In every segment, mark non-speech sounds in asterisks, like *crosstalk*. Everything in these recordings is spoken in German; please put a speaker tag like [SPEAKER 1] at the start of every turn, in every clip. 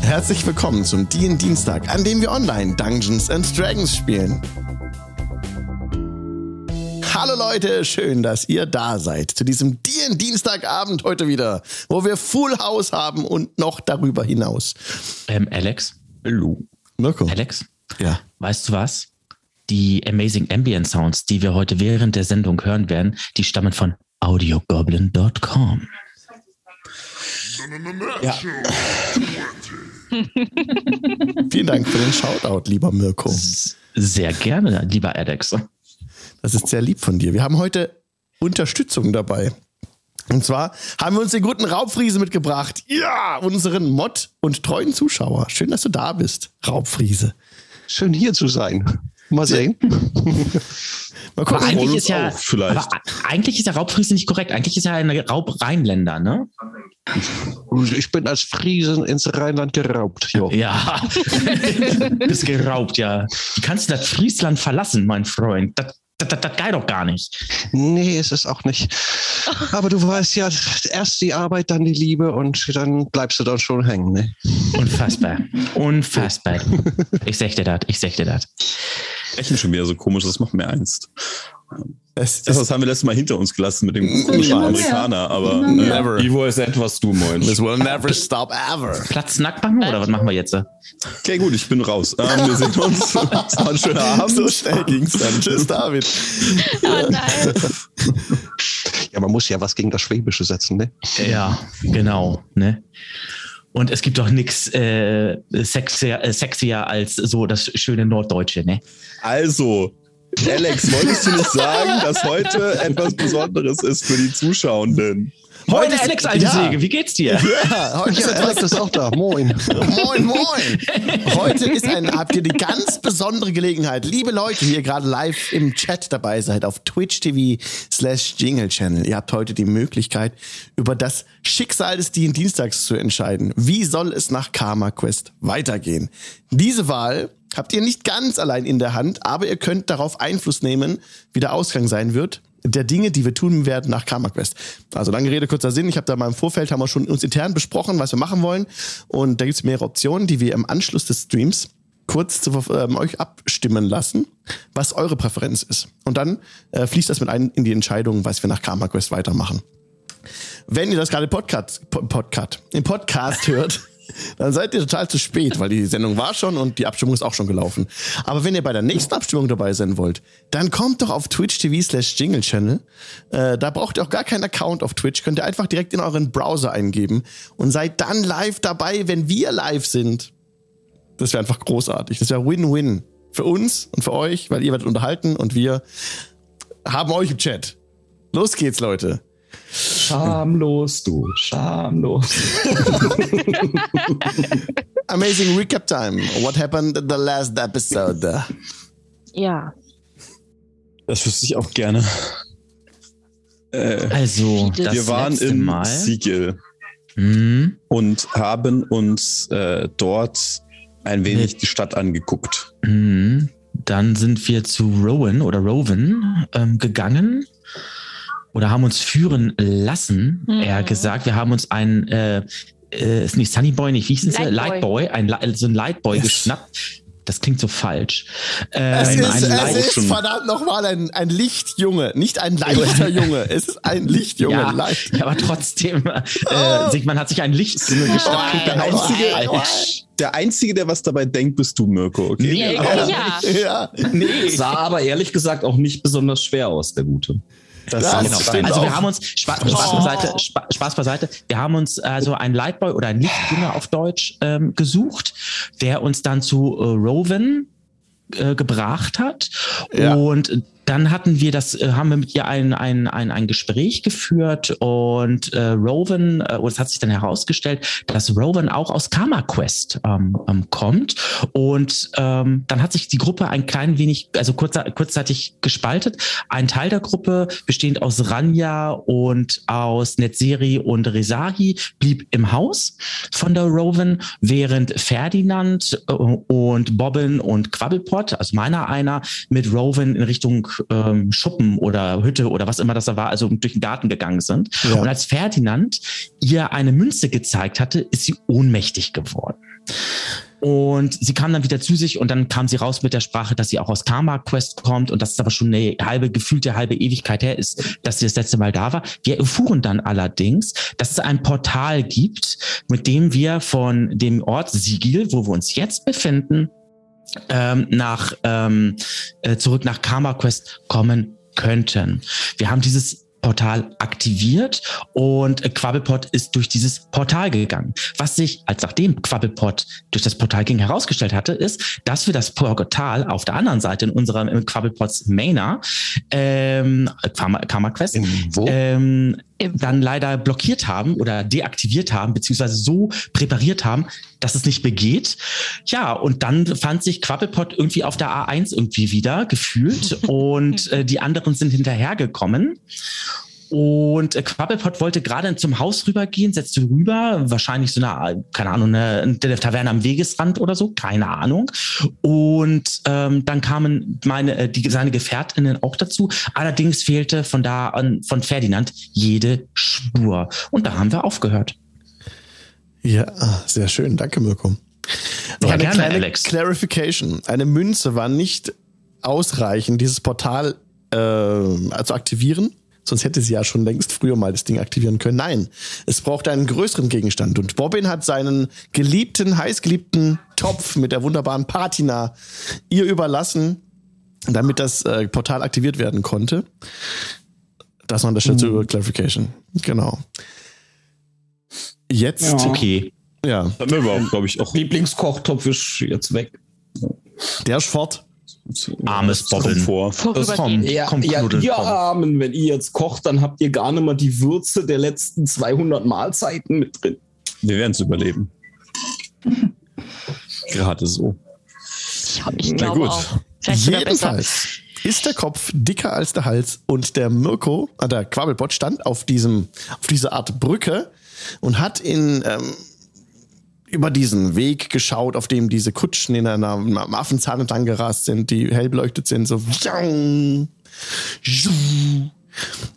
[SPEAKER 1] Herzlich willkommen zum DIN Dienstag, an dem wir online Dungeons and Dragons spielen. Hallo Leute, schön, dass ihr da seid zu diesem DIN Dienstagabend heute wieder, wo wir Full House haben und noch darüber hinaus.
[SPEAKER 2] Ähm, Alex? Hallo.
[SPEAKER 1] Mirko.
[SPEAKER 2] Alex?
[SPEAKER 1] Ja.
[SPEAKER 2] Weißt du was? Die Amazing Ambient Sounds, die wir heute während der Sendung hören werden, die stammen von audiogoblin.com.
[SPEAKER 1] ja. Vielen Dank für den Shoutout, lieber Mirko.
[SPEAKER 2] S- Sehr gerne, lieber Alex.
[SPEAKER 1] Das ist sehr lieb von dir. Wir haben heute Unterstützung dabei. Und zwar haben wir uns den guten Raubfriese mitgebracht. Ja, unseren Mod und treuen Zuschauer. Schön, dass du da bist, Raubfriese.
[SPEAKER 3] Schön hier zu sein. Mal sehen.
[SPEAKER 1] Mal
[SPEAKER 2] Aber
[SPEAKER 1] gucken.
[SPEAKER 2] eigentlich
[SPEAKER 4] uns
[SPEAKER 2] ist ja,
[SPEAKER 4] auf, vielleicht.
[SPEAKER 2] aber a- eigentlich ist der Raubfriese nicht korrekt. Eigentlich ist er ein Raubrheinländer, ne?
[SPEAKER 3] Ich bin als Friesen ins Rheinland geraubt. Jo.
[SPEAKER 2] Ja. *laughs* Bist geraubt, ja. Wie kannst du das Friesland verlassen, mein Freund? Das, das, das, das geht doch gar nicht.
[SPEAKER 3] Nee, es ist auch nicht. Aber du weißt ja, erst die Arbeit, dann die Liebe und dann bleibst du dann schon hängen. Ne?
[SPEAKER 2] Unfassbar. Unfassbar. Ich sag dir das, ich sag dir das.
[SPEAKER 4] sprechen schon wieder so komisch, das macht mir Angst.
[SPEAKER 1] Es
[SPEAKER 4] Das,
[SPEAKER 1] ist
[SPEAKER 4] das haben wir letztes Mal hinter uns gelassen mit dem komischen
[SPEAKER 1] Niemals.
[SPEAKER 4] Amerikaner, aber äh, Also,
[SPEAKER 5] Niemals.
[SPEAKER 1] Never.
[SPEAKER 4] Ivo ist etwas du, moin.
[SPEAKER 1] This will never stop ever.
[SPEAKER 2] Platz nackt machen wir, oder was machen wir jetzt?
[SPEAKER 4] Okay, gut, ich bin raus. Ähm, wir sehen
[SPEAKER 1] *laughs*
[SPEAKER 4] uns. Es war ein schöner Abend.
[SPEAKER 1] So schnell ging's dann. Tschüss, David.
[SPEAKER 5] Oh nein.
[SPEAKER 3] Ja, man muss ja was gegen das Schwäbische setzen. Ne?
[SPEAKER 2] Ja, genau. Ne? Und es gibt doch nichts äh, sexier, äh, sexier als so das schöne Norddeutsche, ne?
[SPEAKER 4] Also, Alex, wolltest du nicht sagen, dass heute etwas Besonderes ist für die Zuschauenden?
[SPEAKER 2] Heute,
[SPEAKER 1] ist-
[SPEAKER 2] Alex, alte
[SPEAKER 1] ja.
[SPEAKER 2] Säge, wie geht's dir?
[SPEAKER 1] Oh, Ja, heute
[SPEAKER 3] Ja,
[SPEAKER 1] ist etwas
[SPEAKER 3] Alex ist auch da. Moin.
[SPEAKER 1] Moin, moin. Heute ist ein, habt ihr die ganz besondere Gelegenheit, liebe Leute, die ihr gerade live im Chat dabei seid, auf Twitch TV slash Jingle Channel. Ihr habt heute die Möglichkeit, über das Schicksal des DIN Dienstags zu entscheiden. Wie soll es nach Karma Quest weitergehen? Diese Wahl habt ihr nicht ganz allein in der Hand, aber ihr könnt darauf Einfluss nehmen, wie der Ausgang sein wird der Dinge, die wir tun werden nach Karma Quest. Also lange Rede, kurzer Sinn. Ich habe da mal im Vorfeld, haben wir schon uns intern besprochen, was wir machen wollen. Und da gibt's mehrere Optionen, die wir im Anschluss des Streams kurz zu, ähm, euch abstimmen lassen, was eure Präferenz ist. Und dann äh, fließt das mit ein in die Entscheidung, was wir nach Karma Quest weitermachen. Wenn ihr das gerade Podcast, Po- Podcast, im Podcast hört, dann seid ihr total zu spät, weil die Sendung war schon und die Abstimmung ist auch schon gelaufen. Aber wenn ihr bei der nächsten Abstimmung dabei sein wollt, dann kommt doch auf Twitch TV slash Jingle Channel. Äh, da braucht ihr auch gar keinen Account auf Twitch. Könnt ihr einfach direkt in euren Browser eingeben und seid dann live dabei, wenn wir live sind. Das wäre einfach großartig. Das wäre Win-Win. Für uns und für euch, weil ihr werdet unterhalten und wir haben euch im Chat. Los geht's, Leute.
[SPEAKER 6] Schamlos, du, schamlos.
[SPEAKER 1] Amazing recap time. What happened in the last episode?
[SPEAKER 5] Ja.
[SPEAKER 4] Das wüsste ich auch gerne. Äh,
[SPEAKER 2] Also, das
[SPEAKER 4] wir waren
[SPEAKER 2] letzte
[SPEAKER 4] in
[SPEAKER 2] Mal.
[SPEAKER 4] Siegel.
[SPEAKER 2] Hm,
[SPEAKER 4] und haben uns äh, dort ein wenig die Stadt angeguckt.
[SPEAKER 2] hm. Dann sind wir zu Rowan oder Rowan ähm, gegangen oder haben uns führen lassen,
[SPEAKER 5] Mhm.
[SPEAKER 2] eher gesagt. Wir haben uns einen, äh, äh, ist nicht Sunny Boy, nicht, wie hieß es?
[SPEAKER 5] Lightboy.
[SPEAKER 2] Lightboy, ein, Li- so ein Lightboy
[SPEAKER 1] Yes.
[SPEAKER 2] geschnappt. Das klingt so falsch. Ähm,
[SPEAKER 1] Es,
[SPEAKER 4] Ein-
[SPEAKER 1] ist,
[SPEAKER 4] ein
[SPEAKER 1] es ist
[SPEAKER 4] Lauschen.
[SPEAKER 1] verdammt nochmal ein, ein Lichtjunge, nicht ein leichter Junge. Es ist ein Lichtjunge.
[SPEAKER 2] Ja,
[SPEAKER 1] Leicht.
[SPEAKER 2] *laughs* ja, aber trotzdem, äh, Sigmund hat sich ein Licht
[SPEAKER 1] Oh,
[SPEAKER 2] gestoppt. kriegt dann
[SPEAKER 1] oh,
[SPEAKER 2] auch
[SPEAKER 1] oh,
[SPEAKER 2] ein-
[SPEAKER 1] oh.
[SPEAKER 4] Der Einzige, der was dabei denkt, bist du, Mirko. Okay?
[SPEAKER 2] Nee,
[SPEAKER 5] Ja.
[SPEAKER 2] Ja.
[SPEAKER 5] ja.
[SPEAKER 1] oh. Ja, nee.
[SPEAKER 6] Sah aber ehrlich gesagt auch nicht besonders schwer aus, der Gute.
[SPEAKER 4] Das
[SPEAKER 1] Ja,
[SPEAKER 4] ist
[SPEAKER 2] Genau.
[SPEAKER 1] stimmt
[SPEAKER 2] Also
[SPEAKER 1] auch.
[SPEAKER 2] wir haben uns Spaß, Spaß,
[SPEAKER 5] Oh.
[SPEAKER 2] beiseite, Spa- Spaß beiseite. Wir haben uns also einen Lightboy oder einen Lichtjünger auf Deutsch ähm, gesucht, der uns dann zu äh, Rowan äh, gebracht hat.
[SPEAKER 1] Ja.
[SPEAKER 2] Und dann hatten wir das, äh, haben wir mit ihr ein, ein, ein, ein Gespräch geführt und äh, Rowan, äh, und es hat sich dann herausgestellt, dass Rowan auch aus Karma Quest ähm, ähm, kommt. Und ähm, dann hat sich die Gruppe ein klein wenig, also kurzer, kurzzeitig gespaltet. Ein Teil der Gruppe, bestehend aus Ranja und aus Netzeri und Resahi, blieb im Haus von der Rowan, während Ferdinand äh, und Bobbin und Quabbelpot, also meiner einer, mit Rowan in Richtung ähm, Schuppen oder Hütte oder was immer das da war, also durch den Garten gegangen sind.
[SPEAKER 1] *laughs* Ja.
[SPEAKER 2] Und als Ferdinand ihr eine Münze gezeigt hatte, ist sie ohnmächtig geworden. Und sie kam dann wieder zu sich und dann kam sie raus mit der Sprache, dass sie auch aus Karma Quest kommt und dass es aber schon eine halbe, gefühlte halbe Ewigkeit her ist, dass sie das letzte Mal da war. Wir erfuhren dann allerdings, dass es ein Portal gibt, mit dem wir von dem Ort Sigil, wo wir uns jetzt befinden, ähm, nach, ähm, äh, zurück nach Karma Quest kommen könnten. Wir haben dieses Portal aktiviert und äh, Quabbelpot ist durch dieses Portal gegangen. Was sich, als nachdem Quabbelpot durch das Portal ging, herausgestellt hatte, ist, dass wir das Portal auf der anderen Seite in unserem in Quabbelpots Mainer, ähm, Karma, Karma Quest,
[SPEAKER 3] Im Wo?
[SPEAKER 2] ähm,
[SPEAKER 5] Im-
[SPEAKER 2] dann leider blockiert haben oder deaktiviert haben, beziehungsweise so präpariert haben, dass es nicht begeht. Ja, und dann fand sich Quappelpott irgendwie auf der A1 irgendwie wieder gefühlt und äh, die anderen sind hinterhergekommen. Und äh, Quappelpott wollte gerade zum Haus rübergehen, setzte rüber, wahrscheinlich so eine, keine Ahnung, eine, eine Taverne am Wegesrand oder so, keine Ahnung. Und ähm, dann kamen meine, äh, die, seine Gefährtinnen auch dazu. Allerdings fehlte von da an, von Ferdinand jede Spur. Und da haben wir aufgehört.
[SPEAKER 1] Ja, ah, sehr schön. Danke, Mirko.
[SPEAKER 2] Ja,
[SPEAKER 1] eine
[SPEAKER 2] gerne,
[SPEAKER 1] kleine
[SPEAKER 2] Alex.
[SPEAKER 1] Clarification. Eine Münze war nicht ausreichend, dieses Portal äh, zu aktivieren. Sonst hätte sie ja schon längst früher mal das Ding aktivieren können. Nein, es braucht einen größeren Gegenstand. Und Bobbin hat seinen geliebten, heißgeliebten Topf mit der wunderbaren Patina ihr überlassen, damit das äh, Portal aktiviert werden konnte. Das noch an der Stelle zur Clarification. Genau. Jetzt,
[SPEAKER 6] Ja.
[SPEAKER 2] Okay.
[SPEAKER 1] ja,
[SPEAKER 4] Haben wir überhaupt, glaube ich, auch.
[SPEAKER 6] Lieblingskochtopf ist jetzt weg.
[SPEAKER 1] der ist fort.
[SPEAKER 2] Armes
[SPEAKER 4] Ah, Das kommt
[SPEAKER 2] Bobbeln.
[SPEAKER 4] vor.
[SPEAKER 5] Vorübergehend.
[SPEAKER 6] Ja,
[SPEAKER 2] Komm,
[SPEAKER 6] ja,
[SPEAKER 2] Knuddel,
[SPEAKER 6] ihr
[SPEAKER 2] komm.
[SPEAKER 6] Armen, wenn ihr jetzt kocht, dann habt ihr gar nicht mal die Würze der letzten 200 Mahlzeiten mit drin.
[SPEAKER 4] Wir werden es überleben. *laughs* Gerade so.
[SPEAKER 5] Ich, ich
[SPEAKER 6] Na
[SPEAKER 5] glaube
[SPEAKER 4] gut.
[SPEAKER 5] auch. Vielleicht sogar besser.
[SPEAKER 1] Jedenfalls ist der Kopf dicker als der Hals und der Mirko, äh, der Quabbelbot, stand auf diesem, auf dieser Art Brücke und hat in, ähm, über diesen Weg geschaut, auf dem diese Kutschen in einer, am Affenzahn entlang gerast sind, die hell beleuchtet sind, so.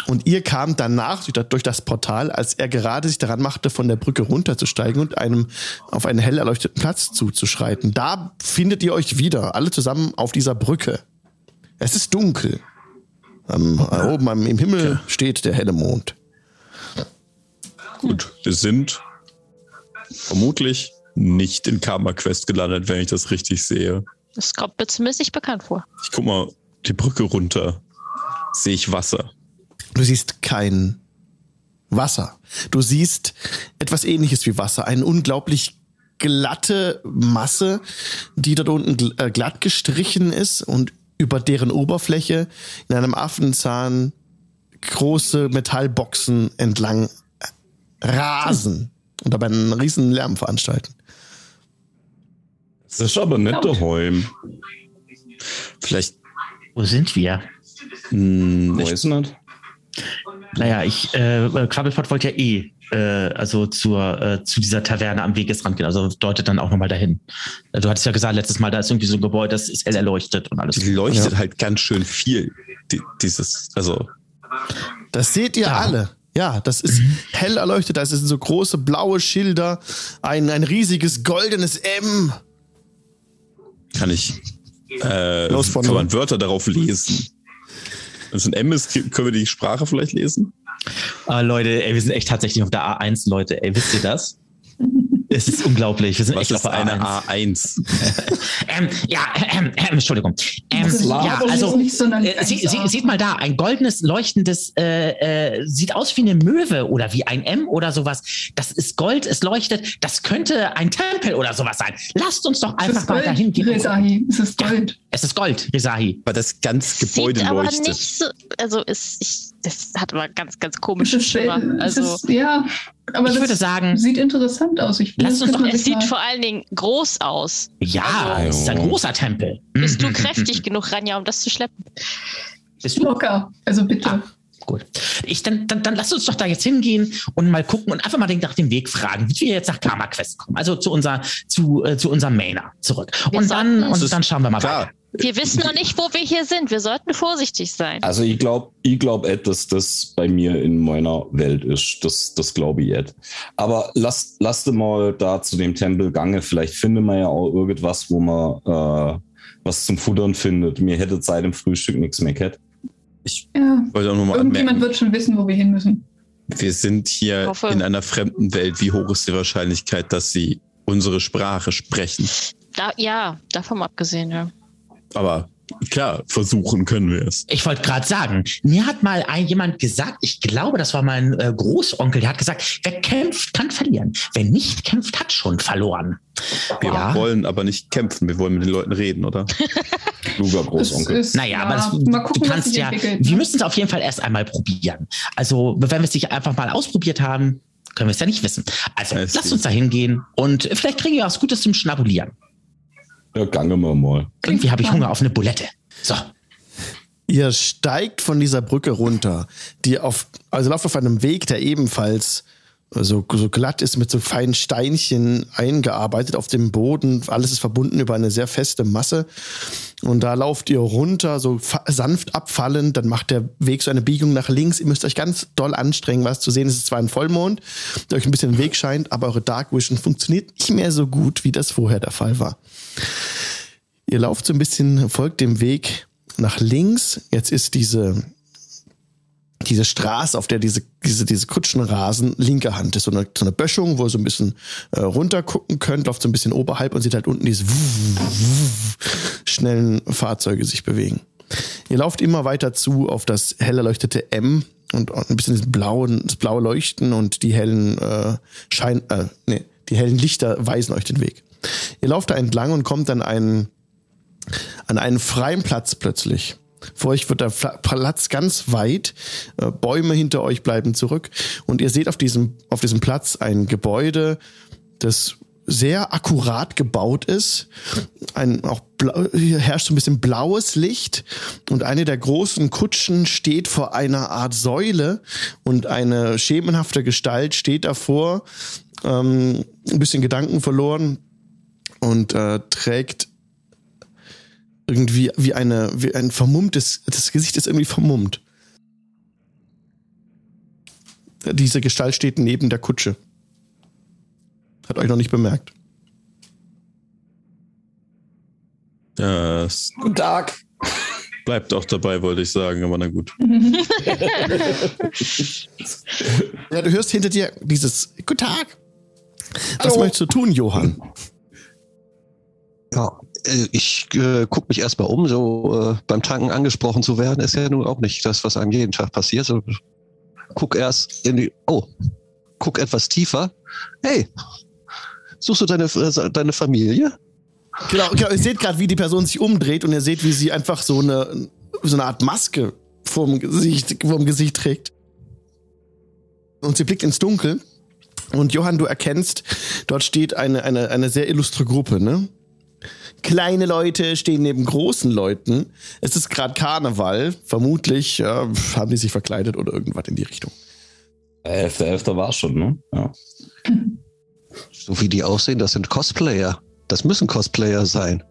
[SPEAKER 1] Und ihr kam danach durch das- durch das Portal, als er gerade sich daran machte, von der Brücke runterzusteigen und einem auf einen hell erleuchteten Platz zuzuschreiten. Da findet ihr euch wieder, alle zusammen auf dieser Brücke. Es ist dunkel. Am, oben am, im Himmel steht der helle Mond.
[SPEAKER 4] Gut, wir sind vermutlich nicht in Karma Quest gelandet, wenn ich das richtig sehe.
[SPEAKER 5] Das kommt mir zumindest nicht bekannt vor.
[SPEAKER 4] Ich guck mal die Brücke runter. Sehe ich Wasser.
[SPEAKER 1] Du siehst kein Wasser. Du siehst etwas ähnliches wie Wasser. Eine unglaublich glatte Masse, die dort unten gl- äh, glatt gestrichen ist und über deren Oberfläche in einem Affenzahn große Metallboxen entlang rasen und dabei einen riesen Lärm veranstalten.
[SPEAKER 4] Das ist aber nette Holm. Vielleicht
[SPEAKER 2] Wo sind wir?
[SPEAKER 4] mh, ich,
[SPEAKER 6] Weiß nicht.
[SPEAKER 2] Naja, ich, äh, Quabbelpot wollte ja eh, äh, also zur, äh, zu dieser Taverne am Wegesrand gehen. Also deutet dann auch nochmal dahin. Äh, Du hattest ja gesagt, letztes Mal, da ist irgendwie so ein Gebäude, das ist hell erleuchtet und alles.
[SPEAKER 4] die leuchtet halt ganz schön viel. Die, dieses, also
[SPEAKER 1] Das seht ihr alle. Ja, das ist hell erleuchtet. Das sind so große blaue Schilder, ein, ein riesiges goldenes M.
[SPEAKER 4] kann ich äh,
[SPEAKER 1] Los, von-
[SPEAKER 4] kann man Wörter darauf lesen. Wenn es ein M ist, können wir die Sprache vielleicht lesen?
[SPEAKER 2] Ah, Leute, ey, wir sind echt tatsächlich auf der A1, Leute. Ey, wisst ihr das? es ist unglaublich. Wir sind
[SPEAKER 4] Was
[SPEAKER 2] echt auf
[SPEAKER 4] ist
[SPEAKER 2] der
[SPEAKER 4] eine
[SPEAKER 2] A1.
[SPEAKER 4] A1?
[SPEAKER 2] Ähm, ja, ähm, ähm, Entschuldigung. Ähm,
[SPEAKER 6] Das laber
[SPEAKER 2] ja,
[SPEAKER 6] ich
[SPEAKER 2] also
[SPEAKER 6] jetzt
[SPEAKER 2] äh,
[SPEAKER 7] nicht, sondern
[SPEAKER 2] sie, sie,
[SPEAKER 7] eins A.
[SPEAKER 2] sieht mal da, ein goldenes, leuchtendes, äh, äh, sieht aus wie eine Möwe oder wie ein M oder sowas. Das ist Gold, es leuchtet, das könnte ein Tempel oder sowas sein. Lasst uns doch
[SPEAKER 7] Es
[SPEAKER 2] einfach
[SPEAKER 7] ist
[SPEAKER 2] mal dahin
[SPEAKER 7] Gold,
[SPEAKER 2] gehen.
[SPEAKER 7] Resahi. Es ist
[SPEAKER 2] Ja.
[SPEAKER 7] Gold.
[SPEAKER 2] Es ist Gold, Risahi.
[SPEAKER 4] Weil das ganze Gebäude
[SPEAKER 5] Sieht aber
[SPEAKER 4] leuchtet.
[SPEAKER 5] nicht so. Also ist, ich, das hat aber ganz, ganz
[SPEAKER 7] Es
[SPEAKER 5] komische
[SPEAKER 7] ist,
[SPEAKER 5] Schimmer.
[SPEAKER 7] es
[SPEAKER 5] Also
[SPEAKER 7] ist, ja, aber
[SPEAKER 2] Ich
[SPEAKER 7] das
[SPEAKER 2] würde sagen,
[SPEAKER 7] sieht interessant aus. Ich finde,
[SPEAKER 2] Lass
[SPEAKER 7] das
[SPEAKER 2] uns
[SPEAKER 7] könnte
[SPEAKER 2] doch-
[SPEAKER 7] man
[SPEAKER 5] es
[SPEAKER 7] sich
[SPEAKER 5] sieht
[SPEAKER 7] mal-
[SPEAKER 5] vor allen Dingen groß aus.
[SPEAKER 2] ja,
[SPEAKER 5] Also-
[SPEAKER 2] es ist ein großer Tempel. Mhm,
[SPEAKER 4] *laughs*
[SPEAKER 5] Bist du kräftig genug, Ranja, um das zu schleppen?
[SPEAKER 2] Bist du?
[SPEAKER 7] locker. Also bitte.
[SPEAKER 2] Ah. Gut. Ich, dann, dann, dann lass uns doch da jetzt hingehen und mal gucken und einfach mal den, nach dem Weg fragen, wie wir jetzt nach Karma Quest kommen. Also zu unser, zu, äh, zu unserem Mainer zurück.
[SPEAKER 5] Wir
[SPEAKER 2] und dann,
[SPEAKER 5] sollten-
[SPEAKER 2] und dann schauen wir mal
[SPEAKER 4] Klar,
[SPEAKER 2] weiter.
[SPEAKER 5] Wir wissen noch nicht, wo wir hier sind. Wir sollten vorsichtig sein.
[SPEAKER 6] Also ich glaube, ich glaube, Ed, dass das bei mir in meiner Welt ist. Das, das glaube ich, Ed. Aber lasst, lasst mal da zu dem Tempel gange. Vielleicht findet man ja auch irgendwas, wo man äh, was zum Futtern findet. Mir hätte seit dem Frühstück nichts mehr gehabt.
[SPEAKER 7] Ja,
[SPEAKER 4] Ich wollte auch nochmal
[SPEAKER 7] irgendjemand
[SPEAKER 4] anmerken,
[SPEAKER 7] wird schon wissen, wo wir hin müssen.
[SPEAKER 4] wir sind
[SPEAKER 5] Ich
[SPEAKER 4] hier
[SPEAKER 5] hoffe-
[SPEAKER 4] in einer fremden Welt. Wie hoch ist die Wahrscheinlichkeit, dass sie unsere Sprache sprechen?
[SPEAKER 5] Da, ja, davon mal abgesehen, ja.
[SPEAKER 4] Aber klar, versuchen können wir es.
[SPEAKER 2] Ich wollte gerade sagen, mir hat mal ein, jemand gesagt, ich glaube, das war mein äh, Großonkel, der hat gesagt, wer kämpft, kann verlieren. Wer nicht kämpft, hat schon verloren.
[SPEAKER 4] Wir
[SPEAKER 2] Ja.
[SPEAKER 4] wollen aber nicht kämpfen. Wir wollen mit den Leuten reden,
[SPEAKER 5] *laughs*
[SPEAKER 4] oder?
[SPEAKER 6] Kluger Großonkel.
[SPEAKER 7] Das ist-
[SPEAKER 2] Naja, aber das,
[SPEAKER 7] mal
[SPEAKER 2] du
[SPEAKER 7] gucken, was
[SPEAKER 2] kannst
[SPEAKER 7] sich
[SPEAKER 2] ja,
[SPEAKER 7] entwickelt,
[SPEAKER 2] wir
[SPEAKER 7] ne?
[SPEAKER 2] müssen es auf jeden Fall erst einmal probieren. Also, wenn wir es nicht einfach mal ausprobiert haben, können wir es ja nicht wissen. Also,
[SPEAKER 4] Das
[SPEAKER 2] lasst
[SPEAKER 4] stimmt.
[SPEAKER 2] uns da hingehen und vielleicht kriegen wir was Gutes zum Schnabulieren.
[SPEAKER 6] Ja, gange wir mal.
[SPEAKER 2] Irgendwie habe ich
[SPEAKER 7] spannend.
[SPEAKER 2] Hunger auf eine Bulette. So,
[SPEAKER 1] Ihr steigt von dieser Brücke runter, die auf, also lauft auf einem Weg, der ebenfalls äh, so, so glatt ist, mit so feinen Steinchen eingearbeitet auf dem Boden. Alles ist verbunden über eine sehr feste Masse. Und da lauft ihr runter, so fa- sanft abfallend. Dann macht der Weg so eine Biegung nach links. Ihr müsst euch ganz doll anstrengen, was zu sehen. Es ist zwar ein Vollmond, der euch ein bisschen im Weg scheint, aber eure Dark Vision funktioniert nicht mehr so gut, wie das vorher der Fall war. Ihr lauft so ein bisschen, folgt dem Weg nach links. Jetzt ist diese, diese Straße, auf der diese, diese, diese Kutschen rasen, linke Hand. Das ist so eine, so eine Böschung, wo ihr so ein bisschen äh, runter gucken könnt, läuft so ein bisschen oberhalb und seht halt unten diese schnellen Fahrzeuge sich bewegen. Ihr lauft immer weiter zu auf das hell erleuchtete M und ein bisschen das, blauen, das blaue Leuchten und die hellen äh, Schein, äh, nee, die hellen Lichter weisen euch den Weg. Ihr lauft da entlang und kommt an einen an einen freien Platz plötzlich. Vor euch wird der Fla- Platz ganz weit, äh, Bäume hinter euch bleiben zurück und ihr seht auf diesem, auf diesem Platz ein Gebäude, das sehr akkurat gebaut ist. Ein, auch blau, hier herrscht so ein bisschen blaues Licht und eine der großen Kutschen steht vor einer Art Säule und eine schemenhafte Gestalt steht davor, ähm, ein bisschen Gedanken verloren und äh, trägt irgendwie wie eine wie ein vermummtes das Gesicht ist irgendwie vermummt. Diese Gestalt steht neben der Kutsche. Hat euch noch nicht bemerkt.
[SPEAKER 4] Das
[SPEAKER 6] Guten Tag.
[SPEAKER 4] bleibt auch dabei, wollte ich sagen, aber na gut.
[SPEAKER 1] Ja, du hörst hinter dir dieses Guten Tag. Was möchtest du tun, Johann?
[SPEAKER 3] Ja, äh, ich äh, gucke mich erstmal um, so äh, beim Tanken angesprochen zu werden, ist ja nun auch nicht das, was einem jeden Tag passiert. So, guck erst in die, oh, guck etwas tiefer. Hey, suchst du deine, äh, deine Familie?
[SPEAKER 1] Genau, genau ihr seht gerade, wie die Person sich umdreht und ihr seht, wie sie einfach so eine so eine Art Maske vorm Gesicht, vorm Gesicht trägt. Und sie blickt ins Dunkel. Und Johann, du erkennst, dort steht eine, eine, eine sehr illustre Gruppe, ne? Kleine Leute stehen neben großen Leuten. Es ist gerade Karneval. Vermutlich ja, haben die sich verkleidet oder irgendwas in die Richtung.
[SPEAKER 6] Der 11.11. war schon, ne? Ja.
[SPEAKER 3] So wie die aussehen, das sind Cosplayer. Das müssen Cosplayer sein.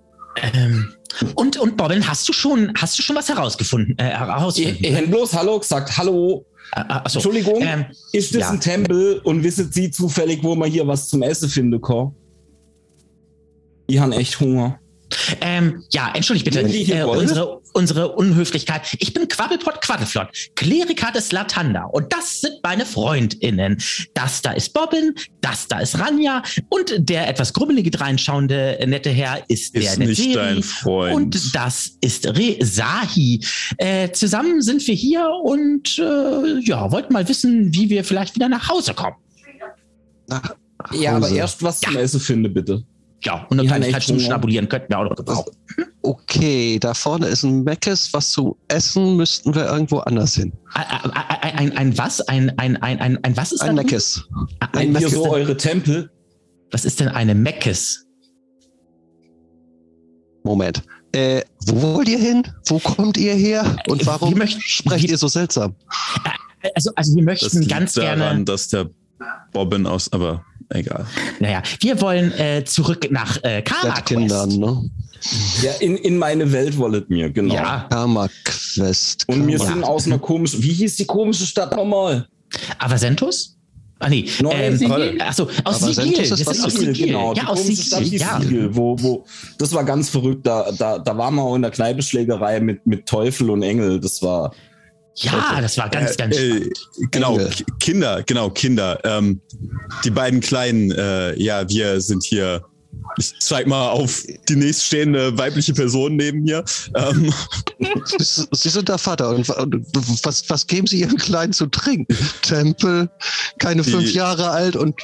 [SPEAKER 2] ähm, und, und Bobbin, hast du schon, hast du schon was herausgefunden? Äh,
[SPEAKER 6] Ich,
[SPEAKER 2] herausgefunden?
[SPEAKER 6] ich hätte bloß Hallo gesagt. Hallo.
[SPEAKER 2] Äh, äh, achso.
[SPEAKER 6] Entschuldigung,
[SPEAKER 2] Ähm,
[SPEAKER 6] ist das
[SPEAKER 2] ja.
[SPEAKER 6] ein Tempel und wisset Sie zufällig, wo man hier was zum Essen findet, Kor? Ich habe echt Hunger.
[SPEAKER 2] Ähm, ja, entschuldigt bitte.
[SPEAKER 6] Nimm die hier
[SPEAKER 2] Äh,
[SPEAKER 6] Rolle.
[SPEAKER 2] unsere, unsere Unhöflichkeit. Ich bin Quabbelpott Quaddelflott, Kleriker des Latanda. Und das sind meine FreundInnen. Das da ist Bobbin, das da ist Ranja. Und der etwas grummelige dreinschauende äh, nette Herr ist,
[SPEAKER 4] Ist
[SPEAKER 2] der nette
[SPEAKER 4] nicht
[SPEAKER 2] Seri.
[SPEAKER 4] dein Freund.
[SPEAKER 2] Und das ist Re Sahi. Äh, zusammen sind wir hier und äh, ja, wollten mal wissen, wie wir vielleicht wieder nach Hause kommen.
[SPEAKER 3] Nach
[SPEAKER 6] Ja, aber
[SPEAKER 3] Hause.
[SPEAKER 6] erst was zum Essen finde, bitte.
[SPEAKER 2] Ja, und eine
[SPEAKER 6] Ja,
[SPEAKER 2] Kleinigkeit
[SPEAKER 6] echt,
[SPEAKER 2] zum
[SPEAKER 6] ja.
[SPEAKER 2] Schnabulieren könnten wir auch noch gebrauchen.
[SPEAKER 3] Okay, da vorne ist ein Meckes. Was zu essen müssten wir irgendwo anders hin.
[SPEAKER 2] Ein, ein, ein, ein was? Ein, ein, ein, ein, ein was ist
[SPEAKER 3] Ein
[SPEAKER 2] da drin?
[SPEAKER 3] Meckes.
[SPEAKER 2] Ein
[SPEAKER 6] Wenn ihr
[SPEAKER 2] Meckes.
[SPEAKER 6] so eure Tempel.
[SPEAKER 2] Was ist denn eine Meckes?
[SPEAKER 3] Moment. Äh, wo wollt ihr hin? Wo kommt ihr her? Und warum
[SPEAKER 2] Wir möchten-
[SPEAKER 3] sprecht ihr so seltsam?
[SPEAKER 2] Also, also wir
[SPEAKER 4] Das
[SPEAKER 2] möchten
[SPEAKER 4] liegt
[SPEAKER 2] ganz
[SPEAKER 4] daran,
[SPEAKER 2] gerne.
[SPEAKER 4] dass der Bobbin aus, aber egal.
[SPEAKER 2] Naja, wir wollen äh, zurück nach äh, Karma
[SPEAKER 3] Mit Kindern,
[SPEAKER 2] Quest.
[SPEAKER 3] ne?
[SPEAKER 6] Ja, in, in meine Welt wollet mir, genau.
[SPEAKER 2] Ja,
[SPEAKER 3] Karma Quest.
[SPEAKER 6] Und mir
[SPEAKER 3] Karma-
[SPEAKER 6] sind aus einer komischen, wie hieß die komische Stadt nochmal?
[SPEAKER 2] Avesentus? Ah nee,
[SPEAKER 6] Neu-
[SPEAKER 2] ähm,
[SPEAKER 7] Sigil?
[SPEAKER 2] achso, aus
[SPEAKER 3] Aber
[SPEAKER 2] Sigil.
[SPEAKER 3] Sentus ist
[SPEAKER 2] Wir sind
[SPEAKER 3] was
[SPEAKER 2] aus
[SPEAKER 6] Siegel,
[SPEAKER 2] Sigil.
[SPEAKER 6] genau.
[SPEAKER 2] Ja,
[SPEAKER 6] die
[SPEAKER 2] aus
[SPEAKER 6] komische Stadt
[SPEAKER 2] Sigil.
[SPEAKER 6] hieß
[SPEAKER 2] Ja.
[SPEAKER 6] Siegel, wo, wo, das war ganz verrückt. Da, da, da waren wir auch in der Kneipenschlägerei mit, mit Teufel und Engel. Das war,
[SPEAKER 2] ja, das war ganz,
[SPEAKER 4] Äh,
[SPEAKER 2] ganz
[SPEAKER 4] äh,
[SPEAKER 2] spannend.
[SPEAKER 4] Genau,
[SPEAKER 3] Engel.
[SPEAKER 4] Ki- Kinder, genau, Kinder. Ähm, die beiden Kleinen, äh, ja, wir sind hier. Ich zeig mal auf die nächststehende weibliche Person neben mir. Ähm,
[SPEAKER 3] Sie, Sie sind der Vater. Und, wa- und was, was geben Sie Ihrem Kleinen zu trinken? Tempel, keine
[SPEAKER 4] Die-
[SPEAKER 3] fünf Jahre alt und.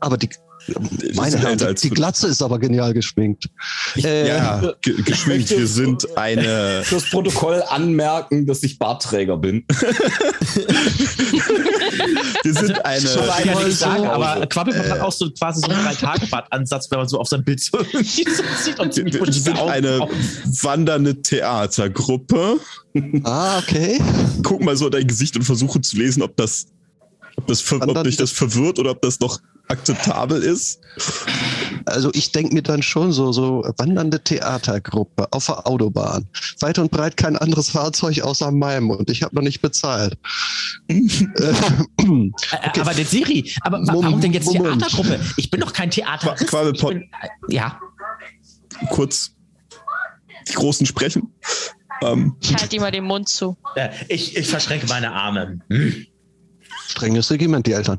[SPEAKER 3] Aber die.
[SPEAKER 4] ist
[SPEAKER 3] Meine
[SPEAKER 4] älter
[SPEAKER 3] Herren, die,
[SPEAKER 4] als
[SPEAKER 3] die
[SPEAKER 4] fünf.
[SPEAKER 3] Glatze ist aber genial geschminkt. Äh,
[SPEAKER 4] ja, ge geschminkt.
[SPEAKER 6] möchte-
[SPEAKER 4] Wir sind eine.
[SPEAKER 6] fürs Protokoll anmerken, dass ich Bartträger bin.
[SPEAKER 4] Wir sind
[SPEAKER 2] So
[SPEAKER 4] eine.
[SPEAKER 2] weit ja nichts sagen,
[SPEAKER 6] Pause.
[SPEAKER 4] äh,
[SPEAKER 2] aber Quabbel hat auch so quasi so einen drei tage ansatz wenn man so auf sein Bild so *laughs* irgendwie so sieht und ziemlich
[SPEAKER 4] Wir wir
[SPEAKER 2] buschige
[SPEAKER 4] sind
[SPEAKER 2] Augen.
[SPEAKER 4] eine wandernde Theatergruppe.
[SPEAKER 3] ah, okay.
[SPEAKER 4] Guck mal so in dein Gesicht und versuche zu lesen, ob das, ob das, ver- ob dich das verwirrt oder ob das noch akzeptabel ist.
[SPEAKER 3] Also ich denke mir dann schon so, so wandernde Theatergruppe auf der Autobahn. Weit und breit kein anderes Fahrzeug außer meinem und ich habe noch nicht bezahlt. Äh,
[SPEAKER 2] Äh, Aber der Siri, aber wa- warum
[SPEAKER 3] Moment,
[SPEAKER 2] denn jetzt
[SPEAKER 3] Moment.
[SPEAKER 2] Theatergruppe? Ich bin doch kein Theater.
[SPEAKER 4] Qua- Quabbelpot.
[SPEAKER 2] äh, Ja,
[SPEAKER 4] Kurz die Großen sprechen. Ähm,
[SPEAKER 5] Ich halte ihm mal den Mund zu.
[SPEAKER 2] äh, ich, ich verschränke meine Arme. Hm?
[SPEAKER 3] Strenges Regiment, die Eltern.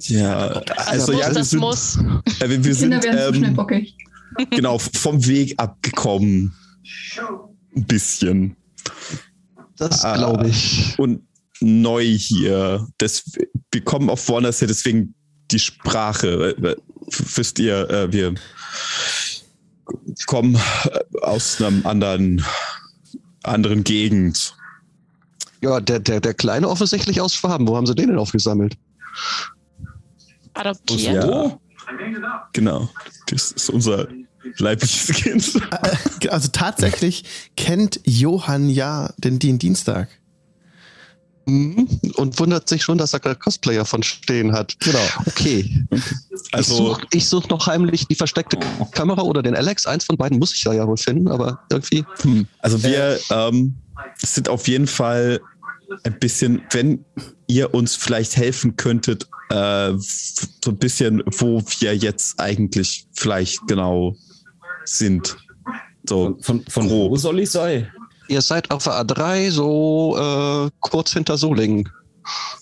[SPEAKER 4] ja, also
[SPEAKER 5] muss,
[SPEAKER 4] ja, wir
[SPEAKER 5] das
[SPEAKER 4] sind,
[SPEAKER 5] muss.
[SPEAKER 4] äh, wir, wir
[SPEAKER 7] Die Kinder
[SPEAKER 4] sind
[SPEAKER 7] werden zu schnell
[SPEAKER 4] ähm,
[SPEAKER 7] bockig.
[SPEAKER 4] genau vom Weg abgekommen. Ein bisschen.
[SPEAKER 3] Das
[SPEAKER 4] Ah.
[SPEAKER 3] glaube ich.
[SPEAKER 4] und neu hier. Das, wir kommen auf Warners her, deswegen die Sprache. Äh, äh, Wisst ihr, äh, wir kommen äh, aus einem anderen, anderen Gegend.
[SPEAKER 3] Ja, der, der, der Kleine offensichtlich aus Schwaben. Wo haben sie den denn aufgesammelt?
[SPEAKER 5] Adoptieren.
[SPEAKER 4] Ja. Genau. Das ist unser leibliches Kind.
[SPEAKER 1] Also tatsächlich kennt Johann ja den, den Dienstag.
[SPEAKER 3] Hm? Und wundert sich schon, dass er gerade Cosplayer von Stehen hat.
[SPEAKER 1] Genau.
[SPEAKER 3] Okay.
[SPEAKER 4] Also,
[SPEAKER 3] ich suche such noch heimlich die versteckte Kamera oder den Alex. Eins von beiden muss ich ja, ja wohl finden, aber irgendwie.
[SPEAKER 4] hm, also wir ähm, sind auf jeden Fall ein bisschen, wenn ihr uns vielleicht helfen könntet, äh, f- so ein bisschen, wo wir jetzt eigentlich vielleicht genau sind. So,
[SPEAKER 6] Von, von, von
[SPEAKER 4] Grob.
[SPEAKER 6] wo soll ich sein?
[SPEAKER 3] Ihr seid auf der A3 so äh, kurz hinter Solingen.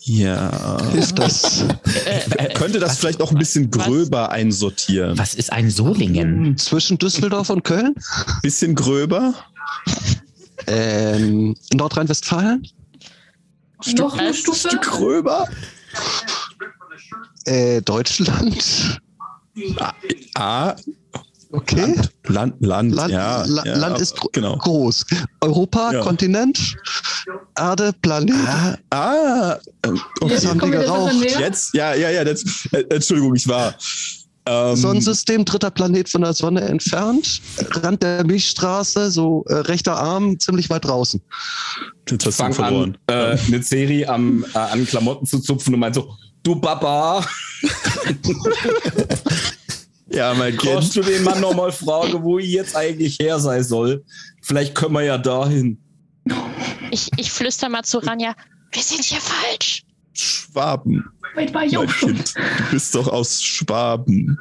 [SPEAKER 4] ja.
[SPEAKER 3] Hilft das?
[SPEAKER 4] Oh,
[SPEAKER 5] äh,
[SPEAKER 4] Könnte das vielleicht auch ein bisschen
[SPEAKER 5] was-
[SPEAKER 4] gröber einsortieren?
[SPEAKER 2] Was ist ein Solingen?
[SPEAKER 3] Zwischen Düsseldorf und Köln?
[SPEAKER 4] Bisschen gröber?
[SPEAKER 3] Ähm, Nordrhein-Westfalen?
[SPEAKER 7] Noch eine
[SPEAKER 5] Was?
[SPEAKER 7] Stufe.
[SPEAKER 4] Stück gröber?
[SPEAKER 3] Äh, Deutschland?
[SPEAKER 4] Ah,
[SPEAKER 3] Okay.
[SPEAKER 4] Land, Land,
[SPEAKER 3] Land,
[SPEAKER 4] ja.
[SPEAKER 3] La-
[SPEAKER 4] ja,
[SPEAKER 3] Land ist gro
[SPEAKER 4] Genau.
[SPEAKER 3] groß. Europa,
[SPEAKER 4] Ja.
[SPEAKER 3] Kontinent, Erde, Planet.
[SPEAKER 4] Ah, ah, ähm,
[SPEAKER 7] Jetzt
[SPEAKER 4] okay.
[SPEAKER 3] haben
[SPEAKER 7] kommen
[SPEAKER 3] die
[SPEAKER 7] wir der Sache
[SPEAKER 3] geraucht.
[SPEAKER 7] näher.
[SPEAKER 4] Jetzt? Ja, ja, ja. Jetzt, *laughs* äh, Entschuldigung, ich war. Ähm,
[SPEAKER 3] Sonnensystem, dritter Planet von der Sonne entfernt, Rand der Milchstraße, so äh, rechter Arm, ziemlich weit draußen.
[SPEAKER 4] Jetzt hast du ihn
[SPEAKER 6] Fang an,
[SPEAKER 4] verloren.
[SPEAKER 6] äh, eine Serie am, äh, an Klamotten zu zupfen und meint so, du Papa,
[SPEAKER 4] ja, mein
[SPEAKER 6] kannst
[SPEAKER 4] Kind.
[SPEAKER 6] du den Mann nochmal fragen, wo ich jetzt eigentlich her sein soll? Vielleicht können wir ja dahin.
[SPEAKER 5] Ich, ich flüster mal zu Ranja. Wir sind hier falsch.
[SPEAKER 4] Schwaben.
[SPEAKER 7] Weit war ich
[SPEAKER 4] Mein
[SPEAKER 2] *laughs*
[SPEAKER 7] auch schon.
[SPEAKER 4] Kind. Du bist doch aus Schwaben.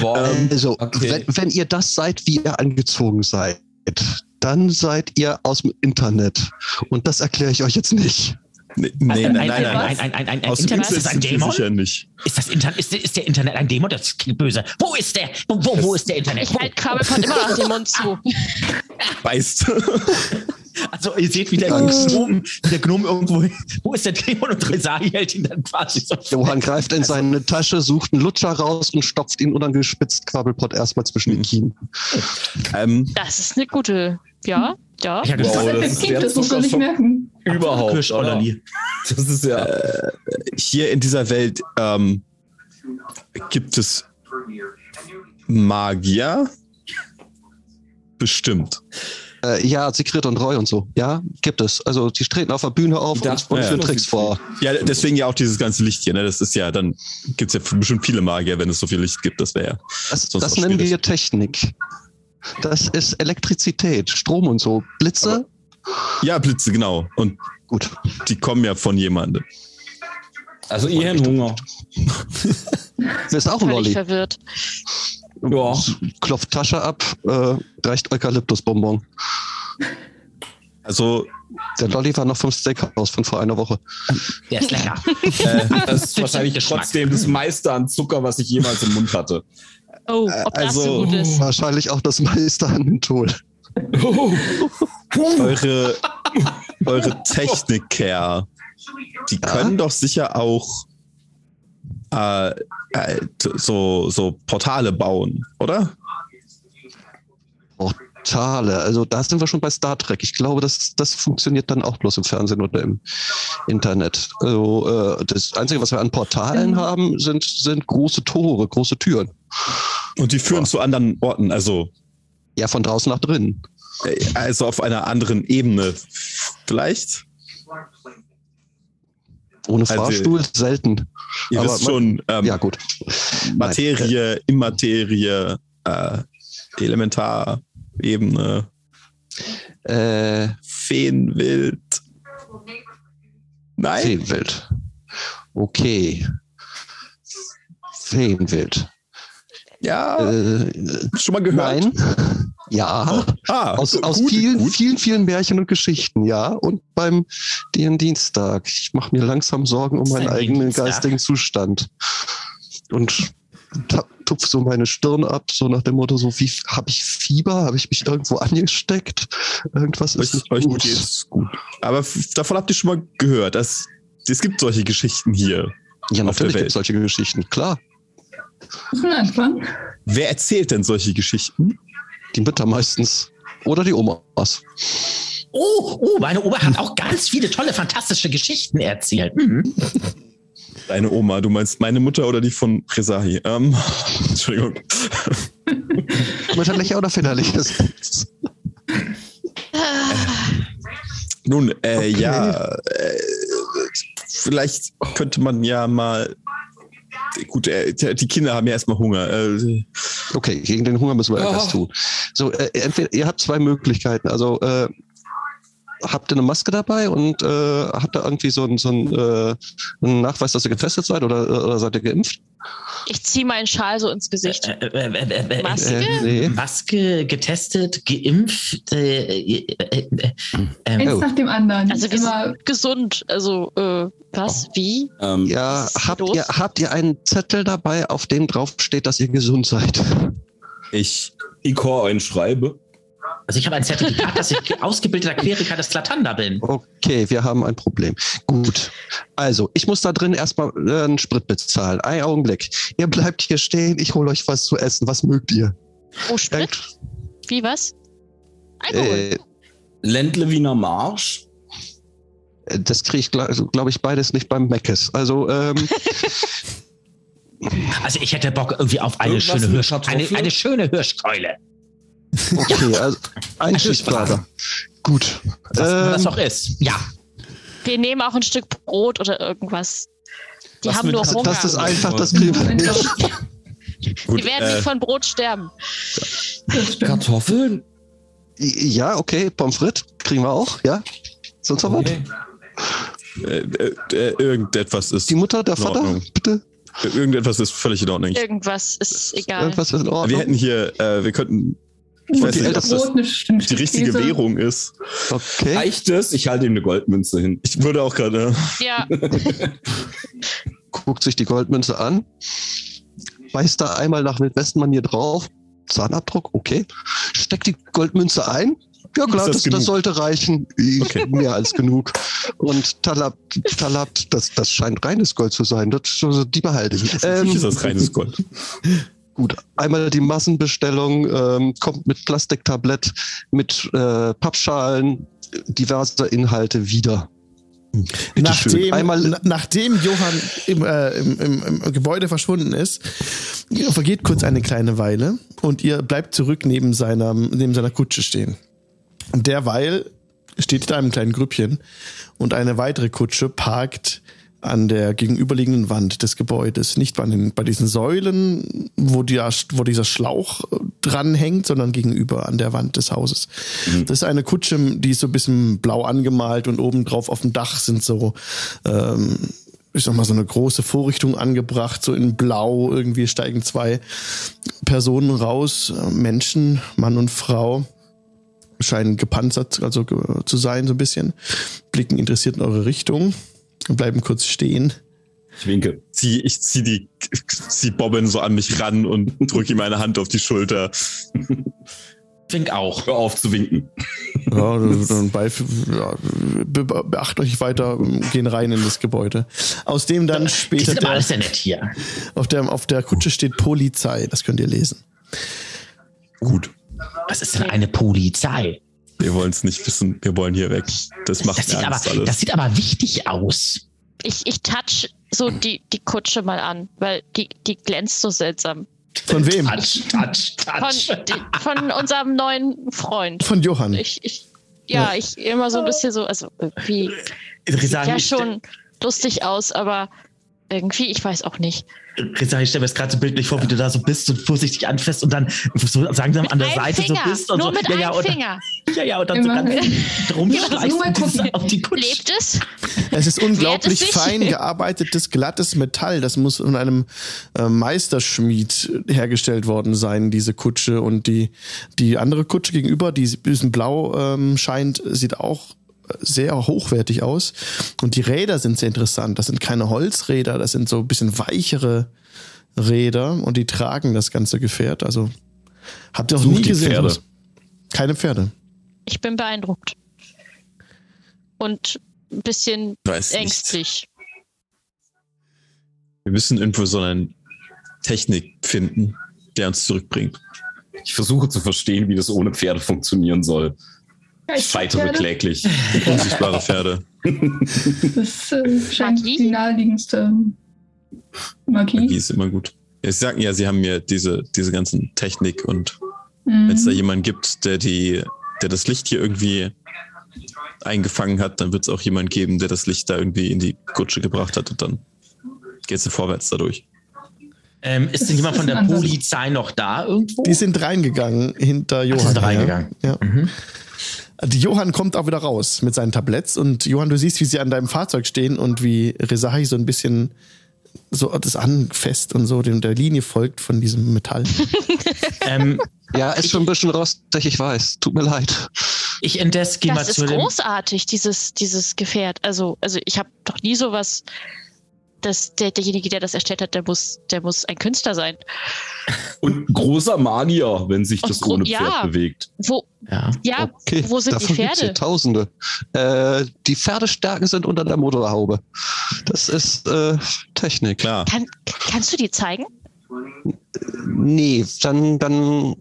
[SPEAKER 6] Wow.
[SPEAKER 4] Ähm,
[SPEAKER 2] Äh,
[SPEAKER 3] Also,
[SPEAKER 6] Ähm, okay.
[SPEAKER 3] wenn, wenn ihr das seid, wie ihr angezogen seid, dann seid ihr aus dem Internet. Und das erkläre ich euch jetzt nicht.
[SPEAKER 4] Nee, nee,
[SPEAKER 2] ein,
[SPEAKER 4] nein, nein,
[SPEAKER 2] ein,
[SPEAKER 4] nein.
[SPEAKER 2] ein, ein, ein, ein, ein
[SPEAKER 4] Aus dem
[SPEAKER 2] Internet
[SPEAKER 4] Internet
[SPEAKER 2] ist ein
[SPEAKER 4] sind wir
[SPEAKER 2] Dämon?
[SPEAKER 4] sicher nicht.
[SPEAKER 2] Ist, das Inter ist, ist der Internet ein Dämon? Das klingt böse. Wo ist der? Wo, wo, wo ist der Internet?
[SPEAKER 5] Ich
[SPEAKER 2] Wo?
[SPEAKER 4] halt
[SPEAKER 5] halte Quabbelpot immer noch den Mund zu.
[SPEAKER 4] Beißt.
[SPEAKER 2] Also ihr seht, wie
[SPEAKER 4] Oh.
[SPEAKER 2] der
[SPEAKER 3] Angst.
[SPEAKER 2] Gnom, wie der Gnom irgendwo, wo ist der Dämon? Und Resari hält ihn dann quasi so.
[SPEAKER 3] Johann greift in seine Tasche, sucht einen Lutscher raus und stopft ihn unangespitzt Quabbelpott erstmal
[SPEAKER 4] Hm.
[SPEAKER 3] zwischen den Kiemen.
[SPEAKER 4] *laughs* ähm,
[SPEAKER 5] Das ist eine gute. Ja, ja.
[SPEAKER 2] Ich hab
[SPEAKER 6] Wow,
[SPEAKER 2] gesagt,
[SPEAKER 6] das
[SPEAKER 7] Das ist
[SPEAKER 6] ist
[SPEAKER 7] ein Kind,
[SPEAKER 6] jetzt
[SPEAKER 7] das muss
[SPEAKER 6] sogar
[SPEAKER 7] man nicht
[SPEAKER 6] schon-
[SPEAKER 7] merken.
[SPEAKER 6] Überhaupt.
[SPEAKER 2] Kirsch oder nie.
[SPEAKER 6] Das ist ja.
[SPEAKER 4] hier in dieser Welt ähm, gibt es Magier. Bestimmt.
[SPEAKER 3] Äh, ja, Sigrid und Roy und so. Ja, gibt es. Also die treten auf der Bühne auf
[SPEAKER 6] Da-
[SPEAKER 3] und, und
[SPEAKER 4] ja.
[SPEAKER 3] führen Tricks vor.
[SPEAKER 4] Ja, deswegen ja auch dieses ganze Licht hier. Ne? Das ist ja, dann gibt's ja bestimmt viele Magier, wenn es so viel Licht gibt. Das wäre ja.
[SPEAKER 3] Das,
[SPEAKER 4] Sonst
[SPEAKER 3] das
[SPEAKER 4] was
[SPEAKER 3] nennen wir
[SPEAKER 4] Schwieriges.
[SPEAKER 3] Technik. Das ist Elektrizität, Strom und so. Blitze,
[SPEAKER 4] Ja, Blitze, genau. Und
[SPEAKER 3] gut.
[SPEAKER 4] die kommen ja von jemandem.
[SPEAKER 6] Also ihr habt Hunger.
[SPEAKER 3] Das ist auch ein
[SPEAKER 5] Völlig
[SPEAKER 3] Lolli.
[SPEAKER 5] verwirrt.
[SPEAKER 6] Ja.
[SPEAKER 3] Klopft Tasche ab, äh, reicht Eukalyptusbonbon.
[SPEAKER 4] Also,
[SPEAKER 3] Der Lolli war noch vom Steakhouse von vor einer Woche.
[SPEAKER 2] Der ist lecker.
[SPEAKER 6] *laughs* Das ist wahrscheinlich
[SPEAKER 2] Geschmack.
[SPEAKER 6] trotzdem das meiste an Zucker, was ich jemals im Mund hatte.
[SPEAKER 5] Oh,
[SPEAKER 3] Äh,
[SPEAKER 5] ob das
[SPEAKER 4] also-
[SPEAKER 5] so gut ist.
[SPEAKER 3] Wahrscheinlich auch das meiste an Menthol. *laughs*
[SPEAKER 4] eure, eure Techniker, die können doch sicher auch äh, äh, so, so Portale bauen, oder?
[SPEAKER 3] Portale. Also da sind wir schon bei Star Trek. Ich glaube, das, das funktioniert dann auch bloß im Fernsehen oder im Internet. Also, äh, das Einzige, was wir an Portalen
[SPEAKER 4] Genau.
[SPEAKER 3] haben, sind, sind große Tore, große Türen.
[SPEAKER 4] Und die führen zu anderen Orten, also,
[SPEAKER 3] Ja, von draußen nach drinnen.
[SPEAKER 4] äh, also auf einer anderen Ebene vielleicht.
[SPEAKER 3] Ohne
[SPEAKER 4] Also-
[SPEAKER 3] Fahrstuhl selten.
[SPEAKER 4] Ihr
[SPEAKER 3] Aber
[SPEAKER 4] wisst
[SPEAKER 3] man-
[SPEAKER 4] schon, ähm,
[SPEAKER 3] ja, gut. Nein,
[SPEAKER 4] Materie, Immaterie, äh, Elementarebene,
[SPEAKER 3] Äh,
[SPEAKER 4] Feenwild. Nein,
[SPEAKER 3] Feenwild. Okay. Feenwild.
[SPEAKER 4] ja,
[SPEAKER 3] Äh,
[SPEAKER 4] schon mal gehört.
[SPEAKER 3] nein. Ja.
[SPEAKER 4] Ah,
[SPEAKER 3] Aus,
[SPEAKER 4] gu-
[SPEAKER 3] aus
[SPEAKER 4] gut,
[SPEAKER 3] vielen,
[SPEAKER 4] gut.
[SPEAKER 3] vielen, vielen Märchen und Geschichten, ja. Und beim den Dienstag. Ich mache mir langsam Sorgen um
[SPEAKER 2] Ist
[SPEAKER 3] meinen
[SPEAKER 2] ein
[SPEAKER 3] eigenen
[SPEAKER 2] Dienstag.
[SPEAKER 3] geistigen Zustand. Und ta- tupf so meine Stirn ab, so nach dem Motto, so wie habe ich Fieber? Habe ich mich irgendwo *laughs* angesteckt? Irgendwas ist
[SPEAKER 4] Euch,
[SPEAKER 3] nicht
[SPEAKER 4] euch
[SPEAKER 3] gut.
[SPEAKER 4] geht's gut. Aber f- davon habt ihr schon mal gehört, dass es gibt solche Geschichten hier.
[SPEAKER 3] Ja,
[SPEAKER 4] auf der
[SPEAKER 3] natürlich
[SPEAKER 4] Welt.
[SPEAKER 3] gibt es solche Geschichten, klar.
[SPEAKER 7] Ein Anfang.
[SPEAKER 4] Wer erzählt denn solche Geschichten?
[SPEAKER 3] Die Mütter meistens. Oder die Omas.
[SPEAKER 2] Oh, oh, meine Oma hat auch ganz viele tolle, fantastische Geschichten erzählt. Mhm.
[SPEAKER 4] Deine Oma, du meinst meine Mutter oder die von Resahi? Ähm, *laughs* Entschuldigung.
[SPEAKER 3] Mütterlich oder väterliches.
[SPEAKER 4] Nun, äh,
[SPEAKER 3] Okay.
[SPEAKER 4] ja, äh, vielleicht könnte man ja mal. Gut, äh, die die Kinder haben ja erstmal Hunger. Äh,
[SPEAKER 3] Okay, gegen den Hunger müssen wir
[SPEAKER 6] Oh.
[SPEAKER 3] etwas tun. So, äh, entweder ihr habt zwei Möglichkeiten. Also äh, habt ihr eine Maske dabei und äh, habt ihr irgendwie so einen so einen, äh, einen Nachweis, dass ihr getestet seid oder, oder seid ihr geimpft?
[SPEAKER 5] Ich ziehe meinen Schal so ins Gesicht.
[SPEAKER 2] Äh, äh, äh, äh,
[SPEAKER 5] Was?
[SPEAKER 2] äh,
[SPEAKER 3] Äh, nee.
[SPEAKER 2] Maske getestet, geimpft. Äh, äh, äh, äh, äh,
[SPEAKER 7] Eins nach dem anderen.
[SPEAKER 5] Also wir
[SPEAKER 7] immer
[SPEAKER 5] sind gesund. Also, äh, was? Wie?
[SPEAKER 6] Ähm,
[SPEAKER 3] Ja,
[SPEAKER 5] Was ist
[SPEAKER 3] habt
[SPEAKER 5] los?
[SPEAKER 3] ihr, habt ihr einen Zettel dabei, auf dem drauf steht, dass ihr gesund seid?
[SPEAKER 6] Ich Ikor einschreibe.
[SPEAKER 2] also ich habe ein Zertifikat, dass ich ausgebildeter Kleriker des Klatanda bin.
[SPEAKER 3] Okay, wir haben ein Problem. Gut. Also, ich muss da drin erstmal äh, einen Sprit bezahlen. Ein Augenblick. Ihr bleibt hier stehen, ich hole euch was zu essen. Was mögt ihr?
[SPEAKER 5] Oh, Sprit? Wie was? Alkohol.
[SPEAKER 3] Äh,
[SPEAKER 6] Ländle Wiener Marsch.
[SPEAKER 3] Äh, das kriege ich, glaube glaub ich, beides nicht beim Meckes. Also, ähm,
[SPEAKER 2] Also ich hätte Bock irgendwie auf eine
[SPEAKER 6] Irgendwas
[SPEAKER 2] schöne
[SPEAKER 6] mit
[SPEAKER 2] Hirsch, eine,
[SPEAKER 6] Kartoffeln?
[SPEAKER 2] eine schöne Hirschkeule.
[SPEAKER 3] okay, also
[SPEAKER 2] Schiffsbraten.
[SPEAKER 3] ein Schiffsbrater. Gut.
[SPEAKER 2] Was immer das
[SPEAKER 3] Ähm,
[SPEAKER 2] noch ist. Ja.
[SPEAKER 5] Wir nehmen auch ein Stück Brot oder irgendwas. Die
[SPEAKER 6] Was
[SPEAKER 5] haben
[SPEAKER 6] mit-
[SPEAKER 5] nur
[SPEAKER 6] das-
[SPEAKER 5] Hunger.
[SPEAKER 3] das ist einfach, das kriegen wir
[SPEAKER 7] Moment,
[SPEAKER 3] nicht.
[SPEAKER 7] das-
[SPEAKER 4] gut,
[SPEAKER 5] die werden
[SPEAKER 4] äh,
[SPEAKER 5] nicht von Brot sterben.
[SPEAKER 7] das stimmt.
[SPEAKER 6] Kartoffeln?
[SPEAKER 3] Ja, okay, Pommes frites kriegen wir auch, ja. Sonst noch was?
[SPEAKER 6] Okay.
[SPEAKER 4] äh, äh, irgendetwas ist.
[SPEAKER 3] Die Mutter, der
[SPEAKER 4] In
[SPEAKER 3] Vater,
[SPEAKER 4] Ordnung.
[SPEAKER 3] bitte.
[SPEAKER 4] Irgendetwas ist völlig in Ordnung.
[SPEAKER 5] Irgendwas ist egal.
[SPEAKER 3] Irgendwas ist in
[SPEAKER 4] Wir hätten
[SPEAKER 3] Ordnung.
[SPEAKER 4] hier, äh, wir könnten. Ich
[SPEAKER 3] Und
[SPEAKER 4] weiß
[SPEAKER 3] die
[SPEAKER 4] nicht, ob
[SPEAKER 3] Eltern-
[SPEAKER 4] das
[SPEAKER 7] Brot, eine Stunde
[SPEAKER 4] die richtige
[SPEAKER 7] Käse.
[SPEAKER 4] Währung ist.
[SPEAKER 3] Okay.
[SPEAKER 6] Reicht es? Ich halte ihm eine Goldmünze hin.
[SPEAKER 4] Ich würde auch gerade. *laughs*
[SPEAKER 5] Ja,
[SPEAKER 3] guckt sich die Goldmünze an, beißt da einmal nach Wildwestenmanier drauf, Zahnabdruck, okay, steckt die Goldmünze ein. Ja klar,
[SPEAKER 4] das
[SPEAKER 3] das, das,
[SPEAKER 4] genug?
[SPEAKER 3] sollte reichen. Ich-
[SPEAKER 4] Okay.
[SPEAKER 3] *laughs* Mehr als genug. Und Talab, Talab das, das scheint reines Gold zu sein. Das, so- die behalte ich.
[SPEAKER 4] Für mich ist
[SPEAKER 3] Ähm,
[SPEAKER 2] *laughs*
[SPEAKER 4] das reines Gold.
[SPEAKER 3] gut, einmal die Massenbestellung, ähm, kommt mit Plastiktablett, mit äh, Pappschalen, diverse Inhalte wieder. Bitteschön.
[SPEAKER 1] Nachdem,
[SPEAKER 3] Einmal-
[SPEAKER 1] na, nachdem Johann im, äh, im, im, im Gebäude verschwunden ist, vergeht kurz eine kleine Weile und ihr bleibt zurück neben seiner, neben seiner Kutsche stehen. Derweil steht da im kleinen Grüppchen und eine weitere Kutsche parkt an der gegenüberliegenden Wand des Gebäudes. Nicht bei, den, bei diesen Säulen, wo, die, wo dieser Schlauch äh, dranhängt, sondern gegenüber an der Wand des Hauses. Das ist eine Kutsche, die ist so ein bisschen blau angemalt und obendrauf auf dem Dach sind so ähm, ich sag mal, so eine große Vorrichtung angebracht, so in Blau. Irgendwie steigen zwei Personen raus, äh, Menschen, Mann und Frau, scheinen gepanzert also, ge- zu sein, so ein bisschen, blicken interessiert in eure Richtung, bleiben kurz stehen.
[SPEAKER 6] Ich winke.
[SPEAKER 4] Zieh, ich zieh die, zieh Bobbin so an mich ran und drücke ihm eine Hand auf die Schulter.
[SPEAKER 2] Fink auch.
[SPEAKER 6] Hör auf zu winken.
[SPEAKER 1] *laughs* Ja, dann bei, ja, be beacht euch weiter, gehen rein in das Gebäude. Aus dem dann
[SPEAKER 2] Die
[SPEAKER 1] später
[SPEAKER 2] sind aber
[SPEAKER 1] der,
[SPEAKER 2] alles sehr nett hier.
[SPEAKER 1] auf, der, auf der Kutsche steht Polizei, das könnt ihr lesen.
[SPEAKER 4] Gut.
[SPEAKER 2] Was ist denn eine Polizei?
[SPEAKER 4] Wir wollen es nicht wissen. Wir wollen hier weg. Das macht
[SPEAKER 2] Das
[SPEAKER 4] mir
[SPEAKER 2] sieht,
[SPEAKER 4] Angst
[SPEAKER 2] aber, das
[SPEAKER 4] alles.
[SPEAKER 2] sieht aber wichtig aus.
[SPEAKER 5] Ich, ich touch so die, die Kutsche mal an, weil die, die glänzt so seltsam.
[SPEAKER 1] Von wem?
[SPEAKER 2] Touch, touch,
[SPEAKER 5] Von,
[SPEAKER 2] touch.
[SPEAKER 5] die, von unserem neuen Freund.
[SPEAKER 1] Von Johann.
[SPEAKER 5] Ich, ich, ja,
[SPEAKER 1] Ja.
[SPEAKER 5] ich immer so ein bisschen so, also irgendwie sieht
[SPEAKER 2] Risa,
[SPEAKER 5] ja
[SPEAKER 2] ich-
[SPEAKER 5] schon lustig aus, aber irgendwie, ich weiß auch nicht.
[SPEAKER 2] Risa, ich stelle mir das gerade so bildlich vor, wie du da so bist und vorsichtig anfasst und dann so langsam an der
[SPEAKER 5] Ein
[SPEAKER 2] Seite
[SPEAKER 5] Finger,
[SPEAKER 2] so bist und
[SPEAKER 5] nur
[SPEAKER 2] so.
[SPEAKER 5] mit
[SPEAKER 2] ja,
[SPEAKER 5] einem
[SPEAKER 2] ja, und,
[SPEAKER 5] Finger.
[SPEAKER 2] ja, ja, und dann so
[SPEAKER 7] Immer.
[SPEAKER 2] ganz
[SPEAKER 5] *laughs*
[SPEAKER 2] drum
[SPEAKER 7] Nur mal gucken.
[SPEAKER 2] auf die Kutsche.
[SPEAKER 5] Lebt es?
[SPEAKER 1] Es ist unglaublich
[SPEAKER 5] Wehrt es sich?
[SPEAKER 1] fein gearbeitetes, glattes Metall. Das muss von einem äh, Meisterschmied hergestellt worden sein, diese Kutsche. Und die, die andere Kutsche gegenüber, die ein bisschen blau ähm, scheint, sieht auch äh, sehr hochwertig aus. Und die Räder sind sehr interessant. Das sind keine Holzräder, das sind so ein bisschen weichere Räder. Und die tragen das ganze Gefährt. Also habt ihr noch
[SPEAKER 6] Sucht
[SPEAKER 1] nie
[SPEAKER 6] die
[SPEAKER 1] gesehen.
[SPEAKER 6] Pferde.
[SPEAKER 1] sowas. Keine Pferde.
[SPEAKER 5] Ich bin beeindruckt. Und ein bisschen
[SPEAKER 4] Weiß nicht.
[SPEAKER 5] ängstlich.
[SPEAKER 4] Wir müssen irgendwo so eine Technik finden, der uns zurückbringt.
[SPEAKER 6] Ich versuche zu verstehen, wie das ohne Pferde funktionieren soll. Ich scheitere
[SPEAKER 7] Pferde?
[SPEAKER 6] kläglich.
[SPEAKER 4] Unsichtbare Pferde.
[SPEAKER 7] Das äh, scheint
[SPEAKER 5] Magie?
[SPEAKER 7] die naheliegendste
[SPEAKER 4] Die
[SPEAKER 7] Magie.
[SPEAKER 4] ist immer gut. Sie sagten ja, sie haben mir diese, diese ganzen Technik und
[SPEAKER 7] Mhm.
[SPEAKER 4] wenn es da jemanden gibt, der die, der das Licht hier irgendwie eingefangen hat, dann wird es auch jemanden geben, der das Licht da irgendwie in die Kutsche gebracht hat und dann geht's vorwärts dadurch.
[SPEAKER 2] Ähm, ist denn jemand von der Polizei noch da irgendwo?
[SPEAKER 1] Die sind reingegangen hinter Johann.
[SPEAKER 2] sind
[SPEAKER 1] her.
[SPEAKER 2] reingegangen.
[SPEAKER 1] Ja.
[SPEAKER 2] Mhm.
[SPEAKER 1] Die Johann kommt auch wieder raus mit seinen Tabletts und Johann, du siehst, wie sie an deinem Fahrzeug stehen und wie Rezahi so ein bisschen so das anfasst und so dem der Linie folgt von diesem
[SPEAKER 2] *laughs*
[SPEAKER 1] Metall.
[SPEAKER 2] ähm,
[SPEAKER 3] Ja, ist schon ein bisschen rostig, ich weiß. Tut mir leid.
[SPEAKER 2] ich indes gehe mal
[SPEAKER 5] Das ist
[SPEAKER 2] zu dem.
[SPEAKER 5] großartig, dieses, dieses Gefährt. Also, also ich habe doch nie sowas. Das, der, derjenige, der das erstellt hat, der muss, der muss ein Künstler sein.
[SPEAKER 6] Und großer Magier, wenn sich
[SPEAKER 5] Und
[SPEAKER 6] das
[SPEAKER 5] gro-
[SPEAKER 6] ohne
[SPEAKER 5] ja.
[SPEAKER 6] Pferd bewegt.
[SPEAKER 5] Wo,
[SPEAKER 2] Ja.
[SPEAKER 5] ja,
[SPEAKER 3] Okay,
[SPEAKER 5] wo sind die
[SPEAKER 3] davon gibt's
[SPEAKER 5] Pferde?
[SPEAKER 3] hier Tausende. Äh, die Pferdestärken sind unter der Motorhaube. Das ist äh, Technik.
[SPEAKER 4] Klar.
[SPEAKER 5] Kann, kannst du die zeigen?
[SPEAKER 3] Nee, dann, dann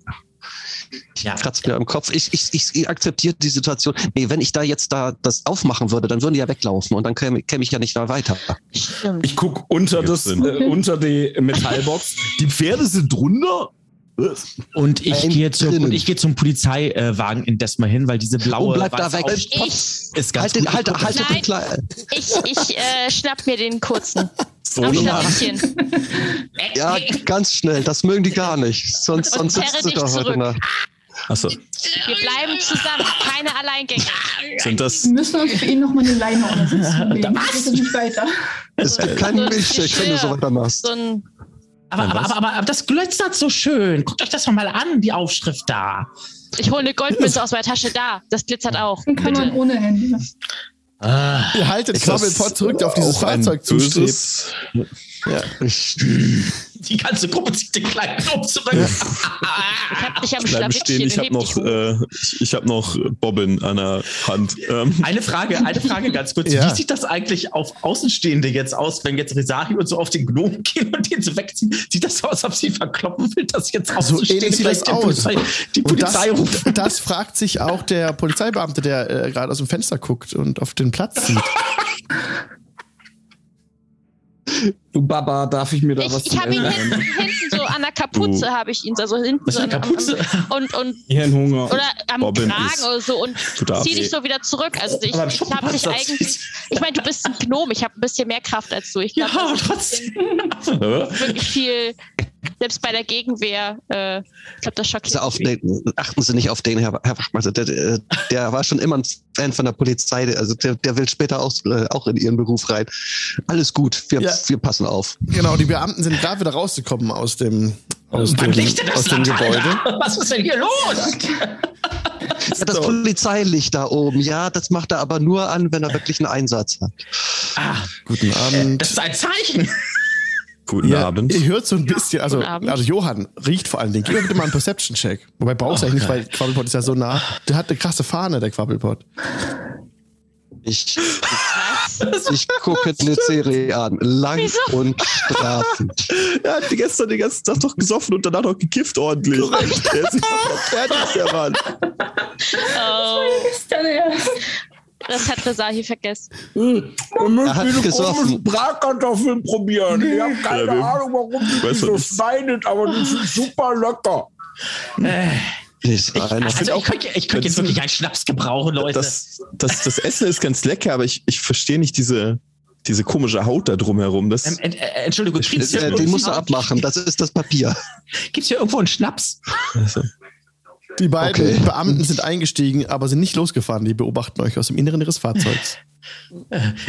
[SPEAKER 2] Ja.
[SPEAKER 3] kratzt mir am Kopf. Ich, ich, ich, ich akzeptiere die Situation. Nee, wenn ich da jetzt da das aufmachen würde, dann würden die ja weglaufen und dann käme, käme ich ja nicht mehr weiter.
[SPEAKER 5] Stimmt.
[SPEAKER 6] Ich guck unter,
[SPEAKER 4] Ergibt
[SPEAKER 6] das,
[SPEAKER 4] Sinn.
[SPEAKER 6] äh, unter die Metallbox. Die Pferde sind drunter? Was?
[SPEAKER 2] Und ich
[SPEAKER 3] Ein
[SPEAKER 2] gehe zur,
[SPEAKER 3] drinnen.
[SPEAKER 2] und ich gehe zum Polizeiwagen indes mal hin, weil diese blaue
[SPEAKER 3] Oh, bleib da
[SPEAKER 2] weiße
[SPEAKER 3] weg.
[SPEAKER 2] Aufsch-
[SPEAKER 5] Ich,
[SPEAKER 2] ist ganz
[SPEAKER 3] Halt den,
[SPEAKER 2] gut.
[SPEAKER 3] halt, halt
[SPEAKER 5] Nein.
[SPEAKER 3] den Kleinen.
[SPEAKER 5] ich, ich äh, schnapp mir den kurzen
[SPEAKER 6] So
[SPEAKER 5] am
[SPEAKER 6] eine
[SPEAKER 5] Schnäuzchen. *laughs*
[SPEAKER 3] Ja, ganz schnell. Das mögen die gar nicht. Sonst,
[SPEAKER 5] Und
[SPEAKER 3] sonst sitzt
[SPEAKER 5] zerre
[SPEAKER 3] du
[SPEAKER 5] dich
[SPEAKER 3] da
[SPEAKER 5] zurück.
[SPEAKER 3] heute nach.
[SPEAKER 4] Achso,
[SPEAKER 5] Wir bleiben zusammen, keine Alleingänge.
[SPEAKER 4] sind das,
[SPEAKER 7] Wir müssen uns für ihn nochmal eine Leine oder so zulegen. Das geht nicht weiter.
[SPEAKER 3] Es gibt
[SPEAKER 5] So
[SPEAKER 3] keinen
[SPEAKER 5] ein
[SPEAKER 3] Milchshake, wenn du so
[SPEAKER 5] Geschirr.
[SPEAKER 3] weitermachst.
[SPEAKER 5] So ein,
[SPEAKER 2] Aber, aber, aber, aber, aber das glänzt so schön. Guckt euch das doch mal an, die Aufschrift da.
[SPEAKER 5] ich hole eine Goldmünze aus meiner Tasche da. Das glitzert auch.
[SPEAKER 7] Dann kann man
[SPEAKER 5] Bitte.
[SPEAKER 7] ohne Handy.
[SPEAKER 2] Ah,
[SPEAKER 1] Ihr haltet
[SPEAKER 4] ist das
[SPEAKER 1] Quabbelpot zurück, der auf dieses
[SPEAKER 4] auch ein
[SPEAKER 1] Fahrzeug zustrebt.
[SPEAKER 4] böses,
[SPEAKER 3] Ich,
[SPEAKER 2] die ganze Gruppe zieht den kleinen Kopf zurück.
[SPEAKER 5] Ich hab dich am
[SPEAKER 4] Bleib stehen,
[SPEAKER 5] Schlawittchen
[SPEAKER 4] ich
[SPEAKER 5] und
[SPEAKER 4] habe
[SPEAKER 5] heb
[SPEAKER 4] noch,
[SPEAKER 5] dich hoch.
[SPEAKER 4] äh, ich- ich hab noch Bobbin an der Hand. Ähm,
[SPEAKER 2] Eine Frage, eine Frage ganz kurz.
[SPEAKER 1] Ja.
[SPEAKER 2] Wie sieht das eigentlich auf Außenstehende jetzt aus, wenn jetzt Risari und so auf den Gnom gehen und den so wegziehen? Sieht das so aus, als ob sie verkloppen will, dass jetzt Außenstehende
[SPEAKER 1] ähnlich sieht
[SPEAKER 2] gleich
[SPEAKER 1] das
[SPEAKER 2] der
[SPEAKER 1] aus.
[SPEAKER 2] Polizei, die
[SPEAKER 1] Und das,
[SPEAKER 2] Polizei ruft?
[SPEAKER 1] *laughs* das fragt sich auch der Polizeibeamte, der äh, gerade aus dem Fenster guckt und auf den Platz sieht.
[SPEAKER 6] Du Baba, darf ich mir da was
[SPEAKER 5] Ich,
[SPEAKER 6] zu
[SPEAKER 5] ich habe ihn
[SPEAKER 6] essen
[SPEAKER 5] hinten,
[SPEAKER 6] holen?
[SPEAKER 5] hinten so an der Kapuze, habe ich ihn also hinten
[SPEAKER 2] Was
[SPEAKER 5] so
[SPEAKER 2] für
[SPEAKER 5] an,
[SPEAKER 2] eine
[SPEAKER 5] am-
[SPEAKER 2] Kapuze?
[SPEAKER 5] am, und, und
[SPEAKER 4] Hirnhunger.
[SPEAKER 5] oder am
[SPEAKER 4] Robin
[SPEAKER 5] Kragen
[SPEAKER 4] ist-
[SPEAKER 5] oder so und
[SPEAKER 4] tut ab.
[SPEAKER 5] zieh dich so wieder zurück. Also ich, ich
[SPEAKER 2] Aber im
[SPEAKER 5] habe dich
[SPEAKER 2] Schuppenpanzer
[SPEAKER 5] eigentlich.
[SPEAKER 2] zieht's.
[SPEAKER 5] Ich meine, du bist ein Gnom, ich habe ein bisschen mehr Kraft als du. Ich
[SPEAKER 2] Ja,
[SPEAKER 5] glaube,
[SPEAKER 2] aber trotzdem. *laughs* Äh,
[SPEAKER 5] wirklich viel, selbst bei der Gegenwehr, äh, ich glaube, das schockiert.
[SPEAKER 3] Also auf den, achten Sie nicht auf den, Herr, Herr Waschmeister. Der, der, der war schon immer ein Fan von der Polizei. Also der, der will später auch, äh, auch in Ihren Beruf rein. Alles gut, wir,
[SPEAKER 1] Ja.
[SPEAKER 3] wir passen auf.
[SPEAKER 1] Genau, die Beamten sind gerade wieder rausgekommen aus dem, aus dem,
[SPEAKER 2] Wann liegt denn das
[SPEAKER 1] aus dem
[SPEAKER 2] Land,
[SPEAKER 1] Gebäude.
[SPEAKER 2] Alter? Was ist denn hier los?
[SPEAKER 3] Ja, das Polizeilicht da oben, ja, das macht er aber nur an, wenn er wirklich einen Einsatz hat.
[SPEAKER 2] Ah,
[SPEAKER 1] Guten Abend.
[SPEAKER 2] das ist ein Zeichen.
[SPEAKER 4] Guten Abend.
[SPEAKER 1] Ihr hört so ein bisschen, also,
[SPEAKER 5] Guten Abend.
[SPEAKER 1] also Johann riecht vor allen Dingen. Gib mir bitte mal einen Perception-Check. Wobei brauchst du eigentlich nicht, weil Quabbelpot ist ja so nah. Der hat eine krasse Fahne, der Quabbelpot.
[SPEAKER 3] Ich,
[SPEAKER 5] Was?
[SPEAKER 3] ich gucke eine Serie an. Lang
[SPEAKER 5] Wieso?
[SPEAKER 3] und strafend.
[SPEAKER 4] Er hat die gestern den ganzen Tag noch gesoffen und danach noch gekifft ordentlich. Der ist fertig, der Mann.
[SPEAKER 5] Oh,
[SPEAKER 7] Gestern erst.
[SPEAKER 5] das hat Rasahi vergessen.
[SPEAKER 8] Wir
[SPEAKER 3] Er hat
[SPEAKER 8] müssen diese
[SPEAKER 3] gesoffen.
[SPEAKER 8] komischen Bratkartoffeln probieren. Ich habe keine
[SPEAKER 4] Ja, wir-
[SPEAKER 8] Ahnung, warum die die
[SPEAKER 4] Weißt du,
[SPEAKER 8] so
[SPEAKER 4] das-
[SPEAKER 8] schneidet, aber die sind super lecker.
[SPEAKER 3] Ist
[SPEAKER 2] Ich,
[SPEAKER 3] einer.
[SPEAKER 2] also ich könnte ich könnte jetzt wirklich einen Schnaps gebrauchen, Leute.
[SPEAKER 4] Das, das, das Essen ist ganz lecker, aber ich, ich verstehe nicht diese, diese komische Haut da drumherum.
[SPEAKER 2] ähm,
[SPEAKER 4] Das,
[SPEAKER 2] ent, äh, Entschuldigung,
[SPEAKER 3] Äh,
[SPEAKER 2] gibt's hier,
[SPEAKER 3] Den
[SPEAKER 2] irgendwie-
[SPEAKER 3] musst du abmachen, das ist das Papier.
[SPEAKER 2] gibt's hier irgendwo einen Schnaps?
[SPEAKER 1] Die beiden
[SPEAKER 3] Okay.
[SPEAKER 1] Beamten sind eingestiegen, aber sind nicht losgefahren. Die beobachten euch aus dem Inneren ihres Fahrzeugs.
[SPEAKER 2] Ich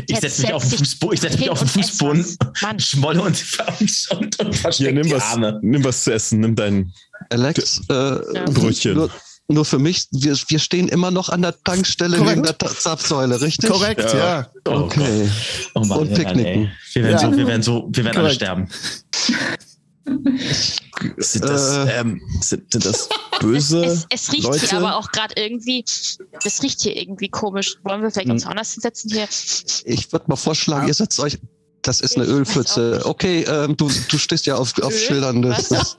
[SPEAKER 5] Jetzt
[SPEAKER 2] setze mich
[SPEAKER 5] setz
[SPEAKER 2] auf den
[SPEAKER 5] dich
[SPEAKER 2] Fußboden, ich setz mich
[SPEAKER 5] hin
[SPEAKER 2] auf den
[SPEAKER 5] und ess
[SPEAKER 2] Fußboden,
[SPEAKER 5] was. Mann.
[SPEAKER 2] schmolle und, und, und, und
[SPEAKER 4] hier,
[SPEAKER 2] verstecke
[SPEAKER 4] nimm
[SPEAKER 2] die
[SPEAKER 4] was,
[SPEAKER 2] Arme.
[SPEAKER 4] nimm was zu essen. Nimm deinen
[SPEAKER 3] Alex, äh,
[SPEAKER 4] Brötchen.
[SPEAKER 3] Nur, nur für mich, wir, wir stehen immer noch an der Tankstelle
[SPEAKER 1] Korrekt.
[SPEAKER 3] neben der Ta- Zapfsäule, richtig?
[SPEAKER 1] Korrekt, ja.
[SPEAKER 2] Oh
[SPEAKER 3] Okay.
[SPEAKER 2] Gott. Oh Mann,
[SPEAKER 3] Und
[SPEAKER 2] wir werden, ey,
[SPEAKER 3] picknicken.
[SPEAKER 2] wir werden,
[SPEAKER 1] Ja.
[SPEAKER 2] so, wir werden so, wir werden alle
[SPEAKER 1] Korrekt.
[SPEAKER 2] sterben.
[SPEAKER 4] Sind das,
[SPEAKER 3] Äh.
[SPEAKER 4] ähm, sind, sind das
[SPEAKER 5] Es,
[SPEAKER 4] böse *laughs*
[SPEAKER 5] es, es riecht
[SPEAKER 4] Leute?
[SPEAKER 5] hier aber auch gerade irgendwie, das riecht hier irgendwie komisch. Wollen wir vielleicht uns woanders hinsetzen hier?
[SPEAKER 3] Ich würde mal vorschlagen, ihr setzt euch. Das ist eine
[SPEAKER 5] Ich weiß auch
[SPEAKER 3] Ölpfütze.
[SPEAKER 5] nicht.
[SPEAKER 3] Okay, ähm, du, du stehst ja auf, auf
[SPEAKER 5] Öl?
[SPEAKER 3] Schildern. Das
[SPEAKER 5] Was?
[SPEAKER 3] ist,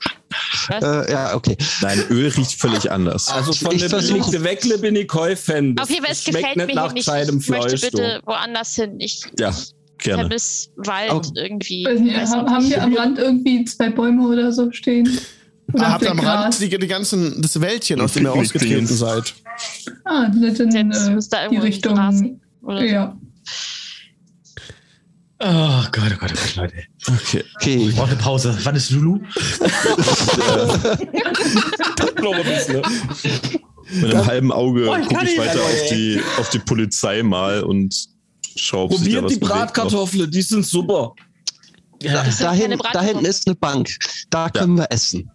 [SPEAKER 3] äh, ja, okay.
[SPEAKER 4] Nein, Öl riecht völlig anders.
[SPEAKER 6] Also von
[SPEAKER 3] Ich
[SPEAKER 6] der
[SPEAKER 3] versuch-
[SPEAKER 6] billigste Weckle bin ich Käufen.
[SPEAKER 5] Auf jeden Fall, es
[SPEAKER 6] schmeckt
[SPEAKER 5] gefällt mir
[SPEAKER 6] nicht
[SPEAKER 5] hier
[SPEAKER 6] nach
[SPEAKER 5] nicht.
[SPEAKER 6] gescheitem
[SPEAKER 5] Ich möchte
[SPEAKER 6] Fleisch. *laughs*
[SPEAKER 5] bitte woanders hin. Ich
[SPEAKER 4] Ja, gerne.
[SPEAKER 5] vermisse Wald
[SPEAKER 3] Okay.
[SPEAKER 5] irgendwie.
[SPEAKER 7] Ich weiß nicht,
[SPEAKER 5] Weiß
[SPEAKER 7] ha-
[SPEAKER 5] auch
[SPEAKER 7] haben
[SPEAKER 5] nicht.
[SPEAKER 7] wir am Rand irgendwie zwei Bäume oder so stehen? Oder
[SPEAKER 1] Ah, Habt ihr am Rand
[SPEAKER 7] Gras?
[SPEAKER 1] die, die ganzen, das Wäldchen, aus dem ihr ausgetreten
[SPEAKER 4] Picknickdingens.
[SPEAKER 1] seid.
[SPEAKER 7] Ah, das sind
[SPEAKER 5] Jetzt
[SPEAKER 7] äh,
[SPEAKER 5] muss da
[SPEAKER 7] die
[SPEAKER 5] irgendwo
[SPEAKER 7] Richtung.
[SPEAKER 5] Rasen oder so.
[SPEAKER 7] Ja.
[SPEAKER 2] Oh Gott, oh Gott, oh Gott, Leute.
[SPEAKER 3] Okay.
[SPEAKER 2] Ich brauche eine Pause. Wann ist Lulu?
[SPEAKER 6] bitte.
[SPEAKER 4] Mit einem halben Auge
[SPEAKER 2] Oh, ich kann
[SPEAKER 4] gucke ich
[SPEAKER 2] nicht.
[SPEAKER 4] weiter
[SPEAKER 2] Also,
[SPEAKER 4] auf die, auf die Polizei mal und schaue, ob sich da
[SPEAKER 6] Probiert
[SPEAKER 4] was
[SPEAKER 6] die
[SPEAKER 4] bewegt noch.
[SPEAKER 6] Bratkartoffeln, die sind super.
[SPEAKER 2] Ja.
[SPEAKER 5] Das sind
[SPEAKER 3] Da,
[SPEAKER 5] keine
[SPEAKER 3] hin, da
[SPEAKER 5] Bratkartoffeln.
[SPEAKER 3] hinten ist eine Bank. Da können wir essen.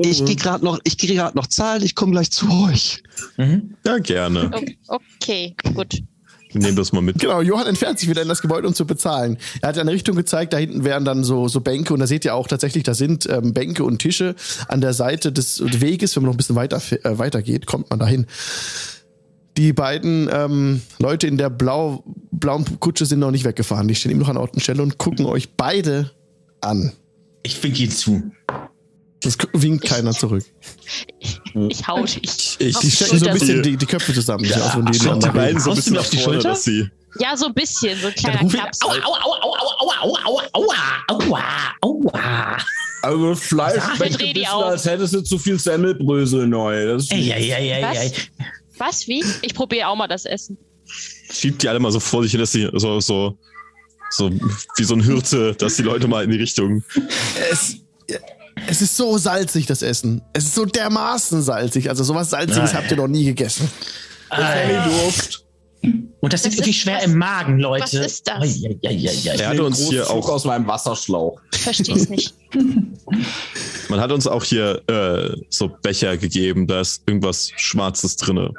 [SPEAKER 3] Ich gehe gerade noch, ich geh grad noch zahlen, ich komme gleich zu euch.
[SPEAKER 2] Mhm.
[SPEAKER 4] Ja, gerne.
[SPEAKER 5] O- Okay, gut.
[SPEAKER 4] Ich nehme das mal mit.
[SPEAKER 1] Genau, Johann entfernt sich wieder in das Gebäude, um zu bezahlen. Er hat eine Richtung gezeigt, da hinten wären dann so, so Bänke und da seht ihr auch tatsächlich, da sind ähm, Bänke und Tische an der Seite des Weges. Wenn man noch ein bisschen weiter, äh, weiter geht, kommt man dahin. Die beiden ähm, Leute in der blau, blauen Kutsche sind noch nicht weggefahren. Die stehen immer noch an Ort und Stelle und gucken euch beide an.
[SPEAKER 2] Ich winke ihn zu.
[SPEAKER 1] Das k- winkt keiner zurück.
[SPEAKER 5] Ich hau dich.
[SPEAKER 4] Ich-
[SPEAKER 5] Auf
[SPEAKER 1] Die stecken
[SPEAKER 5] die
[SPEAKER 1] so ein
[SPEAKER 5] Schulter.
[SPEAKER 1] bisschen die, die Köpfe zusammen. Ja, also, die,
[SPEAKER 2] Ach,
[SPEAKER 1] die,
[SPEAKER 2] die beiden-
[SPEAKER 4] so ein
[SPEAKER 2] Haust du
[SPEAKER 4] bisschen
[SPEAKER 2] mir
[SPEAKER 4] nach
[SPEAKER 2] auf die
[SPEAKER 4] vorne,
[SPEAKER 2] Schulter?
[SPEAKER 4] dass sie.
[SPEAKER 5] Ja, so ein bisschen, so ein
[SPEAKER 2] Dann
[SPEAKER 5] kleiner
[SPEAKER 2] rufe ich.
[SPEAKER 5] Klaps.
[SPEAKER 2] Aua, aua, aua, aua, aua, aua, aua, aua, aua.
[SPEAKER 6] Also das Fleisch
[SPEAKER 5] Sag,
[SPEAKER 6] schmeckt
[SPEAKER 5] dreh
[SPEAKER 6] ein
[SPEAKER 5] die
[SPEAKER 6] bisschen,
[SPEAKER 5] auf.
[SPEAKER 6] als hättest du zu viel Semmelbrösel neu. Das ist
[SPEAKER 2] Ey, ey, ey, ey,
[SPEAKER 5] Was?
[SPEAKER 2] ey.
[SPEAKER 5] Was? Wie? Ich probiere auch mal das Essen.
[SPEAKER 4] Schiebt die alle mal so vor sich hin, dass sie so, so, so wie so ein Hirte, dass die Leute mal in die Richtung.
[SPEAKER 1] Es, es ist so salzig, das Essen. Es ist so dermaßen salzig. Also sowas Salziges
[SPEAKER 2] Nein.
[SPEAKER 1] habt ihr noch nie gegessen.
[SPEAKER 6] Curryduft.
[SPEAKER 2] Äh. Und das,
[SPEAKER 5] Das
[SPEAKER 2] ist irgendwie
[SPEAKER 5] ist-
[SPEAKER 2] schwer
[SPEAKER 5] was-
[SPEAKER 2] im Magen, Leute.
[SPEAKER 5] was ist das?
[SPEAKER 2] Ei, ei, ei, ei, ei.
[SPEAKER 4] Er hat
[SPEAKER 6] Den
[SPEAKER 4] uns
[SPEAKER 6] großen
[SPEAKER 4] hier
[SPEAKER 6] Schluck
[SPEAKER 4] auch-
[SPEAKER 6] aus meinem Wasserschlauch.
[SPEAKER 5] Ich verstehe es nicht.
[SPEAKER 4] Man hat uns auch hier äh, so Becher gegeben, da ist irgendwas Schwarzes drin.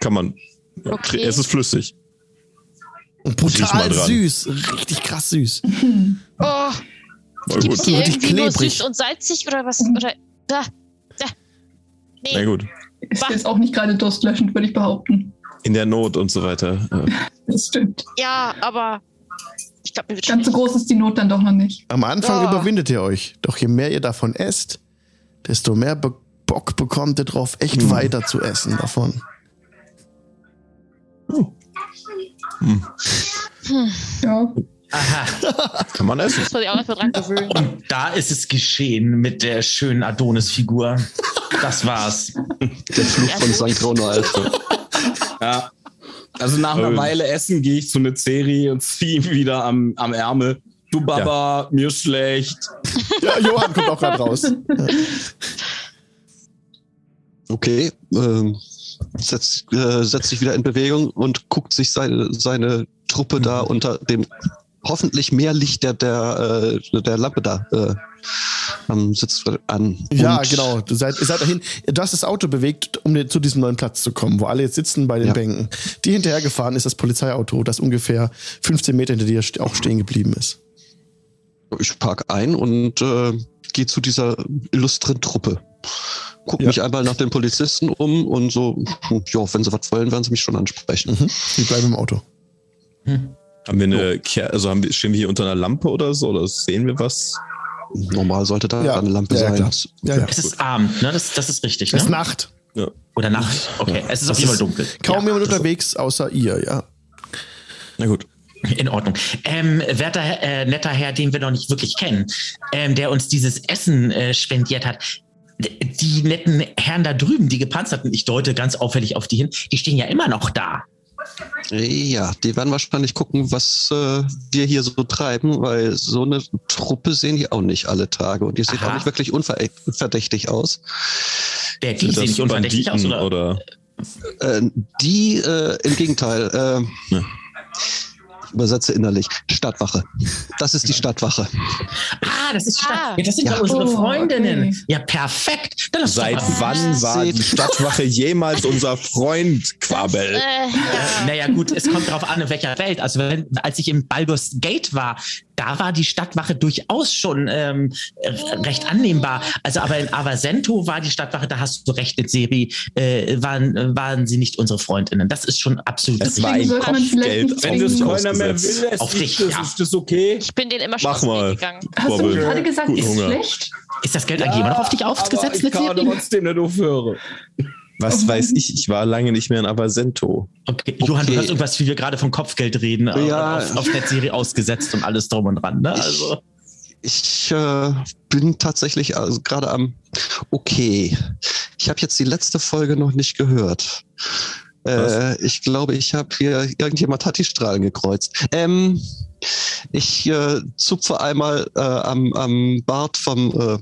[SPEAKER 4] Kann man.
[SPEAKER 5] Okay.
[SPEAKER 4] Es ist flüssig.
[SPEAKER 1] Und
[SPEAKER 4] Riech
[SPEAKER 1] brutal
[SPEAKER 4] mal dran.
[SPEAKER 1] süß. Richtig krass süß.
[SPEAKER 5] Oh,
[SPEAKER 4] Na
[SPEAKER 5] gibt's
[SPEAKER 4] gut.
[SPEAKER 5] hier
[SPEAKER 1] Richtig
[SPEAKER 5] irgendwie nur
[SPEAKER 1] klebrig.
[SPEAKER 5] süß und salzig oder was? Oder da, da.
[SPEAKER 4] Na
[SPEAKER 5] Nee,
[SPEAKER 4] gut.
[SPEAKER 7] Ist jetzt auch nicht gerade durstlöschend, würde ich behaupten.
[SPEAKER 4] In der Not und so weiter. Äh,
[SPEAKER 7] Das stimmt.
[SPEAKER 5] ja, aber ich glaube, mir wird
[SPEAKER 7] Ganz so
[SPEAKER 5] schlecht.
[SPEAKER 7] groß ist die Not dann doch noch nicht.
[SPEAKER 1] Am Anfang
[SPEAKER 5] Ah.
[SPEAKER 1] überwindet ihr euch. Doch je mehr ihr davon esst, desto mehr Be Bock bekommt ihr drauf, echt weiter zu essen davon.
[SPEAKER 7] Ja.
[SPEAKER 2] Aha.
[SPEAKER 9] Kann man essen.
[SPEAKER 5] Muss man sich auch erstmal dran gewöhnen.
[SPEAKER 2] Und da ist es geschehen mit der schönen Adonis-Figur. Das war's.
[SPEAKER 3] Der Flug von St. Ronald.
[SPEAKER 6] Ja. Also nach einer
[SPEAKER 4] Ähm.
[SPEAKER 6] Weile essen gehe ich zu einer Serie und ziehe ihn wieder am, am Ärmel. Du Baba, mir schlecht.
[SPEAKER 1] *laughs* Ja, Johann kommt auch gerade raus.
[SPEAKER 3] Okay, ähm, setzt, äh, setzt sich wieder in Bewegung und guckt sich seine, seine Truppe da
[SPEAKER 1] Mhm.
[SPEAKER 3] unter dem hoffentlich mehr Licht der, der, äh, der Lampe da äh, am Sitz an.
[SPEAKER 1] Ja,
[SPEAKER 3] Und
[SPEAKER 1] genau. Du seid, ihr seid dahin. Du hast das Auto bewegt, um den, zu diesem neuen Platz zu kommen, wo alle jetzt sitzen bei den
[SPEAKER 3] Ja.
[SPEAKER 1] Bänken. Die hinterhergefahren ist das Polizeiauto, das ungefähr 15 Meter hinter dir st- auch stehen geblieben ist.
[SPEAKER 3] Ich park ein und äh, gehe zu dieser illustren Truppe. Guck
[SPEAKER 1] Ja.
[SPEAKER 3] mich einmal nach den Polizisten um und so, ja, wenn sie was wollen, werden sie mich schon ansprechen.
[SPEAKER 1] Die bleiben im Auto.
[SPEAKER 4] Haben wir eine, Ker also haben wir, stehen wir hier unter einer Lampe oder so? Oder sehen wir was?
[SPEAKER 3] Normal sollte da
[SPEAKER 1] Ja.
[SPEAKER 3] eine Lampe
[SPEAKER 1] Ja, ja,
[SPEAKER 3] sein.
[SPEAKER 1] klar. Ja, ja.
[SPEAKER 2] Es ist Abend, ne? Das, das ist richtig,
[SPEAKER 1] Es ist
[SPEAKER 2] ne?
[SPEAKER 1] Nacht.
[SPEAKER 2] Oder Nacht. Okay, es ist auf jeden Fall dunkel.
[SPEAKER 1] Kaum
[SPEAKER 2] ja,
[SPEAKER 1] jemand
[SPEAKER 2] das-
[SPEAKER 1] unterwegs, außer ihr, ja.
[SPEAKER 4] Na gut.
[SPEAKER 2] In Ordnung. Ähm, werter, Herr- äh, netter Herr, den wir noch nicht wirklich kennen, ähm, der uns dieses Essen äh, spendiert hat. D- Die netten Herren da drüben, die gepanzerten, ich deute ganz auffällig auf die hin, die stehen ja immer noch da.
[SPEAKER 3] Ja, die werden wahrscheinlich gucken, was äh, wir hier so treiben, weil so eine Truppe sehen die auch nicht alle Tage und die sehen
[SPEAKER 2] Aha.
[SPEAKER 3] auch nicht wirklich unverdächtig aus.
[SPEAKER 2] Der die sehen nicht unverdächtig aus, oder?
[SPEAKER 4] oder?
[SPEAKER 3] Äh, die, äh, im Gegenteil, äh,
[SPEAKER 4] Ja.
[SPEAKER 3] ich übersetze innerlich, Stadtwache. Das ist die Stadtwache.
[SPEAKER 2] Ah, das ist
[SPEAKER 5] Ah.
[SPEAKER 2] stark. Ja, das sind ja,
[SPEAKER 3] Ja.
[SPEAKER 2] unsere
[SPEAKER 7] Oh,
[SPEAKER 2] Freundinnen.
[SPEAKER 7] okay.
[SPEAKER 2] Ja, perfekt. Dann lass
[SPEAKER 4] Seit
[SPEAKER 2] doch mal-
[SPEAKER 4] wann war die
[SPEAKER 3] Seht-
[SPEAKER 4] Stadtwache jemals unser Freund Quabel?
[SPEAKER 5] Äh, ja.
[SPEAKER 2] Naja, gut, es kommt darauf an, in welcher Welt. Also, wenn, als ich im Baldur's Gate war, da war die Stadtwache durchaus schon ähm, re- recht annehmbar. Also, aber in Avasento war die Stadtwache, da hast du recht, in Seri, äh, waren, äh, waren sie nicht unsere Freundinnen. Das ist schon absolut
[SPEAKER 4] Es war
[SPEAKER 2] richtig.
[SPEAKER 4] ein
[SPEAKER 7] sollte man
[SPEAKER 4] Kopfgeld
[SPEAKER 7] vielleicht nicht zwingen.
[SPEAKER 4] auf-
[SPEAKER 7] Wenn
[SPEAKER 4] ausgesetzt.
[SPEAKER 2] Auf
[SPEAKER 8] es
[SPEAKER 2] dich,
[SPEAKER 8] ist,
[SPEAKER 2] ja.
[SPEAKER 8] ist das okay?
[SPEAKER 5] Ich bin den immer
[SPEAKER 4] Mach mal.
[SPEAKER 5] schon gegangen.
[SPEAKER 7] Hast du
[SPEAKER 4] Bubble.
[SPEAKER 7] nicht gerade gesagt,
[SPEAKER 4] Guten
[SPEAKER 7] ist
[SPEAKER 4] Hunger.
[SPEAKER 7] schlecht?
[SPEAKER 2] Ist das Geld eigentlich immer noch auf dich aufgesetzt,
[SPEAKER 8] aber ich kann
[SPEAKER 2] Seri?
[SPEAKER 8] trotzdem nicht aufhören.
[SPEAKER 4] Was weiß ich, ich war lange nicht mehr in Avasento.
[SPEAKER 2] Okay, Johann, du
[SPEAKER 3] Okay.
[SPEAKER 2] hast irgendwas, wie wir gerade vom Kopfgeld reden, äh,
[SPEAKER 3] Ja.
[SPEAKER 2] auf, auf Netzserie ausgesetzt und alles drum und dran. Ne? *laughs* Also,
[SPEAKER 3] Ich äh, bin tatsächlich also gerade am. Okay, ich habe jetzt die letzte Folge noch nicht gehört. Äh, ich glaube, ich habe hier irgendjemand hat die Strahlen gekreuzt. Ähm, ich äh, zupfe einmal äh, am, am Bart vom äh,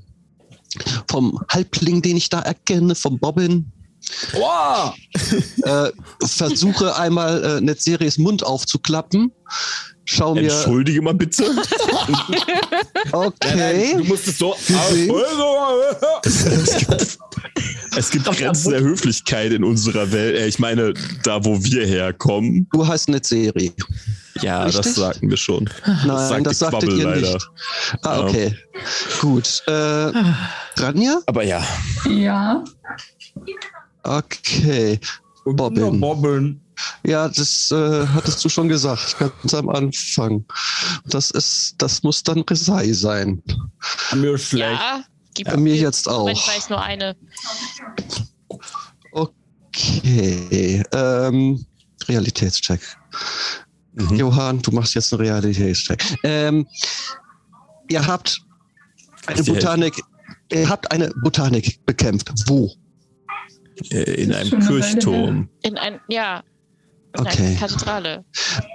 [SPEAKER 3] vom Halbling, den ich da erkenne, vom Bobbin.
[SPEAKER 8] Wow!
[SPEAKER 3] Äh, versuche einmal äh, Netzeries Mund aufzuklappen. Schau mir.
[SPEAKER 4] Entschuldige
[SPEAKER 1] *laughs*
[SPEAKER 4] mal bitte.
[SPEAKER 3] Okay.
[SPEAKER 8] Du musst es so.
[SPEAKER 3] Gesehen.
[SPEAKER 4] es gibt, es gibt
[SPEAKER 2] Doch,
[SPEAKER 4] Grenzen der Höflichkeit in unserer Welt. Äh, Ich meine, da wo wir herkommen.
[SPEAKER 3] Du heißt Netzerie.
[SPEAKER 4] Ja, das
[SPEAKER 3] Richtig?
[SPEAKER 4] sagten wir schon.
[SPEAKER 3] Nein,
[SPEAKER 4] sagt
[SPEAKER 3] das
[SPEAKER 4] die
[SPEAKER 3] sagtet
[SPEAKER 4] Quabbel
[SPEAKER 3] ihr
[SPEAKER 4] leider.
[SPEAKER 3] nicht. Ah,
[SPEAKER 4] Ja.
[SPEAKER 3] okay. Gut. Äh, Ranja?
[SPEAKER 4] Aber ja,
[SPEAKER 7] Ja.
[SPEAKER 3] Okay. Bobbin.
[SPEAKER 8] Bobbin.
[SPEAKER 3] Ja, das äh, hattest du schon gesagt, ganz am Anfang. Das ist, das muss dann Resai sein.
[SPEAKER 8] Mir schlecht.
[SPEAKER 5] Ja, gib
[SPEAKER 3] Bei mir jetzt
[SPEAKER 5] Aber ich
[SPEAKER 3] auch.
[SPEAKER 5] weiß nur eine.
[SPEAKER 3] Okay. Ähm, Realitätscheck.
[SPEAKER 4] Mhm.
[SPEAKER 3] Johann, du machst jetzt einen Realitätscheck. Ähm, ihr habt eine
[SPEAKER 4] Ist die Hälfte.
[SPEAKER 3] Botanik, ihr habt eine Botanik bekämpft. Wo?
[SPEAKER 4] äh, in
[SPEAKER 7] Das ist
[SPEAKER 4] einem
[SPEAKER 7] schon eine Weile
[SPEAKER 4] Kirchturm.
[SPEAKER 5] In ein, ja, in
[SPEAKER 3] Okay.
[SPEAKER 5] einer Kathedrale.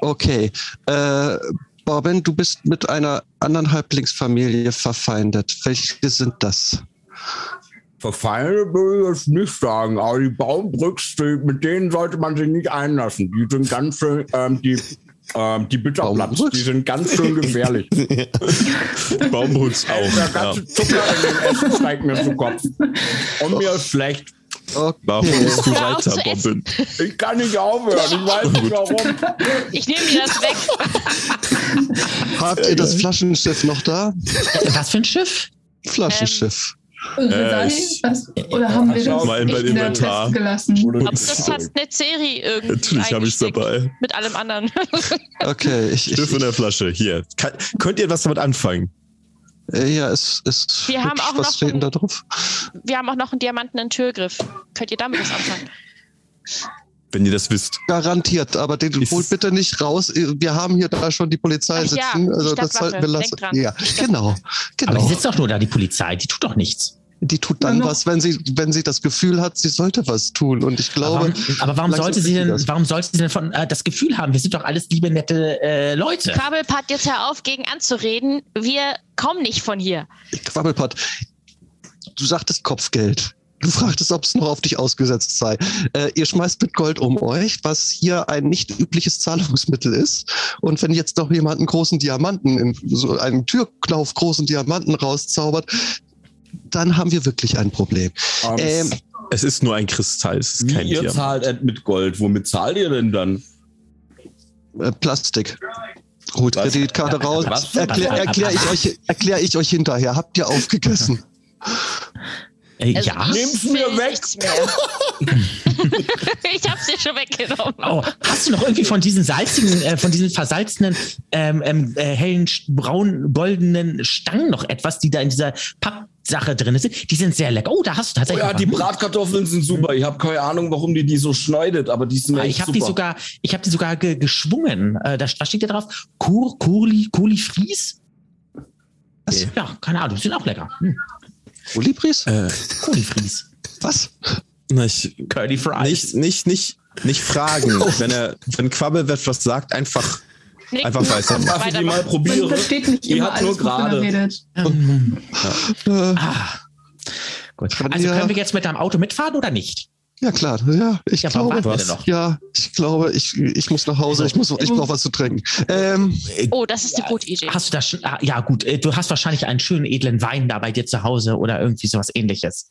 [SPEAKER 3] Okay. Äh, Bobbin, du bist mit einer anderen Halblingsfamilie verfeindet. Welche sind das?
[SPEAKER 8] Verfeindet will ich jetzt nicht sagen, aber die Baumbrücks, die, mit denen sollte man sich nicht einlassen. Die sind ganz schön, ähm, die, ähm, die Bitterplatz,
[SPEAKER 3] Baumbrücks?
[SPEAKER 8] die sind ganz schön
[SPEAKER 6] *laughs*
[SPEAKER 8] gefährlich.
[SPEAKER 4] Baumhutz
[SPEAKER 8] Der
[SPEAKER 4] auch. Ja.
[SPEAKER 8] ganze Zucker in den Essen steigt mir zu Kopf. Und mir ist schlecht.
[SPEAKER 4] Warum
[SPEAKER 3] Okay.
[SPEAKER 4] bist du
[SPEAKER 5] Hör auf
[SPEAKER 7] also
[SPEAKER 4] weiter,
[SPEAKER 5] zu
[SPEAKER 4] Bobbin?
[SPEAKER 8] Ich kann nicht aufhören, ich weiß nicht warum.
[SPEAKER 5] Ich nehme dir das weg.
[SPEAKER 3] Habt ihr das Flaschenschiff noch da?
[SPEAKER 2] was für ein Schiff?
[SPEAKER 3] Flaschenschiff.
[SPEAKER 5] Ähm,
[SPEAKER 7] Und Resali,
[SPEAKER 4] Äh, ich-
[SPEAKER 7] was, oder haben wir das
[SPEAKER 4] Mal in mein
[SPEAKER 7] echt wieder
[SPEAKER 4] Inventar.
[SPEAKER 7] festgelassen?
[SPEAKER 4] Oder-
[SPEAKER 5] Aber das hat eine Serie irgendwie.
[SPEAKER 4] Natürlich habe ich
[SPEAKER 5] eingesteckt.
[SPEAKER 4] dabei.
[SPEAKER 5] Mit allem anderen. *laughs*
[SPEAKER 3] Okay, ich, ich,
[SPEAKER 4] Schiff in der Flasche, hier. Kann, könnt ihr was damit anfangen?
[SPEAKER 3] äh, ja, es ist.
[SPEAKER 5] Wir haben auch
[SPEAKER 3] was
[SPEAKER 5] noch
[SPEAKER 3] steht denn
[SPEAKER 5] ein-
[SPEAKER 3] da drauf?
[SPEAKER 5] Wir haben auch noch einen diamantenen Türgriff. Könnt ihr damit was anfangen?
[SPEAKER 4] wenn ihr das wisst.
[SPEAKER 3] Garantiert, aber den
[SPEAKER 4] Ist-
[SPEAKER 3] holt bitte nicht raus. Wir haben hier da schon die Polizei
[SPEAKER 5] Ach ja,
[SPEAKER 3] sitzen. also
[SPEAKER 5] Stadtwache,
[SPEAKER 3] das sollten wir lassen.
[SPEAKER 5] denk dran.
[SPEAKER 3] Ja, genau.
[SPEAKER 2] Aber
[SPEAKER 3] genau.
[SPEAKER 2] die sitzt doch nur da, die Polizei, die tut doch nichts.
[SPEAKER 3] Die tut dann
[SPEAKER 7] Ja, noch.
[SPEAKER 3] was, wenn sie, wenn sie das Gefühl hat, sie sollte was tun. Und ich glaube,
[SPEAKER 2] aber warum, aber warum
[SPEAKER 3] langsam
[SPEAKER 2] sollte sie
[SPEAKER 3] kriegt
[SPEAKER 2] denn,
[SPEAKER 3] das.
[SPEAKER 2] warum sollte sie denn von äh, das Gefühl haben, wir sind doch alles liebe, nette äh, Leute?
[SPEAKER 5] Quabbelpart, jetzt hör auf, gegen anzureden. Wir kommen nicht von hier.
[SPEAKER 3] Quabbelpott, du sagtest Kopfgeld. Du fragtest, ob es noch auf dich ausgesetzt sei. Äh, ihr schmeißt mit Gold um euch, was hier ein nicht übliches Zahlungsmittel ist. Und wenn jetzt noch jemand einen großen Diamanten, in, so einen Türknauf großen Diamanten rauszaubert, dann haben wir wirklich ein Problem.
[SPEAKER 8] Ähm,
[SPEAKER 3] Ähm,
[SPEAKER 4] Es ist nur ein Kristall, es ist
[SPEAKER 6] Wie
[SPEAKER 4] kein
[SPEAKER 6] ihr
[SPEAKER 4] Tier.
[SPEAKER 6] zahlt et mit Gold? Womit zahlt ihr denn dann?
[SPEAKER 3] äh, Plastik. Holt
[SPEAKER 6] Was?
[SPEAKER 3] Kreditkarte raus.
[SPEAKER 6] Was?
[SPEAKER 3] Erkläre erklär ich, euch- erklär ich euch hinterher. Habt ihr aufgegessen?
[SPEAKER 2] Äh,
[SPEAKER 5] Also,
[SPEAKER 2] ja.
[SPEAKER 5] ich
[SPEAKER 8] Nimm's mir
[SPEAKER 5] will
[SPEAKER 8] weg.
[SPEAKER 5] nichts Mehr. *laughs* ich hab's dir schon weggenommen.
[SPEAKER 2] Oh, hast du noch irgendwie von diesen salzigen, äh, von diesen versalzenen, ähm, ähm, äh, hellen, sch- braun, goldenen Stangen noch etwas, die da in dieser Pappsache drin sind? Die sind sehr lecker. Oh, da hast du
[SPEAKER 6] Oh
[SPEAKER 2] tatsächlich.
[SPEAKER 6] ja,
[SPEAKER 2] noch
[SPEAKER 6] die
[SPEAKER 2] was.
[SPEAKER 6] Bratkartoffeln sind super. Ich habe keine Ahnung, warum die die so schneidet, aber die sind
[SPEAKER 2] Ah,
[SPEAKER 6] echt
[SPEAKER 2] ich habe
[SPEAKER 6] ne, super.
[SPEAKER 2] die sogar, ich habe die sogar ge geschwungen. Äh, da, was steht da drauf? Kur, Kurli, Kurli Fries?
[SPEAKER 3] Was?
[SPEAKER 2] Ja, keine Ahnung, die sind auch lecker. Hm.
[SPEAKER 3] Kolibris?
[SPEAKER 2] Kurli Fries.
[SPEAKER 3] Was?
[SPEAKER 4] Na, ich,
[SPEAKER 2] Curly Fries.
[SPEAKER 4] nicht, nicht, nicht, nicht fragen. wenn er, wenn Quabbelwert was sagt, einfach,
[SPEAKER 5] Nick,
[SPEAKER 4] einfach weiter.
[SPEAKER 6] Darf ich die mal
[SPEAKER 7] Man
[SPEAKER 6] probieren?
[SPEAKER 7] versteht nicht
[SPEAKER 6] Ihr
[SPEAKER 7] immer
[SPEAKER 6] habt nur
[SPEAKER 7] alles, wovon
[SPEAKER 6] gerade.
[SPEAKER 7] er redet.
[SPEAKER 2] Ähm,
[SPEAKER 3] Äh,
[SPEAKER 2] ah. Gut.
[SPEAKER 3] Kann
[SPEAKER 2] Also
[SPEAKER 3] ja-
[SPEAKER 2] können wir jetzt mit deinem Auto mitfahren oder nicht?
[SPEAKER 3] ja klar, ja. Ich
[SPEAKER 2] Ja, warum
[SPEAKER 3] glaube,
[SPEAKER 2] warten wir denn noch?
[SPEAKER 3] Ja, ich glaube, ich, ich muss nach Hause, ich, muss, ich brauche was zu trinken. Ähm,
[SPEAKER 5] Oh, das ist eine gute Idee.
[SPEAKER 2] Hast du das schon? Ah, ja, gut. äh, Du hast wahrscheinlich einen schönen edlen Wein da bei dir zu Hause oder irgendwie sowas ähnliches.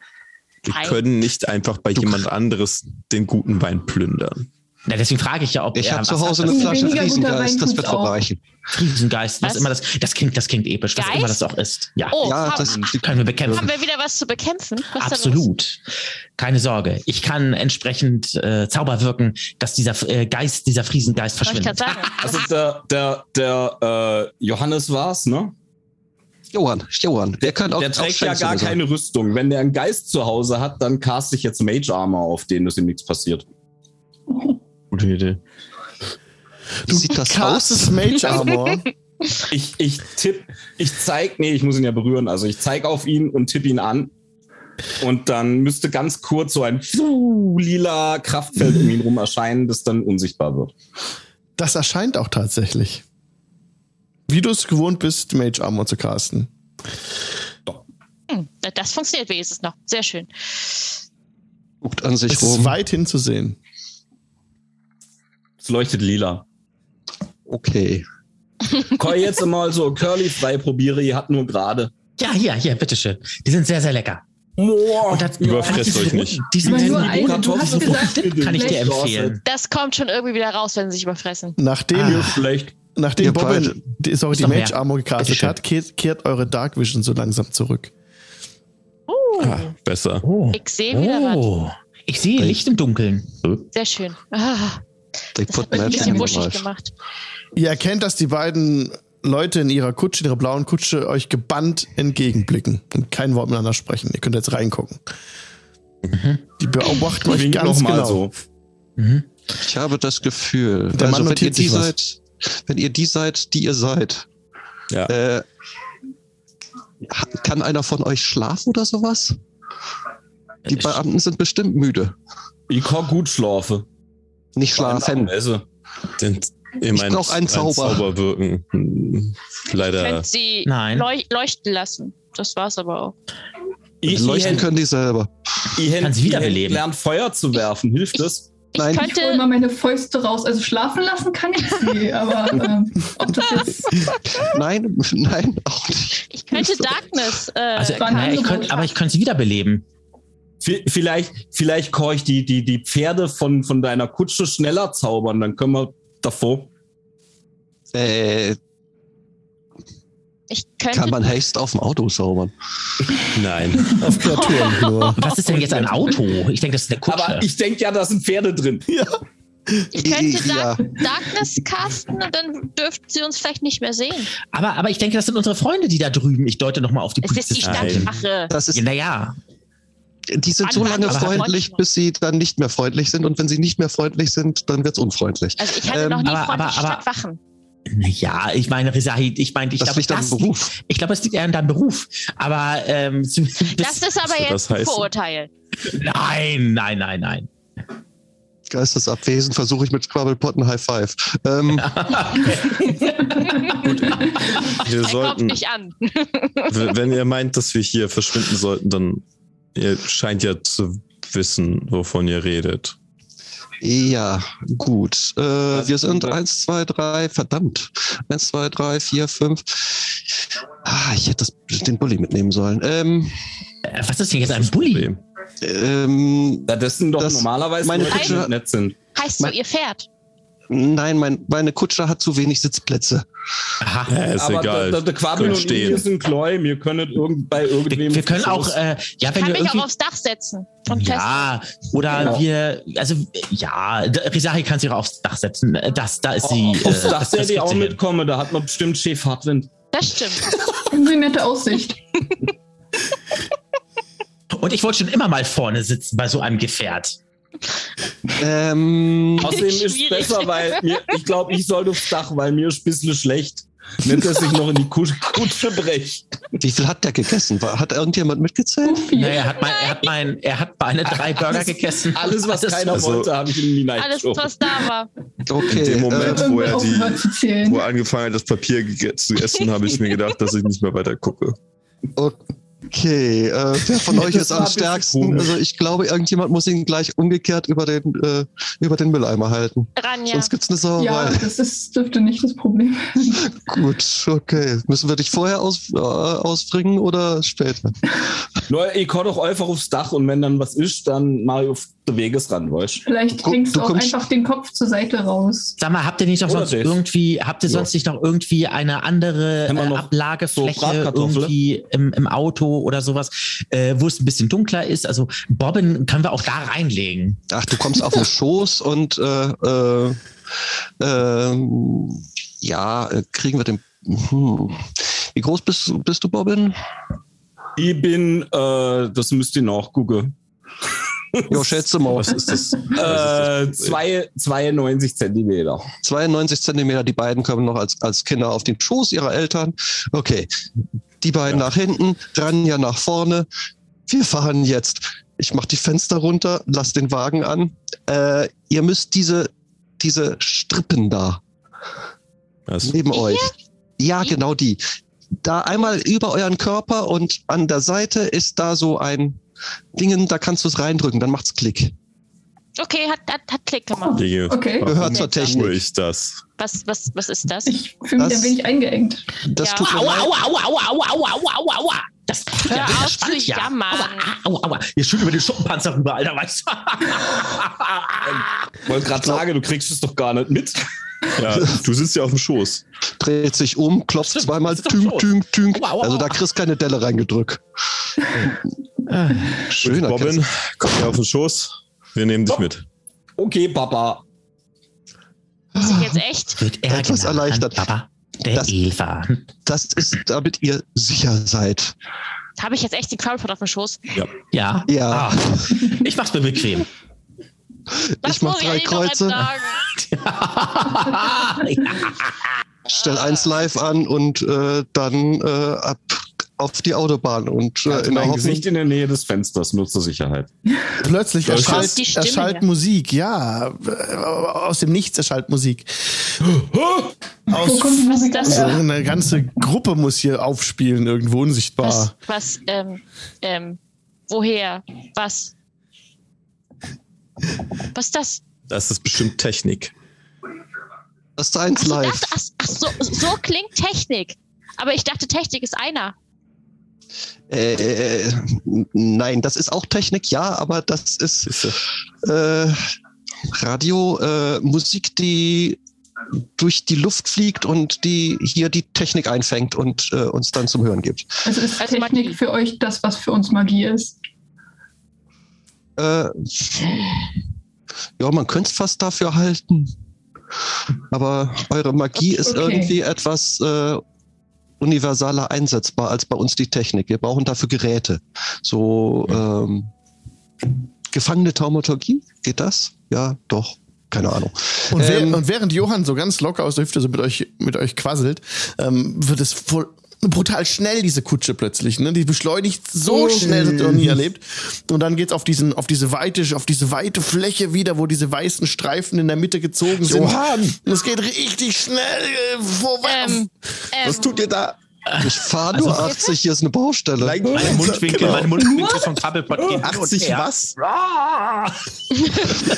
[SPEAKER 4] Wir
[SPEAKER 5] Nein.
[SPEAKER 4] können nicht einfach bei jemand anderes den guten Wein plündern.
[SPEAKER 2] Na, deswegen frage ich ja, ob
[SPEAKER 3] ich
[SPEAKER 2] er
[SPEAKER 3] habe
[SPEAKER 2] was
[SPEAKER 3] zu Hause
[SPEAKER 2] hat,
[SPEAKER 3] eine
[SPEAKER 7] Ein
[SPEAKER 3] Flasche
[SPEAKER 7] weniger guter
[SPEAKER 3] Riesengeist,
[SPEAKER 7] Wein
[SPEAKER 3] das
[SPEAKER 7] tut's
[SPEAKER 3] wird
[SPEAKER 7] auch.
[SPEAKER 3] verreichen.
[SPEAKER 2] das Riesengeist, was
[SPEAKER 5] Was?
[SPEAKER 2] immer das. Das klingt, das klingt episch, was
[SPEAKER 5] Geist?
[SPEAKER 2] immer das auch ist. Ja.
[SPEAKER 5] Oh,
[SPEAKER 3] Ja,
[SPEAKER 5] haben,
[SPEAKER 3] das, die,
[SPEAKER 2] Können wir bekämpfen.
[SPEAKER 5] haben wir wieder was zu bekämpfen? Was ist da los?
[SPEAKER 2] Absolut. Keine Sorge. Ich kann entsprechend äh, Zauber wirken, dass dieser äh, Geist, dieser Friesengeist
[SPEAKER 5] Wollte ich gerade
[SPEAKER 2] verschwindet.
[SPEAKER 5] sagen.
[SPEAKER 6] Also der, der, der äh, Johannes war's, ne?
[SPEAKER 3] Johann, Johann, der kann auch
[SPEAKER 6] Der
[SPEAKER 3] auch
[SPEAKER 6] trägt ja
[SPEAKER 3] Scheiße
[SPEAKER 6] gar
[SPEAKER 3] sein.
[SPEAKER 6] keine Rüstung. Wenn der einen Geist zu Hause hat, dann cast ich jetzt Mage Armor auf den, dass ihm nichts passiert.
[SPEAKER 4] Gute Idee.
[SPEAKER 3] Wie sieht das aus?
[SPEAKER 1] Krasses Mage Armor.
[SPEAKER 6] Ich, ich tipp, ich zeig, nee, ich muss ihn ja berühren. Also ich zeig auf ihn und tipp ihn an. Und dann müsste ganz kurz so ein lila Kraftfeld um ihn rum erscheinen, das dann unsichtbar wird.
[SPEAKER 1] Das erscheint auch tatsächlich. Wie du es gewohnt bist, Mage Armor zu casten.
[SPEAKER 5] Hm, na, das funktioniert wenigstens noch. Sehr schön.
[SPEAKER 3] Guckt an sich
[SPEAKER 1] es ist
[SPEAKER 3] rum.
[SPEAKER 1] weit hinzusehen.
[SPEAKER 6] Es leuchtet lila.
[SPEAKER 3] Okay.
[SPEAKER 6] Koi jetzt mal so curly frei probiere, ihr habt nur gerade.
[SPEAKER 2] Ja, hier, hier, bitteschön. Die sind sehr, sehr lecker.
[SPEAKER 6] Boah,
[SPEAKER 2] das,
[SPEAKER 4] Überfresst euch nicht.
[SPEAKER 2] Die sind
[SPEAKER 7] Aber
[SPEAKER 2] die
[SPEAKER 7] nur
[SPEAKER 2] sind-
[SPEAKER 7] eine, du hast gesagt,
[SPEAKER 2] Dip kann ich dir
[SPEAKER 7] schlecht.
[SPEAKER 2] empfehlen.
[SPEAKER 5] Das kommt schon irgendwie wieder raus, wenn sie sich überfressen.
[SPEAKER 1] Nachdem,
[SPEAKER 2] Ah.
[SPEAKER 6] schlecht.
[SPEAKER 1] nachdem
[SPEAKER 3] Ihr
[SPEAKER 1] Bobbin
[SPEAKER 3] beide-
[SPEAKER 1] die, sorry,
[SPEAKER 2] Ist
[SPEAKER 1] die
[SPEAKER 2] doch mehr.
[SPEAKER 1] Mage Armor gecastet
[SPEAKER 2] Bitteschön.
[SPEAKER 1] hat, kehrt, kehrt eure Dark Vision so langsam zurück.
[SPEAKER 4] Ah, besser.
[SPEAKER 2] Oh.
[SPEAKER 5] Ich sehe Eh, wieder
[SPEAKER 2] oh. Ich sehe Licht im Dunkeln.
[SPEAKER 5] was. Sehr schön. Ah,
[SPEAKER 3] They
[SPEAKER 5] das
[SPEAKER 3] put
[SPEAKER 5] hat mich ein
[SPEAKER 3] magic
[SPEAKER 5] bisschen
[SPEAKER 3] in
[SPEAKER 5] wuschig
[SPEAKER 3] life.
[SPEAKER 5] gemacht.
[SPEAKER 1] Ihr erkennt, dass die beiden Leute in ihrer Kutsche, in ihrer blauen Kutsche, euch gebannt entgegenblicken und kein Wort miteinander sprechen. Ihr könnt jetzt reingucken. Die beobachten euch
[SPEAKER 6] Wink
[SPEAKER 1] ganz
[SPEAKER 6] nochmal
[SPEAKER 1] genau.
[SPEAKER 6] so.
[SPEAKER 2] Mhm.
[SPEAKER 3] Ich habe das Gefühl,
[SPEAKER 1] Der Mann
[SPEAKER 3] also wenn ihr
[SPEAKER 1] notiert sich
[SPEAKER 3] die
[SPEAKER 1] was.
[SPEAKER 3] seid, wenn ihr die seid, die ihr seid,
[SPEAKER 4] Ja.
[SPEAKER 3] äh, ha- kann einer von euch schlafen oder sowas? Die Beamten sind bestimmt müde.
[SPEAKER 6] Ich kann gut schlafe.
[SPEAKER 3] Nicht schlafen.
[SPEAKER 4] Also,
[SPEAKER 6] Esse.
[SPEAKER 4] Den,
[SPEAKER 3] Ich brauch einen Zauber.
[SPEAKER 4] Zauber wirken. Hm, Leider.
[SPEAKER 5] Könnt sie
[SPEAKER 2] Nein.
[SPEAKER 5] leuch leuchten lassen. Das war's aber auch.
[SPEAKER 6] Ich,
[SPEAKER 3] Leuchten
[SPEAKER 6] ich,
[SPEAKER 3] können die selber.
[SPEAKER 6] ich, ich,
[SPEAKER 2] Kann's wiederbeleben.
[SPEAKER 6] ich lernt Feuer zu werfen. Hilft das?
[SPEAKER 5] Ich
[SPEAKER 3] Nein.
[SPEAKER 7] Ich hole
[SPEAKER 5] könnte.
[SPEAKER 7] mal meine Fäuste raus. Also schlafen lassen kann ich
[SPEAKER 4] *laughs*
[SPEAKER 7] sie, aber ähm, ob das jetzt
[SPEAKER 3] Nein, *laughs* nein, auch nicht.
[SPEAKER 5] Ich könnte Darkness. Äh,
[SPEAKER 2] Also,
[SPEAKER 7] Dann
[SPEAKER 2] naja, ich
[SPEAKER 7] Angebot
[SPEAKER 2] könnt,
[SPEAKER 7] schaffen.
[SPEAKER 2] aber ich könnte sie wiederbeleben.
[SPEAKER 6] V- Vielleicht, vielleicht kann ich die, die, die Pferde von, von deiner Kutsche schneller zaubern. Dann können wir davor.
[SPEAKER 3] Äh,
[SPEAKER 5] ich
[SPEAKER 3] kann
[SPEAKER 5] könnte.
[SPEAKER 3] man Haste auf dem Auto zaubern.
[SPEAKER 4] Nein.
[SPEAKER 3] *laughs*
[SPEAKER 1] Auf Kreaturen nur.
[SPEAKER 2] Was ist denn jetzt ein Auto? Ich denke, das ist eine Kutsche.
[SPEAKER 6] *laughs* Aber ich denke ja, da sind Pferde drin.
[SPEAKER 5] Ich könnte
[SPEAKER 3] Ja.
[SPEAKER 5] Dark Darkness casten und dann dürften sie uns vielleicht nicht mehr sehen.
[SPEAKER 2] aber, aber ich denke, das sind unsere Freunde, die da drüben. Ich deute nochmal auf die
[SPEAKER 5] Es ist die
[SPEAKER 2] Polizisten.
[SPEAKER 4] Nein.
[SPEAKER 5] Stadtwache.
[SPEAKER 3] Das ist
[SPEAKER 2] Naja,
[SPEAKER 3] Die sind so
[SPEAKER 5] Anfang
[SPEAKER 3] lange
[SPEAKER 5] aber-
[SPEAKER 3] freundlich, bis sie dann nicht mehr freundlich sind. Und wenn sie nicht mehr freundlich sind, dann wird's unfreundlich.
[SPEAKER 5] Also ich hatte
[SPEAKER 3] Ähm,
[SPEAKER 5] noch nie
[SPEAKER 2] aber- aber-
[SPEAKER 5] freundliche
[SPEAKER 2] aber-
[SPEAKER 5] Stadtwachen.
[SPEAKER 2] Ja, ich meine, Risahid, ich meine, ich
[SPEAKER 3] das
[SPEAKER 2] glaube,
[SPEAKER 3] liegt am
[SPEAKER 2] das liegt,
[SPEAKER 3] Beruf.
[SPEAKER 2] ich glaube, es liegt eher an deinem Beruf. Aber ähm, *laughs* zumindest-
[SPEAKER 5] Das ist aber
[SPEAKER 3] Also,
[SPEAKER 4] soll das
[SPEAKER 5] jetzt ein
[SPEAKER 4] heißen?
[SPEAKER 5] Vorurteil.
[SPEAKER 2] nein, nein, nein, nein.
[SPEAKER 3] Geistesabwesen versuche ich mit Squabblepot einen High Five. Ähm,
[SPEAKER 4] Wir
[SPEAKER 5] Er kommt
[SPEAKER 4] sollten,
[SPEAKER 5] nicht an.
[SPEAKER 4] w- wenn ihr meint, dass wir hier verschwinden sollten, dann ihr scheint ja zu wissen, wovon ihr redet.
[SPEAKER 3] Ja, gut. Äh, wir sind 1, 2, 3, verdammt. 1, 2, 3, 4, 5. Ah, ich hätte das, den Bulli mitnehmen sollen. Ähm,
[SPEAKER 2] Äh, Was ist denn jetzt ein Bulli?
[SPEAKER 4] Problem.
[SPEAKER 3] ähm,
[SPEAKER 6] Ja, Das sind doch
[SPEAKER 3] Das-
[SPEAKER 6] normalerweise
[SPEAKER 3] meine
[SPEAKER 6] Leute, die
[SPEAKER 3] Kutsche-
[SPEAKER 6] nett sind.
[SPEAKER 5] Heißt so,
[SPEAKER 3] Mein-
[SPEAKER 5] ihr Pferd.
[SPEAKER 3] nein, mein, meine Kutsche hat zu wenig Sitzplätze.
[SPEAKER 2] Aha.
[SPEAKER 4] Ja, ist
[SPEAKER 6] Aber
[SPEAKER 4] egal.
[SPEAKER 6] da, da, da quabbeln
[SPEAKER 4] Können
[SPEAKER 6] und
[SPEAKER 4] stehen.
[SPEAKER 6] wir sind Gläu, ihr könntet irgend, bei
[SPEAKER 2] Wir,
[SPEAKER 6] irgendwem.
[SPEAKER 2] wir können auch, äh, ja, wenn
[SPEAKER 5] Kann
[SPEAKER 2] wir
[SPEAKER 5] mich auch
[SPEAKER 2] irgendwie,
[SPEAKER 5] aufs Dach setzen. Und fest.
[SPEAKER 2] ja, oder
[SPEAKER 6] Genau.
[SPEAKER 2] wir, also ja, Risahi kann sich auch aufs Dach setzen. Äh, Das, da ist sie.
[SPEAKER 6] die,
[SPEAKER 2] äh,
[SPEAKER 6] aufs Dach
[SPEAKER 2] das-
[SPEAKER 6] der
[SPEAKER 2] das
[SPEAKER 6] die
[SPEAKER 2] kriegt
[SPEAKER 6] auch
[SPEAKER 2] sie hin.
[SPEAKER 6] mitkomme, da hat man bestimmt Chef Hartwind.
[SPEAKER 3] *laughs*
[SPEAKER 5] Das stimmt.
[SPEAKER 7] Eine nette Aussicht.
[SPEAKER 2] Und ich wollte schon immer mal vorne sitzen bei so einem Gefährt.
[SPEAKER 3] Ähm,
[SPEAKER 6] Außerdem ist es
[SPEAKER 5] Schwierig.
[SPEAKER 6] besser, weil mir, ich glaube, ich sollte aufs Dach, weil mir ist ein bisschen schlecht. Nicht, dass ich noch in die Kutsche, Kutsche brech.
[SPEAKER 3] wie viel hat der gegessen? War- Hat irgendjemand mitgezählt?
[SPEAKER 2] Naja, er hat mein, er hat mein, er hat
[SPEAKER 6] *laughs*
[SPEAKER 2] meine drei Burger gegessen.
[SPEAKER 6] Alles, was keiner
[SPEAKER 4] Also-
[SPEAKER 6] wollte, habe ich in die
[SPEAKER 3] Halt
[SPEAKER 5] Alles,
[SPEAKER 6] Nike
[SPEAKER 5] was da war.
[SPEAKER 3] Okay.
[SPEAKER 4] In dem Moment,
[SPEAKER 3] Äh,
[SPEAKER 4] wo
[SPEAKER 7] Irgendwie
[SPEAKER 4] er die,
[SPEAKER 7] aufgehört zu zählen.
[SPEAKER 4] wo er angefangen hat, das Papier gege- zu essen, habe ich mir gedacht, dass ich nicht mehr weiter gucke.
[SPEAKER 3] okay. Äh, wer
[SPEAKER 6] *laughs*
[SPEAKER 3] von euch
[SPEAKER 6] Das
[SPEAKER 3] ist
[SPEAKER 6] war
[SPEAKER 3] am
[SPEAKER 6] ein bisschen
[SPEAKER 3] stärksten?
[SPEAKER 6] komisch.
[SPEAKER 3] Also ich glaube, irgendjemand muss ihn gleich umgekehrt über den, äh, über den Mülleimer halten.
[SPEAKER 5] Ranja.
[SPEAKER 3] Sonst gibt's eine Sauerei.
[SPEAKER 7] Ja, das ist, dürfte nicht das Problem *laughs* werden.
[SPEAKER 3] Gut, okay. Müssen wir dich vorher aus, äh, ausbringen oder später?
[SPEAKER 6] Neu, ich kann doch einfach aufs Dach und wenn dann was ist, dann mach ich auf den Wegesrand, weißt du?
[SPEAKER 7] Vielleicht
[SPEAKER 3] Guck,
[SPEAKER 7] hängst
[SPEAKER 3] du
[SPEAKER 7] du auch
[SPEAKER 3] kommst-
[SPEAKER 7] einfach den Kopf zur Seite raus.
[SPEAKER 2] Sag mal, habt ihr nicht noch
[SPEAKER 6] Oder
[SPEAKER 2] sonst
[SPEAKER 6] das.
[SPEAKER 2] irgendwie, habt ihr
[SPEAKER 6] Ja.
[SPEAKER 2] sonst nicht noch irgendwie eine andere
[SPEAKER 6] Haben wir
[SPEAKER 2] äh,
[SPEAKER 6] noch
[SPEAKER 2] Ablagefläche
[SPEAKER 6] so Bratkartoffeln?
[SPEAKER 2] irgendwie im, im Auto oder sowas, äh, wo es ein bisschen dunkler ist? Also Bobben können wir auch da reinlegen.
[SPEAKER 3] Ach, du kommst auf den Schoß und äh, äh, ähm, ja, äh, kriegen wir den. Hm. Wie groß bist, du- bist du, Bobbin?
[SPEAKER 6] Ich bin, äh, das müsst ihr nachgucken.
[SPEAKER 3] Jo, schätze mal.
[SPEAKER 4] Was ist das?
[SPEAKER 6] Äh,
[SPEAKER 4] das Problem.
[SPEAKER 6] zwei, 92 Zentimeter.
[SPEAKER 3] 92 Zentimeter, die beiden kommen noch als, als Kinder auf den Schoß ihrer Eltern. Okay. Die beiden nach hinten, Ranja nach vorne. Wir fahren jetzt. Ich mach die Fenster runter, lass den Wagen an. Äh, ihr müsst diese, diese Strippen da
[SPEAKER 4] Was?
[SPEAKER 3] neben
[SPEAKER 5] Die
[SPEAKER 3] euch. Ja,
[SPEAKER 5] Die?
[SPEAKER 3] genau die. Da einmal über euren Körper und an der Seite ist da so ein Dingen, da kannst du es reindrücken, dann macht's Klick.
[SPEAKER 5] Okay, hat, hat, hat Klick gemacht.
[SPEAKER 4] Dinge.
[SPEAKER 7] Okay.
[SPEAKER 4] Warum
[SPEAKER 3] Gehört zur
[SPEAKER 4] tue
[SPEAKER 3] Technik.
[SPEAKER 4] ich das?
[SPEAKER 5] Was, was, was ist das?
[SPEAKER 7] Ich fühle mich
[SPEAKER 3] Das-
[SPEAKER 7] ein wenig eingeengt.
[SPEAKER 3] Das
[SPEAKER 5] Ja.
[SPEAKER 3] tut mir
[SPEAKER 2] Aua,
[SPEAKER 3] leid.
[SPEAKER 2] aua, aua, aua, aua, aua, aua, aua, aua. Das tut ja
[SPEAKER 5] Hör
[SPEAKER 2] das
[SPEAKER 5] auf zu
[SPEAKER 2] spannt ja. ah,
[SPEAKER 5] jammern.
[SPEAKER 2] Aua, aua, aua. Jetzt schön über den Schuppenpanzer rüber, Alter, weißt du?
[SPEAKER 6] Wollte gerade sagen, du kriegst es doch gar nicht mit.
[SPEAKER 4] Ja, du sitzt ja auf dem Schoß.
[SPEAKER 3] dreht sich um, klopft
[SPEAKER 2] Stimmt,
[SPEAKER 3] zweimal,
[SPEAKER 2] das ist doch
[SPEAKER 3] tünk,
[SPEAKER 2] so.
[SPEAKER 3] tünk, tünk.
[SPEAKER 2] Aua, aua,
[SPEAKER 3] Also da
[SPEAKER 2] aua.
[SPEAKER 3] kriegst keine Delle reingedrückt.
[SPEAKER 2] Ah.
[SPEAKER 3] Schöner
[SPEAKER 4] Robin,
[SPEAKER 3] Kerl.
[SPEAKER 4] komm hier auf den Schoß. Wir nehmen dich mit.
[SPEAKER 6] Okay, Papa.
[SPEAKER 5] Muss
[SPEAKER 3] Ah.
[SPEAKER 5] ich jetzt
[SPEAKER 2] *laughs*
[SPEAKER 5] echt?
[SPEAKER 2] Wird er
[SPEAKER 3] Etwas
[SPEAKER 2] genannt,
[SPEAKER 3] erleichtert.
[SPEAKER 2] Papa, der
[SPEAKER 3] Das-
[SPEAKER 2] Eva.
[SPEAKER 3] Das ist, damit ihr sicher seid.
[SPEAKER 5] Habe ich jetzt echt den Crowdpot auf dem Schoß?
[SPEAKER 2] Ja.
[SPEAKER 3] Ja.
[SPEAKER 2] Ah. Ich mach's mir bequem.
[SPEAKER 5] Was
[SPEAKER 3] ich mach
[SPEAKER 5] muss
[SPEAKER 3] drei
[SPEAKER 5] eigentlich noch jetzt
[SPEAKER 3] Kreuze, Ah.
[SPEAKER 5] sagen?
[SPEAKER 2] ja. Ah.
[SPEAKER 3] stell eins live an und äh, dann äh, ab auf die Autobahn und äh,
[SPEAKER 6] Halte
[SPEAKER 3] in der
[SPEAKER 6] mein
[SPEAKER 3] Hoffnung.
[SPEAKER 6] Gesicht in der Nähe des Fensters, nur zur Sicherheit.
[SPEAKER 1] Plötzlich
[SPEAKER 5] Plötzlich.
[SPEAKER 1] erschallt,
[SPEAKER 5] Kommt die Stimme
[SPEAKER 1] erschallt
[SPEAKER 5] her.
[SPEAKER 1] Musik, ja. Äh, Aus dem Nichts erschallt Musik.
[SPEAKER 7] Wo
[SPEAKER 1] Aus
[SPEAKER 7] kommt die
[SPEAKER 5] Was
[SPEAKER 7] Musik
[SPEAKER 5] ist das?
[SPEAKER 1] so
[SPEAKER 7] her?
[SPEAKER 1] eine ganze Gruppe muss hier aufspielen, irgendwo
[SPEAKER 5] Was,
[SPEAKER 1] unsichtbar.
[SPEAKER 5] was, ähm, ähm, woher? Was? Was ist das?
[SPEAKER 4] Das ist bestimmt Technik.
[SPEAKER 3] Das ist eins
[SPEAKER 5] Ach so,
[SPEAKER 3] live.
[SPEAKER 5] das, ach, ach so, so klingt Technik. Aber ich dachte, Technik ist einer.
[SPEAKER 3] Äh, äh, äh, nein, das ist auch Technik, ja, aber das ist
[SPEAKER 4] Siehst du?
[SPEAKER 3] äh, Radio, äh, Musik, die durch die Luft fliegt und die hier die Technik einfängt und äh, uns dann zum Hören gibt.
[SPEAKER 7] Also ist
[SPEAKER 5] Also Magie.
[SPEAKER 7] Technik für euch das, was für uns Magie ist?
[SPEAKER 3] Äh, ja, man könnte es fast dafür halten. Aber eure Magie ist
[SPEAKER 7] Okay.
[SPEAKER 3] irgendwie etwas äh, universaler einsetzbar als bei uns die Technik. Wir brauchen dafür Geräte. So ähm, Gefangene Taumaturgie? Geht das? Ja, doch. Keine Ahnung.
[SPEAKER 1] Und, wer-
[SPEAKER 3] Ähm,
[SPEAKER 1] und während Johann so ganz locker aus der Hüfte so mit euch, mit euch quasselt, ähm, wird es voll brutal schnell, diese Kutsche plötzlich. Ne? Die beschleunigt
[SPEAKER 5] Oh.
[SPEAKER 1] so schnell, das habt ihr noch nie erlebt. Und dann geht's auf diesen, auf diese weite, auf diese weite Fläche wieder, wo diese weißen Streifen in der Mitte gezogen sind.
[SPEAKER 4] Johann!
[SPEAKER 1] Und es geht richtig schnell äh, vorwärts.
[SPEAKER 5] Ähm, ähm,
[SPEAKER 4] Was tut ihr da?
[SPEAKER 3] Ich fahre nur 80, hier ist eine Baustelle. *laughs*
[SPEAKER 4] Like-
[SPEAKER 2] Meine Mundwinkel,
[SPEAKER 4] Genau.
[SPEAKER 2] meine Mundwinkel vom Kabelpot gehen hin und
[SPEAKER 4] 80
[SPEAKER 2] her.
[SPEAKER 4] was?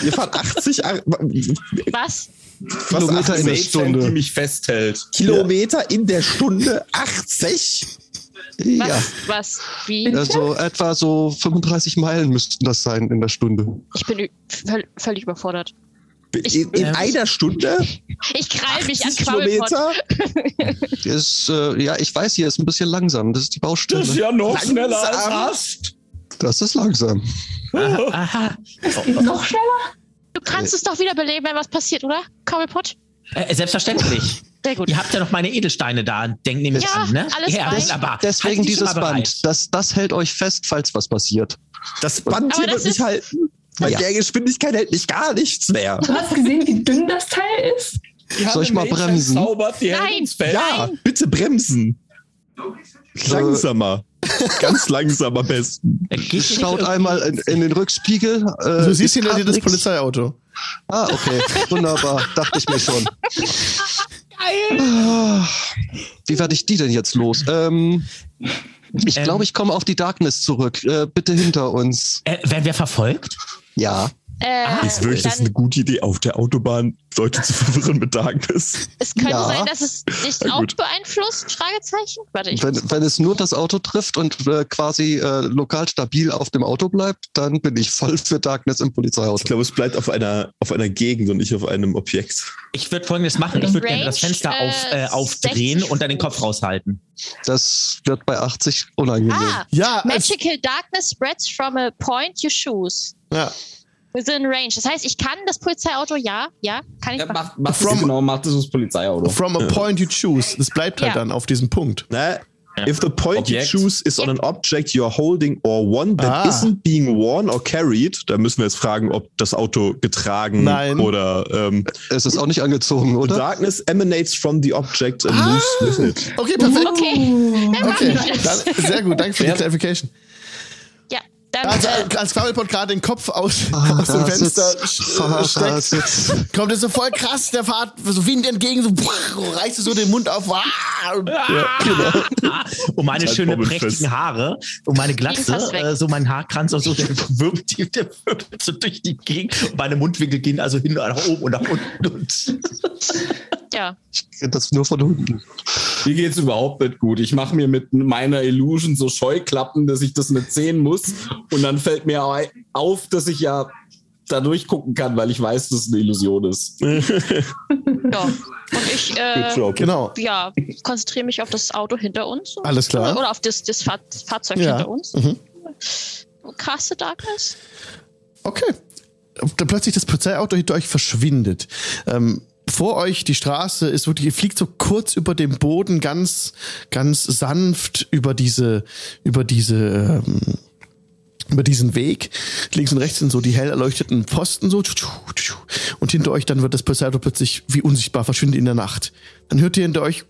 [SPEAKER 4] Ihr fahrt 80 Ar-
[SPEAKER 5] was?
[SPEAKER 4] was
[SPEAKER 3] Kilometer in der
[SPEAKER 4] 80?
[SPEAKER 3] Stunde.
[SPEAKER 6] die mich festhält.
[SPEAKER 4] Kilometer in der Stunde 80?
[SPEAKER 5] Was?
[SPEAKER 3] ja,
[SPEAKER 5] Was? Wie?
[SPEAKER 3] also etwa so 35 Meilen müssten das sein in der Stunde.
[SPEAKER 5] Ich bin ü- völ- völlig überfordert. Ich-
[SPEAKER 4] In, in
[SPEAKER 2] Ja.
[SPEAKER 4] einer Stunde?
[SPEAKER 5] Ich krall mich an
[SPEAKER 4] 80
[SPEAKER 5] Quabbelpot.
[SPEAKER 4] Kilometer?
[SPEAKER 3] Ist, äh, ja, ich weiß, hier ist ein bisschen langsam. Das ist die Baustelle.
[SPEAKER 6] Das ist ja noch
[SPEAKER 4] Langsam.
[SPEAKER 6] schneller als Ast.
[SPEAKER 3] Das ist langsam.
[SPEAKER 2] Aha.
[SPEAKER 4] Oh.
[SPEAKER 7] Es geht noch schneller.
[SPEAKER 5] Du kannst es doch wiederbeleben, wenn was passiert, oder? Quabbelpot?
[SPEAKER 2] Äh, selbstverständlich.
[SPEAKER 5] Sehr gut.
[SPEAKER 2] Ihr habt ja noch meine Edelsteine da. Denkt nämlich
[SPEAKER 5] Ja,
[SPEAKER 2] an, ne?
[SPEAKER 5] alles
[SPEAKER 2] ja,
[SPEAKER 5] bei.
[SPEAKER 2] wunderbar.
[SPEAKER 3] Deswegen
[SPEAKER 2] Haltet die schon
[SPEAKER 3] dieses
[SPEAKER 2] mal bereit.
[SPEAKER 3] Band. Das, das hält euch fest, falls was passiert.
[SPEAKER 4] Das Band
[SPEAKER 5] Aber
[SPEAKER 4] hier wird
[SPEAKER 5] das
[SPEAKER 4] mich
[SPEAKER 5] ist-
[SPEAKER 4] halten. Bei
[SPEAKER 3] Ja.
[SPEAKER 4] der Geschwindigkeit hält mich gar nichts mehr.
[SPEAKER 7] Du hast gesehen, wie dünn das Teil ist?
[SPEAKER 3] Soll ich mal bremsen?
[SPEAKER 6] Zaubert, die
[SPEAKER 5] Nein.
[SPEAKER 6] Nein. Ins Feld.
[SPEAKER 4] Ja, bitte bremsen. Langsamer. *laughs* Ganz langsam am besten.
[SPEAKER 2] Äh, geht hier
[SPEAKER 3] Schaut
[SPEAKER 2] nicht
[SPEAKER 3] einmal in, in den Rückspiegel. Äh,
[SPEAKER 1] Du siehst
[SPEAKER 3] ich
[SPEAKER 1] hinter
[SPEAKER 3] kann
[SPEAKER 1] dir das
[SPEAKER 3] nix.
[SPEAKER 1] Polizeiauto.
[SPEAKER 3] Ah, okay. Wunderbar. Dachte ich mir schon.
[SPEAKER 5] Geil.
[SPEAKER 3] Ah, Wie werde ich die denn jetzt los? Ähm, ich
[SPEAKER 2] Ähm.
[SPEAKER 3] glaube, ich komme auf die Darkness zurück. Äh, bitte hinter uns.
[SPEAKER 2] irgendwie- Äh, werden wir verfolgt?
[SPEAKER 3] Ja.
[SPEAKER 5] Äh,
[SPEAKER 4] Ah, Ist wirklich das
[SPEAKER 5] dann,
[SPEAKER 4] eine gute Idee, auf der Autobahn Leute zu verwirren mit Darkness?
[SPEAKER 5] es könnte
[SPEAKER 3] Ja.
[SPEAKER 5] sein, dass es dich
[SPEAKER 4] Na
[SPEAKER 5] auch
[SPEAKER 4] gut.
[SPEAKER 5] beeinflusst? Fragezeichen? Warte, ich.
[SPEAKER 3] Wenn, wenn es nur das Auto trifft und äh, quasi äh, lokal stabil auf dem Auto bleibt, dann bin ich voll für Darkness im
[SPEAKER 4] Ich
[SPEAKER 3] Polizeiauto.
[SPEAKER 4] glaube, es bleibt auf einer, auf einer Gegend und nicht auf einem Objekt.
[SPEAKER 2] Ich würde folgendes machen. Ich würde gerne das
[SPEAKER 5] Range,
[SPEAKER 2] Fenster auf,
[SPEAKER 5] äh,
[SPEAKER 2] äh, aufdrehen
[SPEAKER 5] 60
[SPEAKER 2] und dann den Kopf raushalten.
[SPEAKER 3] Das wird bei 80 unangenehm.
[SPEAKER 5] Ah,
[SPEAKER 1] Ja, es-
[SPEAKER 5] Magical Darkness spreads from a point you choose.
[SPEAKER 1] ja.
[SPEAKER 5] Within range. Das heißt, ich kann das Polizeiauto, ja, ja, kann ich
[SPEAKER 6] Ja,
[SPEAKER 5] machen.
[SPEAKER 6] macht, macht
[SPEAKER 1] From-
[SPEAKER 6] das genau, macht das das Polizeiauto.
[SPEAKER 1] From a point you choose. Das bleibt halt
[SPEAKER 5] Ja.
[SPEAKER 1] dann auf diesem Punkt.
[SPEAKER 4] Ne? If the point
[SPEAKER 6] Objekt.
[SPEAKER 4] you choose is on an object you are holding or one that
[SPEAKER 1] Ah.
[SPEAKER 4] isn't being worn or carried, da müssen wir jetzt fragen, ob das Auto getragen
[SPEAKER 1] Nein.
[SPEAKER 4] oder ähm,
[SPEAKER 3] Es ist auch nicht angezogen, oder?
[SPEAKER 4] Darkness emanates from the object and
[SPEAKER 1] Ah.
[SPEAKER 4] moves with it.
[SPEAKER 1] Okay, perfekt.
[SPEAKER 5] Mhm. Okay,
[SPEAKER 1] Okay,
[SPEAKER 5] mach ich
[SPEAKER 1] dann,
[SPEAKER 5] das.
[SPEAKER 1] sehr gut, danke für die
[SPEAKER 6] Ja.
[SPEAKER 1] Clarification.
[SPEAKER 5] ja, dann.
[SPEAKER 1] Also,
[SPEAKER 5] äh,
[SPEAKER 1] als Quabbelpot gerade den Kopf aus,
[SPEAKER 3] Ah,
[SPEAKER 1] aus dem
[SPEAKER 3] da
[SPEAKER 1] Fenster
[SPEAKER 3] *laughs* sitzt-
[SPEAKER 1] sch- äh,
[SPEAKER 3] da
[SPEAKER 1] steckt,
[SPEAKER 3] sitzt-
[SPEAKER 1] kommt es so voll krass, der Fahrt, so wie ihm entgegen, so *laughs* puh, reißt es so den Mund auf. Ah, und,
[SPEAKER 2] *laughs* Um meine
[SPEAKER 4] Halt
[SPEAKER 2] schöne
[SPEAKER 4] Bombenfest.
[SPEAKER 2] prächtigen Haare, um meine
[SPEAKER 5] fast
[SPEAKER 2] Glatze,
[SPEAKER 5] weg.
[SPEAKER 2] äh, so meinen Haarkranz und so, der wirbelt, die- der wirbelt so durch die Gegend. Und meine Mundwinkel gehen also hin nach oben und nach unten. Und
[SPEAKER 5] ja.
[SPEAKER 3] Das nur von unten.
[SPEAKER 6] Mir geht's überhaupt nicht gut. Ich mache mir mit meiner Illusion so Scheuklappen, dass ich das nicht sehen muss. Und dann fällt mir ei- auf, dass ich ja da durchgucken kann, weil ich weiß, dass es eine Illusion ist.
[SPEAKER 5] ja. Und ich, äh,
[SPEAKER 1] genau.
[SPEAKER 5] ja, konzentriere mich auf das Auto hinter uns. und-
[SPEAKER 1] Alles klar.
[SPEAKER 5] Oder auf das, das Fahr Fahrzeug
[SPEAKER 1] Ja. Mhm.
[SPEAKER 5] hinter uns. Caste Darkness.
[SPEAKER 1] Okay. Da plötzlich das Polizeiauto hinter euch verschwindet. Ähm, vor euch die Straße ist wirklich, ihr fliegt so kurz über dem Boden, ganz, ganz sanft über diese, über diese, ähm, über diesen Weg. Links und rechts sind so die hell erleuchteten Posten so. Und hinter euch dann wird das Polizeiauto plötzlich wie unsichtbar verschwindet in der Nacht. Dann hört ihr hinter euch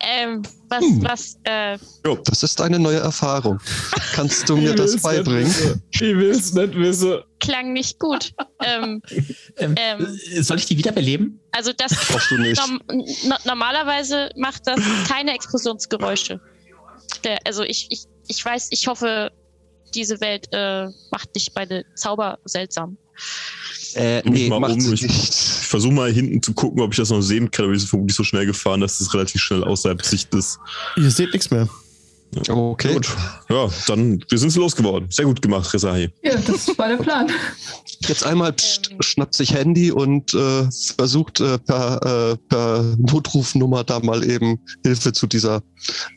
[SPEAKER 5] Ähm, was,
[SPEAKER 1] Hm.
[SPEAKER 5] was, äh,
[SPEAKER 3] Das ist eine neue Erfahrung. Kannst du mir das
[SPEAKER 6] will's nicht
[SPEAKER 3] beibringen?
[SPEAKER 6] wissen. Ich will's nicht wissen.
[SPEAKER 5] klang nicht gut. ähm,
[SPEAKER 2] ähm,
[SPEAKER 5] Ähm.
[SPEAKER 2] äh, Soll ich die wiederbeleben?
[SPEAKER 5] also das.
[SPEAKER 3] Brauchst du nicht.
[SPEAKER 5] Norm no- normalerweise macht das keine Explosionsgeräusche. Der, also ich, ich, ich weiß, ich hoffe, diese Welt äh, macht nicht meine Zauber seltsam.
[SPEAKER 3] Äh,
[SPEAKER 4] Muss mal
[SPEAKER 3] macht
[SPEAKER 4] oben
[SPEAKER 3] sie
[SPEAKER 4] durch.
[SPEAKER 3] nicht.
[SPEAKER 4] Ich versuche mal hinten zu gucken, ob ich das noch sehen kann, aber wir sind vermutlich so schnell gefahren, dass es relativ schnell außerhalb Sicht ist.
[SPEAKER 1] Ihr seht nichts mehr.
[SPEAKER 3] Okay.
[SPEAKER 4] Gut. Ja, dann, wir sind losgeworden. Sehr gut gemacht, Resahi.
[SPEAKER 7] Ja, das war der
[SPEAKER 2] *laughs*
[SPEAKER 7] Plan.
[SPEAKER 3] Jetzt einmal pst,
[SPEAKER 5] Ähm.
[SPEAKER 3] schnappt sich Handy und äh, versucht äh, per, äh, per Notrufnummer da mal eben Hilfe zu dieser,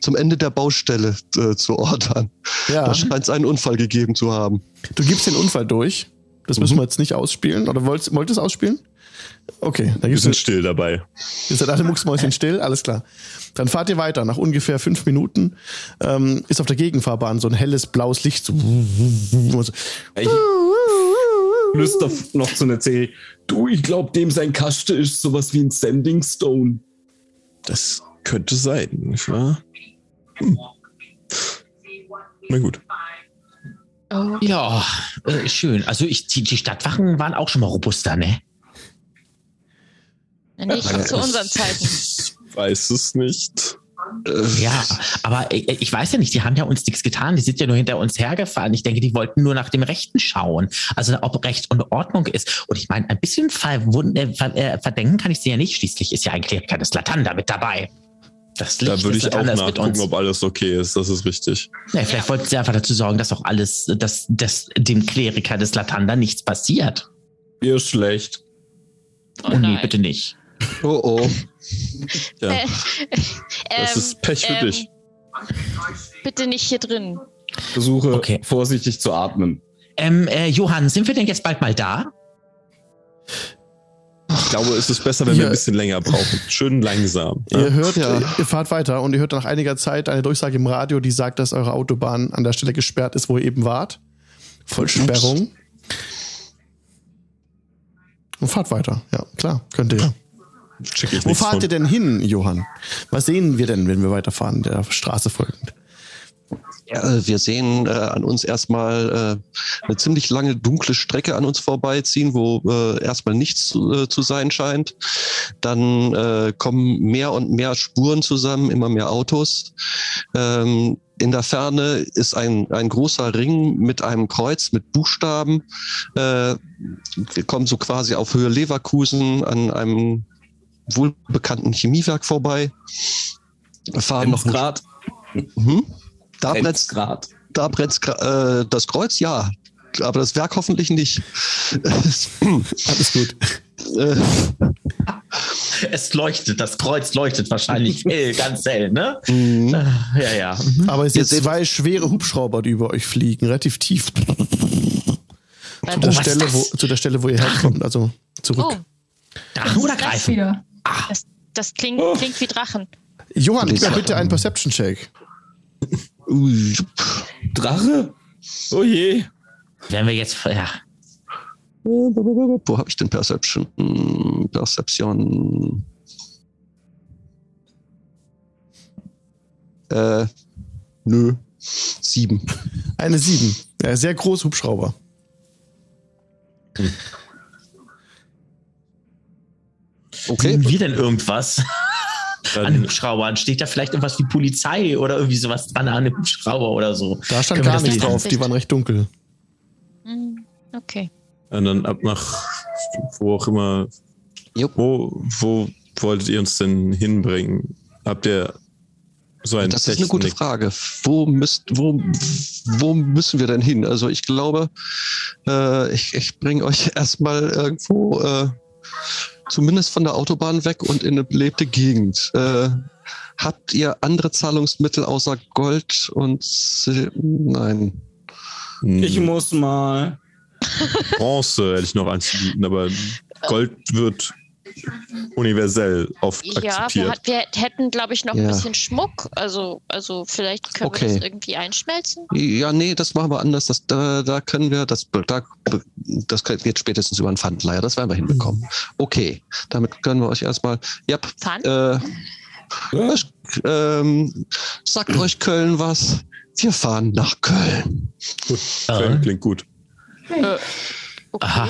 [SPEAKER 3] zum Ende der Baustelle äh, zu ordern.
[SPEAKER 1] Ja.
[SPEAKER 3] Da scheint es einen Unfall gegeben zu haben.
[SPEAKER 4] Mhm.
[SPEAKER 1] Du gibst den Unfall durch. Das müssen wir jetzt nicht ausspielen. Oder wolltest, wolltest du es ausspielen? Okay, dann
[SPEAKER 4] Wir
[SPEAKER 1] gibt's
[SPEAKER 4] sind still dabei.
[SPEAKER 1] Ihr seid alle Mucksmäuschen still, alles klar. Dann fahrt ihr weiter. Nach ungefähr fünf Minuten ähm, ist auf der Gegenfahrbahn so ein helles blaues Licht. So, und so.
[SPEAKER 6] Ich flüster noch zu einer Serie. Du, ich glaube, dem sein Kaste ist sowas wie ein Sending Stone.
[SPEAKER 4] Das könnte sein, nicht wahr? Hm. Na gut.
[SPEAKER 2] Ja, äh, schön. Also ich, die, die Stadtwachen waren auch schon mal robuster, ne?
[SPEAKER 5] Nicht zu
[SPEAKER 4] *laughs*
[SPEAKER 5] unseren Zeiten.
[SPEAKER 4] Ich weiß es nicht.
[SPEAKER 2] Ja, aber ich, ich weiß ja nicht, die haben ja uns nichts getan. Die sind ja nur hinter uns hergefahren. Ich denke, die wollten nur nach dem Rechten schauen. Also ob Recht und Ordnung ist. Und ich meine, ein bisschen verwund, äh, ver, äh, verdenken kann ich sie ja nicht. Schließlich ist ja ein kleines Latanda mit dabei. Das Licht
[SPEAKER 4] Da würde
[SPEAKER 2] des
[SPEAKER 4] ich auch
[SPEAKER 2] Latanda ist
[SPEAKER 4] nachgucken, ob alles okay ist. Das ist richtig.
[SPEAKER 2] Nee, vielleicht wollten sie einfach dazu sorgen, dass auch alles, dass, dass dem Kleriker des Latanda nichts passiert.
[SPEAKER 6] Ihr ist schlecht.
[SPEAKER 5] Oh
[SPEAKER 2] Oh, nee,
[SPEAKER 5] nein.
[SPEAKER 2] bitte nicht.
[SPEAKER 3] Oh oh.
[SPEAKER 4] Ja.
[SPEAKER 5] Äh,
[SPEAKER 4] Das
[SPEAKER 5] ähm,
[SPEAKER 4] ist Pech für
[SPEAKER 5] ähm,
[SPEAKER 4] dich.
[SPEAKER 5] Bitte nicht hier drin.
[SPEAKER 6] Versuche
[SPEAKER 2] Okay.
[SPEAKER 6] vorsichtig zu atmen.
[SPEAKER 2] Ähm, äh, Johann, sind wir denn jetzt bald mal da?
[SPEAKER 4] Ich glaube, es ist besser, wenn wir
[SPEAKER 1] Ja.
[SPEAKER 4] ein bisschen länger brauchen. Schön langsam.
[SPEAKER 1] Ihr
[SPEAKER 4] Ja.
[SPEAKER 1] hört,
[SPEAKER 3] Ja.
[SPEAKER 1] ihr fahrt weiter und ihr hört nach einiger Zeit eine Durchsage im Radio, die sagt, dass eure Autobahn an der Stelle gesperrt ist, wo ihr eben wart. Vollsperrung. Und fahrt weiter. Ja, klar, könnt ihr ja.
[SPEAKER 4] Check ich
[SPEAKER 1] Wo
[SPEAKER 4] nichts
[SPEAKER 1] fahrt
[SPEAKER 4] von.
[SPEAKER 1] ihr denn hin, Johann? Was sehen wir denn, wenn wir weiterfahren, der Straße folgend?
[SPEAKER 3] Ja, äh, wir sehen äh, an uns erstmal äh, eine ziemlich lange dunkle Strecke an uns vorbeiziehen, wo äh, erstmal nichts zu, äh, zu sein scheint. Dann äh, kommen mehr und mehr Spuren zusammen, immer mehr Autos. Ähm, in der Ferne ist ein, ein großer Ring mit einem Kreuz mit Buchstaben. Äh, wir kommen so quasi auf Höhe Leverkusen an einem wohlbekannten Chemiewerk vorbei. Fahren noch ein-
[SPEAKER 6] Grad.
[SPEAKER 3] hm? Da brennt's
[SPEAKER 6] Grad.
[SPEAKER 3] da brennt äh, das Kreuz, ja. Aber das Werk hoffentlich nicht.
[SPEAKER 1] *laughs* Alles gut.
[SPEAKER 3] Äh,
[SPEAKER 2] Es leuchtet, das Kreuz leuchtet *laughs* wahrscheinlich hell, ganz hell, ne?
[SPEAKER 3] mh.
[SPEAKER 2] Ah, Ja, ja.
[SPEAKER 1] Aber es
[SPEAKER 3] Ihr
[SPEAKER 1] sind
[SPEAKER 3] seht-
[SPEAKER 1] zwei schwere Hubschrauber, die über euch fliegen, relativ tief zu
[SPEAKER 5] Warte,
[SPEAKER 1] der,
[SPEAKER 2] was
[SPEAKER 5] was
[SPEAKER 2] ist
[SPEAKER 1] Stelle,
[SPEAKER 2] das?
[SPEAKER 1] wo, zu der Stelle, wo ihr herkommt, also zurück.
[SPEAKER 5] Oh,
[SPEAKER 2] Drachen oder
[SPEAKER 7] Das ist
[SPEAKER 2] greifen?
[SPEAKER 7] wieder.
[SPEAKER 5] das, das klingt, klingt wie Drachen.
[SPEAKER 1] Johann, gib mir
[SPEAKER 3] Lisa.
[SPEAKER 1] bitte einen Perception-Check.
[SPEAKER 3] Ui,
[SPEAKER 6] Drache? Oh je.
[SPEAKER 2] Wenn wir jetzt, ja.
[SPEAKER 3] Wo habe ich denn Perception? Hm, Perception. Äh, nö. Sieben.
[SPEAKER 1] Eine 7. Ja, sehr groß Hubschrauber.
[SPEAKER 3] Okay.
[SPEAKER 2] Sehen wir denn irgendwas an
[SPEAKER 4] Dann, äh,
[SPEAKER 2] Hubschraubern? Steht da vielleicht irgendwas wie Polizei oder irgendwie sowas dran an einem Hubschrauber oder so?
[SPEAKER 1] Da stand
[SPEAKER 2] Können wir
[SPEAKER 1] gar
[SPEAKER 2] das
[SPEAKER 1] nichts
[SPEAKER 5] nicht
[SPEAKER 1] drauf,
[SPEAKER 5] ansichten?
[SPEAKER 1] die waren recht dunkel.
[SPEAKER 5] Hm, Okay.
[SPEAKER 4] und dann ab nach wo auch immer.
[SPEAKER 3] Jupp.
[SPEAKER 4] Wo, wo wolltet ihr uns denn hinbringen? Habt ihr so ein
[SPEAKER 3] Das ist eine gute
[SPEAKER 4] Technik-
[SPEAKER 3] Frage. Wo, müsst, wo, wo müssen wir denn hin? Also ich glaube, äh, ich, ich bringe euch *laughs* erstmal irgendwo äh, zumindest von der Autobahn weg und in eine belebte Gegend. Äh, habt ihr andere Zahlungsmittel außer Gold und Sil Nein.
[SPEAKER 6] Ich
[SPEAKER 4] Hm,
[SPEAKER 6] muss mal.
[SPEAKER 4] Bronze hätte ich noch anzubieten,
[SPEAKER 5] Ähm.
[SPEAKER 4] aber Gold wird universell oft
[SPEAKER 5] Ja, wir,
[SPEAKER 4] akzeptiert.
[SPEAKER 5] hat, wir hätten, glaube ich, noch ein
[SPEAKER 3] Ja.
[SPEAKER 5] bisschen Schmuck. Also, also vielleicht können wir
[SPEAKER 3] Okay.
[SPEAKER 5] das irgendwie einschmelzen.
[SPEAKER 3] Ja, nee, das machen wir anders. Das, da, da können wir, das, da, das geht spätestens über einen Pfandleiher. Das werden wir hinbekommen. Okay, damit können wir euch erstmal. Ja,
[SPEAKER 5] Pfand?
[SPEAKER 3] Äh, was, ähm, sagt euch Köln was? Wir fahren nach Köln.
[SPEAKER 4] Klingt- Klingt gut.
[SPEAKER 5] Okay.
[SPEAKER 2] Aha.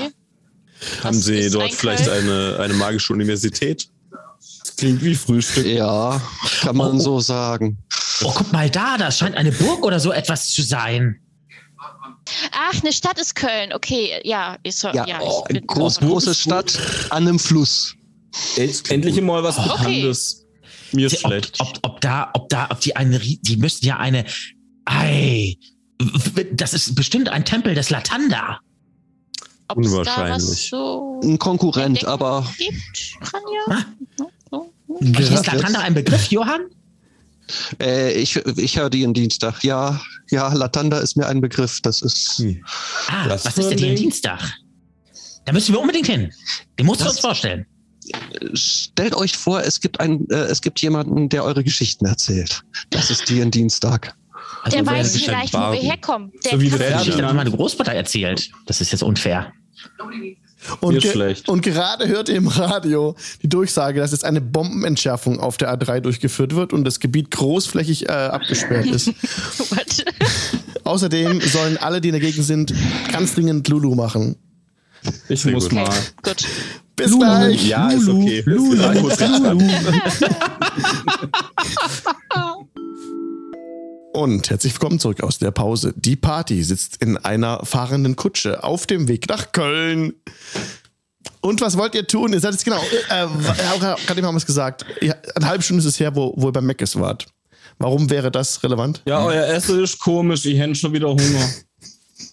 [SPEAKER 4] Haben Sie
[SPEAKER 5] ist
[SPEAKER 4] dort
[SPEAKER 5] ein
[SPEAKER 4] vielleicht
[SPEAKER 5] Köln?
[SPEAKER 4] eine, eine magische Universität?
[SPEAKER 6] Das klingt wie Frühstück.
[SPEAKER 3] Ja, kann man
[SPEAKER 2] Oh.
[SPEAKER 3] so sagen.
[SPEAKER 2] Oh, guck mal da, das scheint eine Burg oder so etwas zu sein.
[SPEAKER 5] Ach, eine Stadt ist Köln. Okay, ja. Ist, ja,
[SPEAKER 3] Ja,
[SPEAKER 5] ja
[SPEAKER 6] oh,
[SPEAKER 5] ich bin
[SPEAKER 3] Groß,
[SPEAKER 5] drauf.
[SPEAKER 3] große Stadt an einem Fluss.
[SPEAKER 6] Endlich mal was
[SPEAKER 5] Okay.
[SPEAKER 6] Bekanntes.
[SPEAKER 4] Mir ist
[SPEAKER 2] Sie- Ob,
[SPEAKER 4] schlecht.
[SPEAKER 2] ob, ob da, ob da, ob die eine, rie- die müssen ja eine, ei, w- das ist bestimmt ein Tempel des Latanda.
[SPEAKER 5] Ob's Da was
[SPEAKER 4] Unwahrscheinlich.
[SPEAKER 5] so
[SPEAKER 3] Ein Konkurrent,
[SPEAKER 5] Entdecken?
[SPEAKER 3] aber
[SPEAKER 5] gibt,
[SPEAKER 2] Ah.
[SPEAKER 5] Ranja? So.
[SPEAKER 2] Ist
[SPEAKER 3] Ja,
[SPEAKER 2] Latanda ein Begriff, Johann?
[SPEAKER 3] äh, ich, ich höre die in Dienstag. Ja, ja, Latanda ist mir ein Begriff. Das ist.
[SPEAKER 4] Hm.
[SPEAKER 2] Ah,
[SPEAKER 6] Das
[SPEAKER 2] was ist denn
[SPEAKER 6] Ding.
[SPEAKER 2] hier Dienstag? Da müssen wir unbedingt hin. Den musst du
[SPEAKER 3] Das-
[SPEAKER 2] uns vorstellen.
[SPEAKER 3] stellt euch vor, es gibt einen, äh, es gibt jemanden, der eure Geschichten erzählt. Das ist dir ein Dienstag.
[SPEAKER 5] der
[SPEAKER 2] Also, wer-
[SPEAKER 5] weiß
[SPEAKER 4] Also sich
[SPEAKER 5] vielleicht,
[SPEAKER 4] ein
[SPEAKER 5] wo wir
[SPEAKER 4] Wagen.
[SPEAKER 5] herkommen. Der
[SPEAKER 4] So wie
[SPEAKER 5] kann-
[SPEAKER 2] Wer hat
[SPEAKER 4] Ferdinand.
[SPEAKER 2] ich dann meine Großmutter erzählt? Das ist jetzt unfair.
[SPEAKER 1] Und,
[SPEAKER 6] Mir
[SPEAKER 1] ge
[SPEAKER 6] schlecht.
[SPEAKER 1] und gerade hört ihr im Radio die Durchsage, dass jetzt eine Bombenentschärfung auf der A3 durchgeführt wird und das Gebiet großflächig äh, abgesperrt ist.
[SPEAKER 5] What?
[SPEAKER 1] Außerdem sollen alle, die in der Gegend sind, ganz dringend Lulu machen.
[SPEAKER 4] Ich muss
[SPEAKER 5] Okay,
[SPEAKER 4] mal.
[SPEAKER 5] *laughs* gut.
[SPEAKER 1] Bis gleich!
[SPEAKER 4] Ja, ist okay. Lulu.
[SPEAKER 1] Und herzlich willkommen zurück aus der Pause. Die Party sitzt in einer fahrenden Kutsche auf dem Weg nach Köln. Und was wollt ihr tun? Ihr seid jetzt genau, äh, äh, gerade eben haben wir es gesagt, ihr, eine halbe Stunde ist es her, wo, wo ihr bei Meckes wart. Warum wäre das relevant?
[SPEAKER 4] Mhm.
[SPEAKER 6] Ja, euer Essen ist komisch, ich hätte schon wieder Hunger.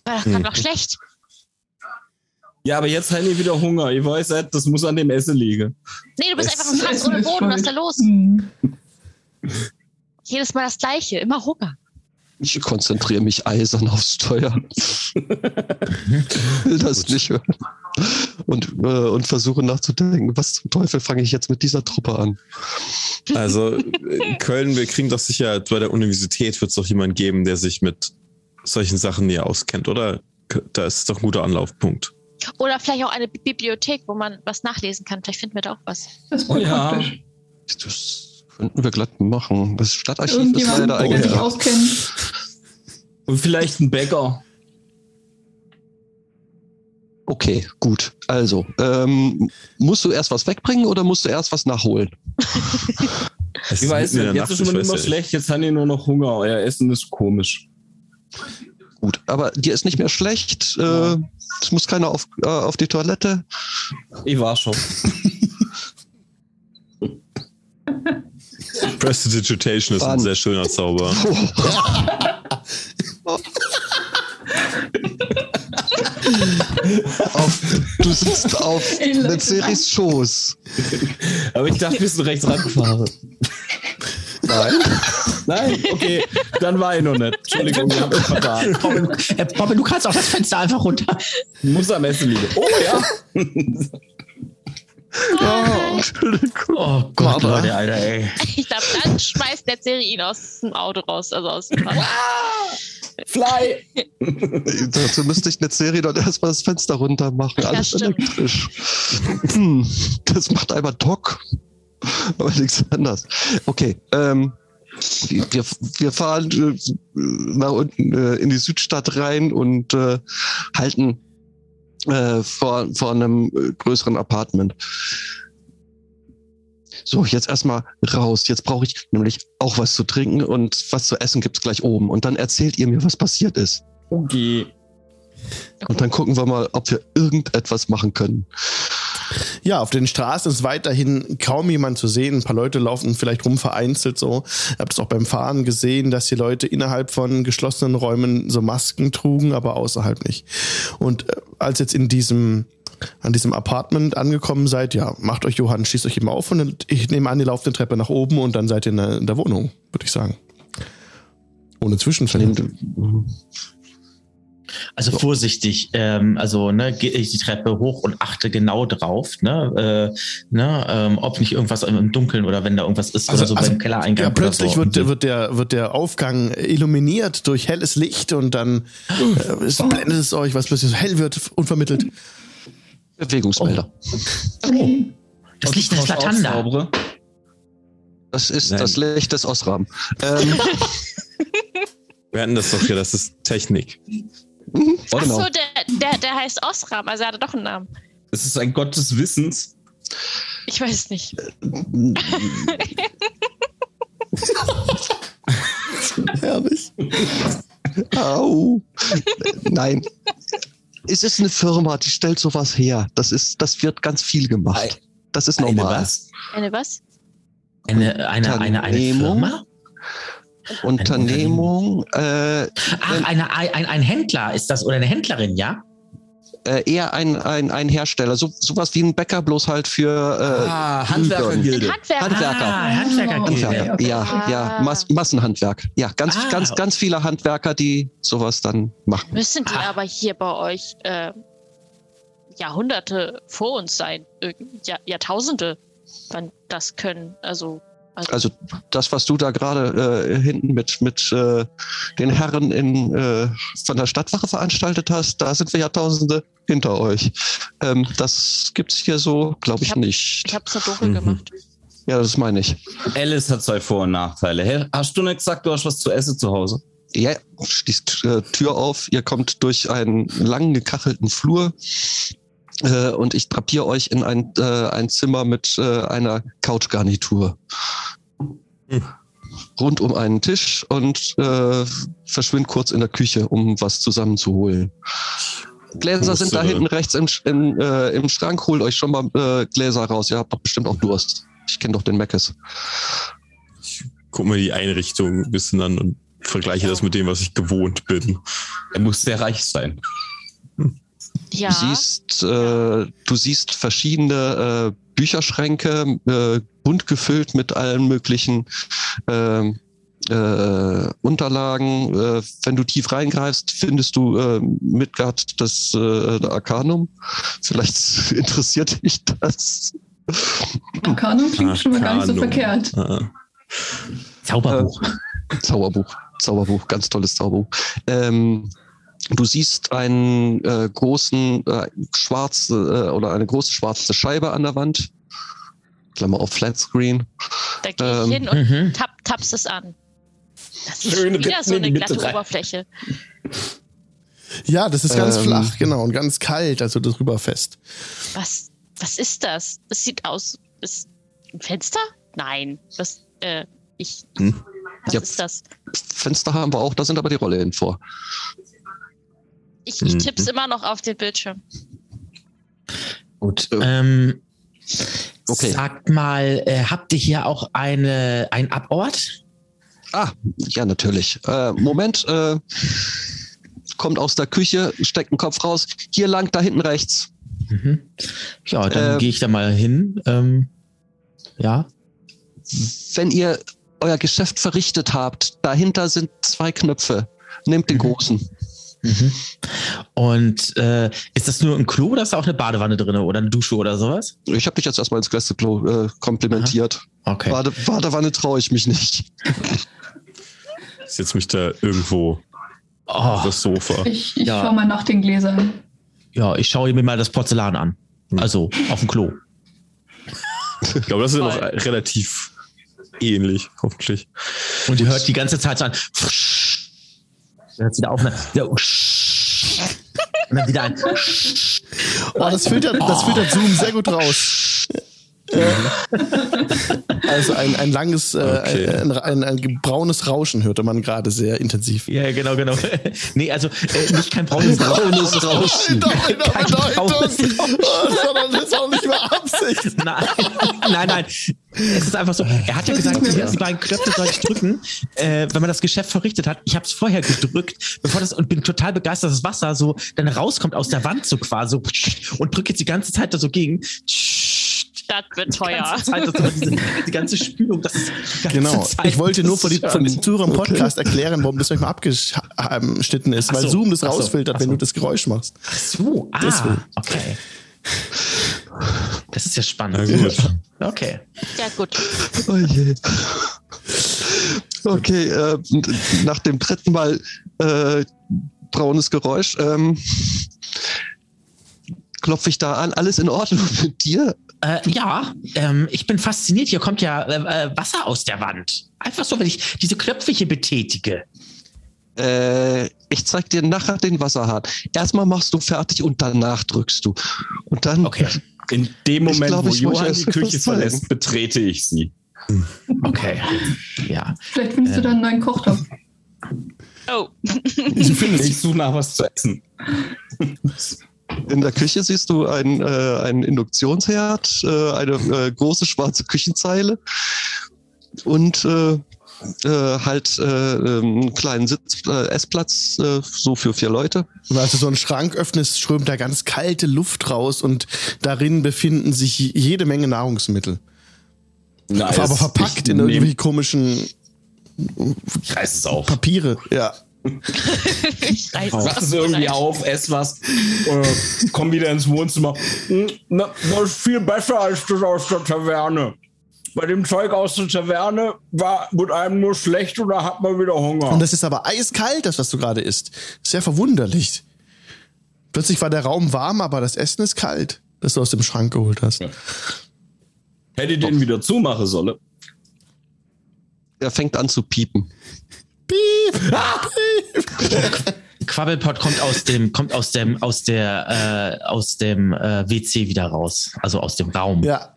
[SPEAKER 5] Ah, Das kann doch schlecht.
[SPEAKER 6] Ja, aber jetzt hätte ich wieder Hunger. Ich weiß nicht, das muss an dem Essen liegen.
[SPEAKER 5] Nee, du bist
[SPEAKER 6] Das
[SPEAKER 5] einfach ein Fass
[SPEAKER 7] Essen
[SPEAKER 5] ohne
[SPEAKER 7] ist
[SPEAKER 5] Boden. Was ist da
[SPEAKER 7] schuld.
[SPEAKER 5] los?
[SPEAKER 7] Hm.
[SPEAKER 5] Jedes Mal das Gleiche. Immer Hunger.
[SPEAKER 3] Ich konzentriere mich eisern aufs Steuer. Will das nicht hören. Und, äh, und versuche nachzudenken, was zum Teufel fange ich jetzt mit dieser Truppe an?
[SPEAKER 4] Also in Köln, wir kriegen doch sicher, bei der Universität wird es doch jemanden geben, der sich mit solchen Sachen näher auskennt, oder? Da ist es doch ein guter Anlaufpunkt.
[SPEAKER 5] Oder vielleicht auch eine Bibliothek, wo man was nachlesen kann. Vielleicht finden wir da auch was.
[SPEAKER 7] Das war
[SPEAKER 6] Oh ja.
[SPEAKER 7] praktisch.
[SPEAKER 3] Das könnten wir glatt machen. Das Stadtarchiv ist
[SPEAKER 7] Irgendjemand,
[SPEAKER 3] leider
[SPEAKER 7] der sich
[SPEAKER 3] eigentlich.
[SPEAKER 7] auskennt.
[SPEAKER 6] Und vielleicht ein Bäcker.
[SPEAKER 3] Okay, gut. Also, ähm, musst du erst was wegbringen oder musst du erst was nachholen?
[SPEAKER 4] Es
[SPEAKER 6] Ich weiß
[SPEAKER 4] mitten in der
[SPEAKER 6] nicht, jetzt
[SPEAKER 4] Nacht,
[SPEAKER 6] ist schon
[SPEAKER 4] ich
[SPEAKER 6] mal
[SPEAKER 4] weiß
[SPEAKER 6] immer
[SPEAKER 4] ja nicht.
[SPEAKER 6] schlecht, jetzt habe ich nur noch Hunger. Euer Essen ist komisch.
[SPEAKER 3] Gut, aber dir ist nicht mehr schlecht. Äh, es muss keiner auf, äh, auf die Toilette.
[SPEAKER 6] Ich war schon.
[SPEAKER 4] Prestidigitation ist ein
[SPEAKER 3] Fun.
[SPEAKER 4] sehr schöner Zauber.
[SPEAKER 3] auf du sitzt
[SPEAKER 7] *laughs*
[SPEAKER 3] auf
[SPEAKER 7] Ey, Leute.
[SPEAKER 3] Mercedes
[SPEAKER 7] *laughs*
[SPEAKER 3] Schoß. *laughs*
[SPEAKER 6] Aber ich dachte, wir sind rechts rangefahren.
[SPEAKER 3] Nein.
[SPEAKER 6] Nein, okay, dann war ich noch nicht. Entschuldigung, ich habe mich vertan.
[SPEAKER 2] Robin, äh, Robin, du kannst auch das Fenster einfach runter.
[SPEAKER 6] Muss am Essen liegen. Oh ja.
[SPEAKER 2] Oh Gott,
[SPEAKER 3] Barbara.
[SPEAKER 2] Leute, Alter, ey.
[SPEAKER 5] *laughs* Ich glaube, dann schmeißt der Serie ihn aus dem Auto raus. Also aus dem Fahrrad.
[SPEAKER 6] Fly.
[SPEAKER 3] Dazu müsste ich mit Siri dann erstmal das Fenster runter machen.
[SPEAKER 5] Ja,
[SPEAKER 3] Alles
[SPEAKER 5] stimmt.
[SPEAKER 3] elektrisch. Hm, das macht einmal Doc. Aber nichts anderes. Okay, ähm, wir, wir fahren äh, nach unten äh, in die Südstadt rein und äh, halten äh, vor, vor einem äh, größeren Apartment. So, jetzt erstmal raus. Jetzt brauche ich nämlich auch was zu trinken und was zu essen gibt's gleich oben. Und dann erzählt ihr mir, was passiert ist.
[SPEAKER 6] Okay.
[SPEAKER 3] Und dann gucken wir mal, ob wir irgendetwas machen können.
[SPEAKER 1] Ja, auf den Straßen ist weiterhin kaum jemand zu sehen. Ein paar Leute laufen vielleicht rum vereinzelt so. Ich habe es auch beim Fahren gesehen, dass die Leute innerhalb von geschlossenen Räumen so Masken trugen, aber außerhalb nicht. Und äh, als jetzt in diesem an diesem Apartment angekommen seid, ja, macht euch Johann, schließt euch eben auf und dann- ich nehme an, ihr lauft eine Treppe nach oben und dann seid ihr in der, in der Wohnung, würde ich sagen. Ohne Zwischenfälle.
[SPEAKER 2] Also vorsichtig, ähm, also ne, gehe ich die Treppe hoch und achte genau drauf, ne, äh, ne, ähm, ob nicht irgendwas im Dunkeln oder wenn da irgendwas ist
[SPEAKER 1] Also-
[SPEAKER 2] oder so
[SPEAKER 1] also-
[SPEAKER 2] beim Kellereingang.
[SPEAKER 1] Ja, plötzlich
[SPEAKER 2] oder so.
[SPEAKER 1] wird, wird, der, wird der Aufgang illuminiert durch helles Licht und dann äh, es blendet es euch, was plötzlich so hell wird, unvermittelt.
[SPEAKER 3] Bewegungsmelder.
[SPEAKER 2] das Licht des Laternen da.
[SPEAKER 6] Saubere.
[SPEAKER 3] Das ist
[SPEAKER 4] Nein.
[SPEAKER 3] das Licht des Osram. Ähm,
[SPEAKER 4] Wir hatten das doch hier, das ist Technik.
[SPEAKER 5] Ach
[SPEAKER 3] genau.
[SPEAKER 5] so, der, der, der heißt Osram. Also er hatte doch einen Namen.
[SPEAKER 6] Es ist ein Gott des Wissens.
[SPEAKER 5] Ich weiß nicht.
[SPEAKER 1] Herrlich.
[SPEAKER 3] Au. Nein. Es ist eine Firma, die stellt sowas her. Das ist, das wird ganz viel gemacht. Das ist
[SPEAKER 6] Eine
[SPEAKER 3] normal.
[SPEAKER 6] was?
[SPEAKER 5] Eine was?
[SPEAKER 2] Eine, eine, eine, eine
[SPEAKER 3] Unternehmung.
[SPEAKER 2] Firma?
[SPEAKER 3] Unternehmung, äh,
[SPEAKER 2] Ach, eine, ein, ein Händler ist das oder eine Händlerin, ja?
[SPEAKER 3] äh, eher ein, ein, ein Hersteller. So, sowas wie ein Bäcker, bloß halt für äh,
[SPEAKER 6] Ah,
[SPEAKER 5] Ein
[SPEAKER 6] Handwerkergilde.
[SPEAKER 5] Handwerker.
[SPEAKER 3] Handwerker.
[SPEAKER 2] Ah, Handwerker.
[SPEAKER 3] Handwerker.
[SPEAKER 7] Okay.
[SPEAKER 3] Ja, ja,
[SPEAKER 5] Ah.
[SPEAKER 3] Mas Massenhandwerk. Ja, ganz,
[SPEAKER 2] Ah.
[SPEAKER 3] ganz, ganz viele Handwerker, die sowas dann machen.
[SPEAKER 5] Müssen die
[SPEAKER 2] Ah.
[SPEAKER 5] aber hier bei euch äh, Jahrhunderte vor uns sein, irgend- Jahr, Jahrtausende, wann das können. Also,
[SPEAKER 3] Also das, was du da gerade äh, hinten mit, mit äh, den Herren in, äh, von der Stadtwache veranstaltet hast, da sind wir Jahrtausende hinter euch. Ähm, das gibt's hier so, glaube
[SPEAKER 5] Ich
[SPEAKER 3] ich,
[SPEAKER 5] hab-
[SPEAKER 3] nicht.
[SPEAKER 5] ich habe es ja dunkel
[SPEAKER 6] Mhm.
[SPEAKER 5] gemacht.
[SPEAKER 3] Ja, das meine ich.
[SPEAKER 6] Alice hat zwei Vor- und Nachteile. Hä? Hast du nicht gesagt, du hast was zu essen zu Hause?
[SPEAKER 3] Ja, schließt äh, Tür auf, ihr kommt durch einen langen gekachelten Flur. Äh, und ich drapiere euch in ein, äh, ein Zimmer mit äh, einer Couchgarnitur. Rund um einen Tisch und äh, verschwind kurz in der Küche, um was zusammenzuholen. Gläser sind da
[SPEAKER 6] Große-
[SPEAKER 3] hinten rechts im, Sch- in, äh, im Schrank. Holt euch schon mal äh, Gläser raus. Ihr habt doch bestimmt auch Durst. Ich kenne doch den Meckes.
[SPEAKER 9] Guck mir die Einrichtung ein bisschen an und vergleiche das mit dem, was ich gewohnt bin.
[SPEAKER 6] Er muss sehr reich sein.
[SPEAKER 5] Ja,
[SPEAKER 3] Du siehst, äh, du siehst verschiedene äh, Bücherschränke, äh, bunt gefüllt mit allen möglichen ähm, äh, Unterlagen. Äh, wenn du tief reingreifst, findest du äh, Midgard das äh, Arcanum. Vielleicht *laughs* interessiert dich das.
[SPEAKER 7] Arcanum klingt schon mal gar nicht so
[SPEAKER 9] Arcanum.
[SPEAKER 7] verkehrt.
[SPEAKER 9] Ah,
[SPEAKER 2] Zauberbuch.
[SPEAKER 1] Äh,
[SPEAKER 3] Zauberbuch, Zauberbuch, ganz tolles Zauberbuch. Ähm, du siehst einen äh, großen äh, schwarze äh, oder eine große schwarze Scheibe an der Wand. Klammer auf Flatscreen.
[SPEAKER 5] da gehe ich
[SPEAKER 3] ähm,
[SPEAKER 5] hin und
[SPEAKER 2] Mhm.
[SPEAKER 5] tapp, tapp's es an. Das ist
[SPEAKER 6] Schön
[SPEAKER 5] wieder
[SPEAKER 6] mitten
[SPEAKER 5] so
[SPEAKER 6] in die
[SPEAKER 5] eine
[SPEAKER 6] Mitte
[SPEAKER 5] glatte
[SPEAKER 6] rein.
[SPEAKER 5] Oberfläche.
[SPEAKER 1] Ja, das ist ganz
[SPEAKER 3] Ähm.
[SPEAKER 1] flach, genau, und ganz kalt, also drüber fest.
[SPEAKER 5] Was, was ist das? Es sieht aus. Ist ein Fenster? Nein. Was, äh, ich.
[SPEAKER 4] Hm?
[SPEAKER 5] Was
[SPEAKER 3] Ja.
[SPEAKER 5] ist das?
[SPEAKER 3] Fenster haben wir auch, da sind aber die Rolle hin vor.
[SPEAKER 5] Ich, ich
[SPEAKER 9] Mhm.
[SPEAKER 5] tipp's immer noch auf den Bildschirm.
[SPEAKER 1] äh.
[SPEAKER 2] Gut. Ähm,
[SPEAKER 3] Okay.
[SPEAKER 2] Sagt mal, äh, habt ihr hier auch eine, ein Abort?
[SPEAKER 3] Ah, ja, natürlich. Äh, Moment, äh, kommt aus der Küche, steckt den Kopf raus. Hier lang, da hinten rechts.
[SPEAKER 2] Mhm. Ja, dann
[SPEAKER 3] Äh,
[SPEAKER 2] gehe ich da mal hin. Ähm, ja.
[SPEAKER 3] Wenn ihr euer Geschäft verrichtet habt, dahinter sind zwei Knöpfe. Nehmt den
[SPEAKER 2] Mhm.
[SPEAKER 3] großen.
[SPEAKER 2] Mhm. Und äh, ist das nur ein Klo oder ist da auch eine Badewanne drin oder eine Dusche oder sowas?
[SPEAKER 3] Ich habe dich jetzt erstmal ins Gästeklo äh, komplimentiert.
[SPEAKER 2] Okay.
[SPEAKER 3] Bade, Badewanne traue ich mich nicht.
[SPEAKER 9] ich setz mich da irgendwo auf
[SPEAKER 2] Oh,
[SPEAKER 9] das Sofa.
[SPEAKER 7] *laughs* Ich, ich
[SPEAKER 2] Ja.
[SPEAKER 7] schaue mal nach den Gläsern.
[SPEAKER 2] ja, ich schaue mir mal das Porzellan an. Also auf dem Klo.
[SPEAKER 9] Ich glaube, das ist noch relativ ähnlich, hoffentlich.
[SPEAKER 2] Und ihr hört die ganze Zeit so ein. Dann hört sie da auf. Und dann, wieder- und dann wieder ein.
[SPEAKER 1] Oh, das filtert, das filtert Zoom sehr gut raus. Äh, also ein, ein langes, äh,
[SPEAKER 9] Okay.
[SPEAKER 1] ein, ein, ein, ein braunes Rauschen hörte man gerade sehr intensiv.
[SPEAKER 2] Ja, genau, genau. Nee, also äh, nicht kein braunes Braunes Rauschen.
[SPEAKER 1] Doppelter
[SPEAKER 2] Kein
[SPEAKER 1] Oh,
[SPEAKER 2] braunes
[SPEAKER 1] Sondern das ist auch nicht mehr Absicht.
[SPEAKER 2] Nein, nein, nein. Es ist einfach so. Er hat ja gesagt, die ersten beiden Knöpfe soll ich drücken, äh, wenn man das Geschäft verrichtet hat. Ich habe es vorher gedrückt, bevor das und bin total begeistert, dass das Wasser so dann rauskommt aus der Wand so quasi so, und drücke jetzt die ganze Zeit da so gegen.
[SPEAKER 5] Das wird
[SPEAKER 2] Die
[SPEAKER 5] teuer.
[SPEAKER 2] ganze Zeit, dass so diese, die ganze Spülung, das ist die ganze
[SPEAKER 1] Genau.
[SPEAKER 2] Zeit-
[SPEAKER 1] Ich wollte nur von, die,
[SPEAKER 2] das ist
[SPEAKER 1] von den Zuhörern im Podcast erklären, warum das manchmal abgeschnitten ist,
[SPEAKER 2] Ach
[SPEAKER 1] weil
[SPEAKER 2] so.
[SPEAKER 1] Zoom das
[SPEAKER 2] Ach so.
[SPEAKER 1] rausfiltert,
[SPEAKER 2] Ach
[SPEAKER 1] wenn
[SPEAKER 2] so.
[SPEAKER 1] du das Geräusch machst.
[SPEAKER 2] Ach so, ah,
[SPEAKER 1] Deswegen.
[SPEAKER 2] okay. Das ist ja spannend.
[SPEAKER 9] Na gut.
[SPEAKER 2] Okay.
[SPEAKER 5] Ja, gut.
[SPEAKER 3] Oh je. Okay, äh, nach dem dritten Mal äh, braunes Geräusch ähm, klopfe ich da an. Alles in Ordnung mit dir?
[SPEAKER 2] Äh, ja, ähm, ich bin fasziniert. Hier kommt ja äh, äh, Wasser aus der Wand. Einfach so, wenn ich diese Knöpfe hier betätige.
[SPEAKER 3] Äh, ich zeig dir nachher den Wasserhahn. Erstmal machst du fertig und danach drückst du. Und dann.
[SPEAKER 2] Okay,
[SPEAKER 6] In dem
[SPEAKER 3] Ich
[SPEAKER 6] Moment,
[SPEAKER 3] glaub,
[SPEAKER 6] wo
[SPEAKER 3] ich muss
[SPEAKER 6] Johann
[SPEAKER 3] erst
[SPEAKER 6] die Küche
[SPEAKER 3] was zeigen.
[SPEAKER 6] verlässt, betrete ich sie.
[SPEAKER 2] okay. Ja.
[SPEAKER 7] Vielleicht findest
[SPEAKER 2] Äh.
[SPEAKER 7] du da einen neuen Kochtopf.
[SPEAKER 5] Oh,
[SPEAKER 6] Ich suche nach was zu essen.
[SPEAKER 3] In der Küche siehst du einen, äh, einen Induktionsherd, äh, eine äh, große schwarze Küchenzeile und äh, äh, halt äh, äh, einen kleinen Sitz, äh, Essplatz, äh, so für vier Leute.
[SPEAKER 1] Und als du also so einen Schrank öffnest, strömt da ganz kalte Luft raus und darin befinden sich jede Menge Nahrungsmittel.
[SPEAKER 6] Nice.
[SPEAKER 1] aber verpackt in
[SPEAKER 6] ich
[SPEAKER 1] irgendwie
[SPEAKER 6] nehm,
[SPEAKER 1] komischen
[SPEAKER 6] Ich reiß es auf.
[SPEAKER 1] Papiere. Ja.
[SPEAKER 5] Ich reiß
[SPEAKER 6] Wachst du irgendwie auf, ess was,
[SPEAKER 8] Äh,
[SPEAKER 6] komm wieder ins Wohnzimmer.
[SPEAKER 8] hm, na, das ist viel besser als das aus der Taverne. Bei dem Zeug aus der Taverne war, wird einem nur schlecht oder hat man wieder Hunger.
[SPEAKER 1] Und das ist aber eiskalt, das, was du gerade isst. Sehr verwunderlich. Plötzlich war der Raum warm, aber das Essen ist kalt, das du aus dem Schrank geholt hast.
[SPEAKER 6] Hätte ich den wieder zumachen sollen.
[SPEAKER 3] Er fängt an zu piepen.
[SPEAKER 1] Piep!
[SPEAKER 2] Quabbelpot kommt aus dem, kommt aus dem, aus der, äh, aus dem äh, WC wieder raus. Also aus dem Raum.
[SPEAKER 1] Ja.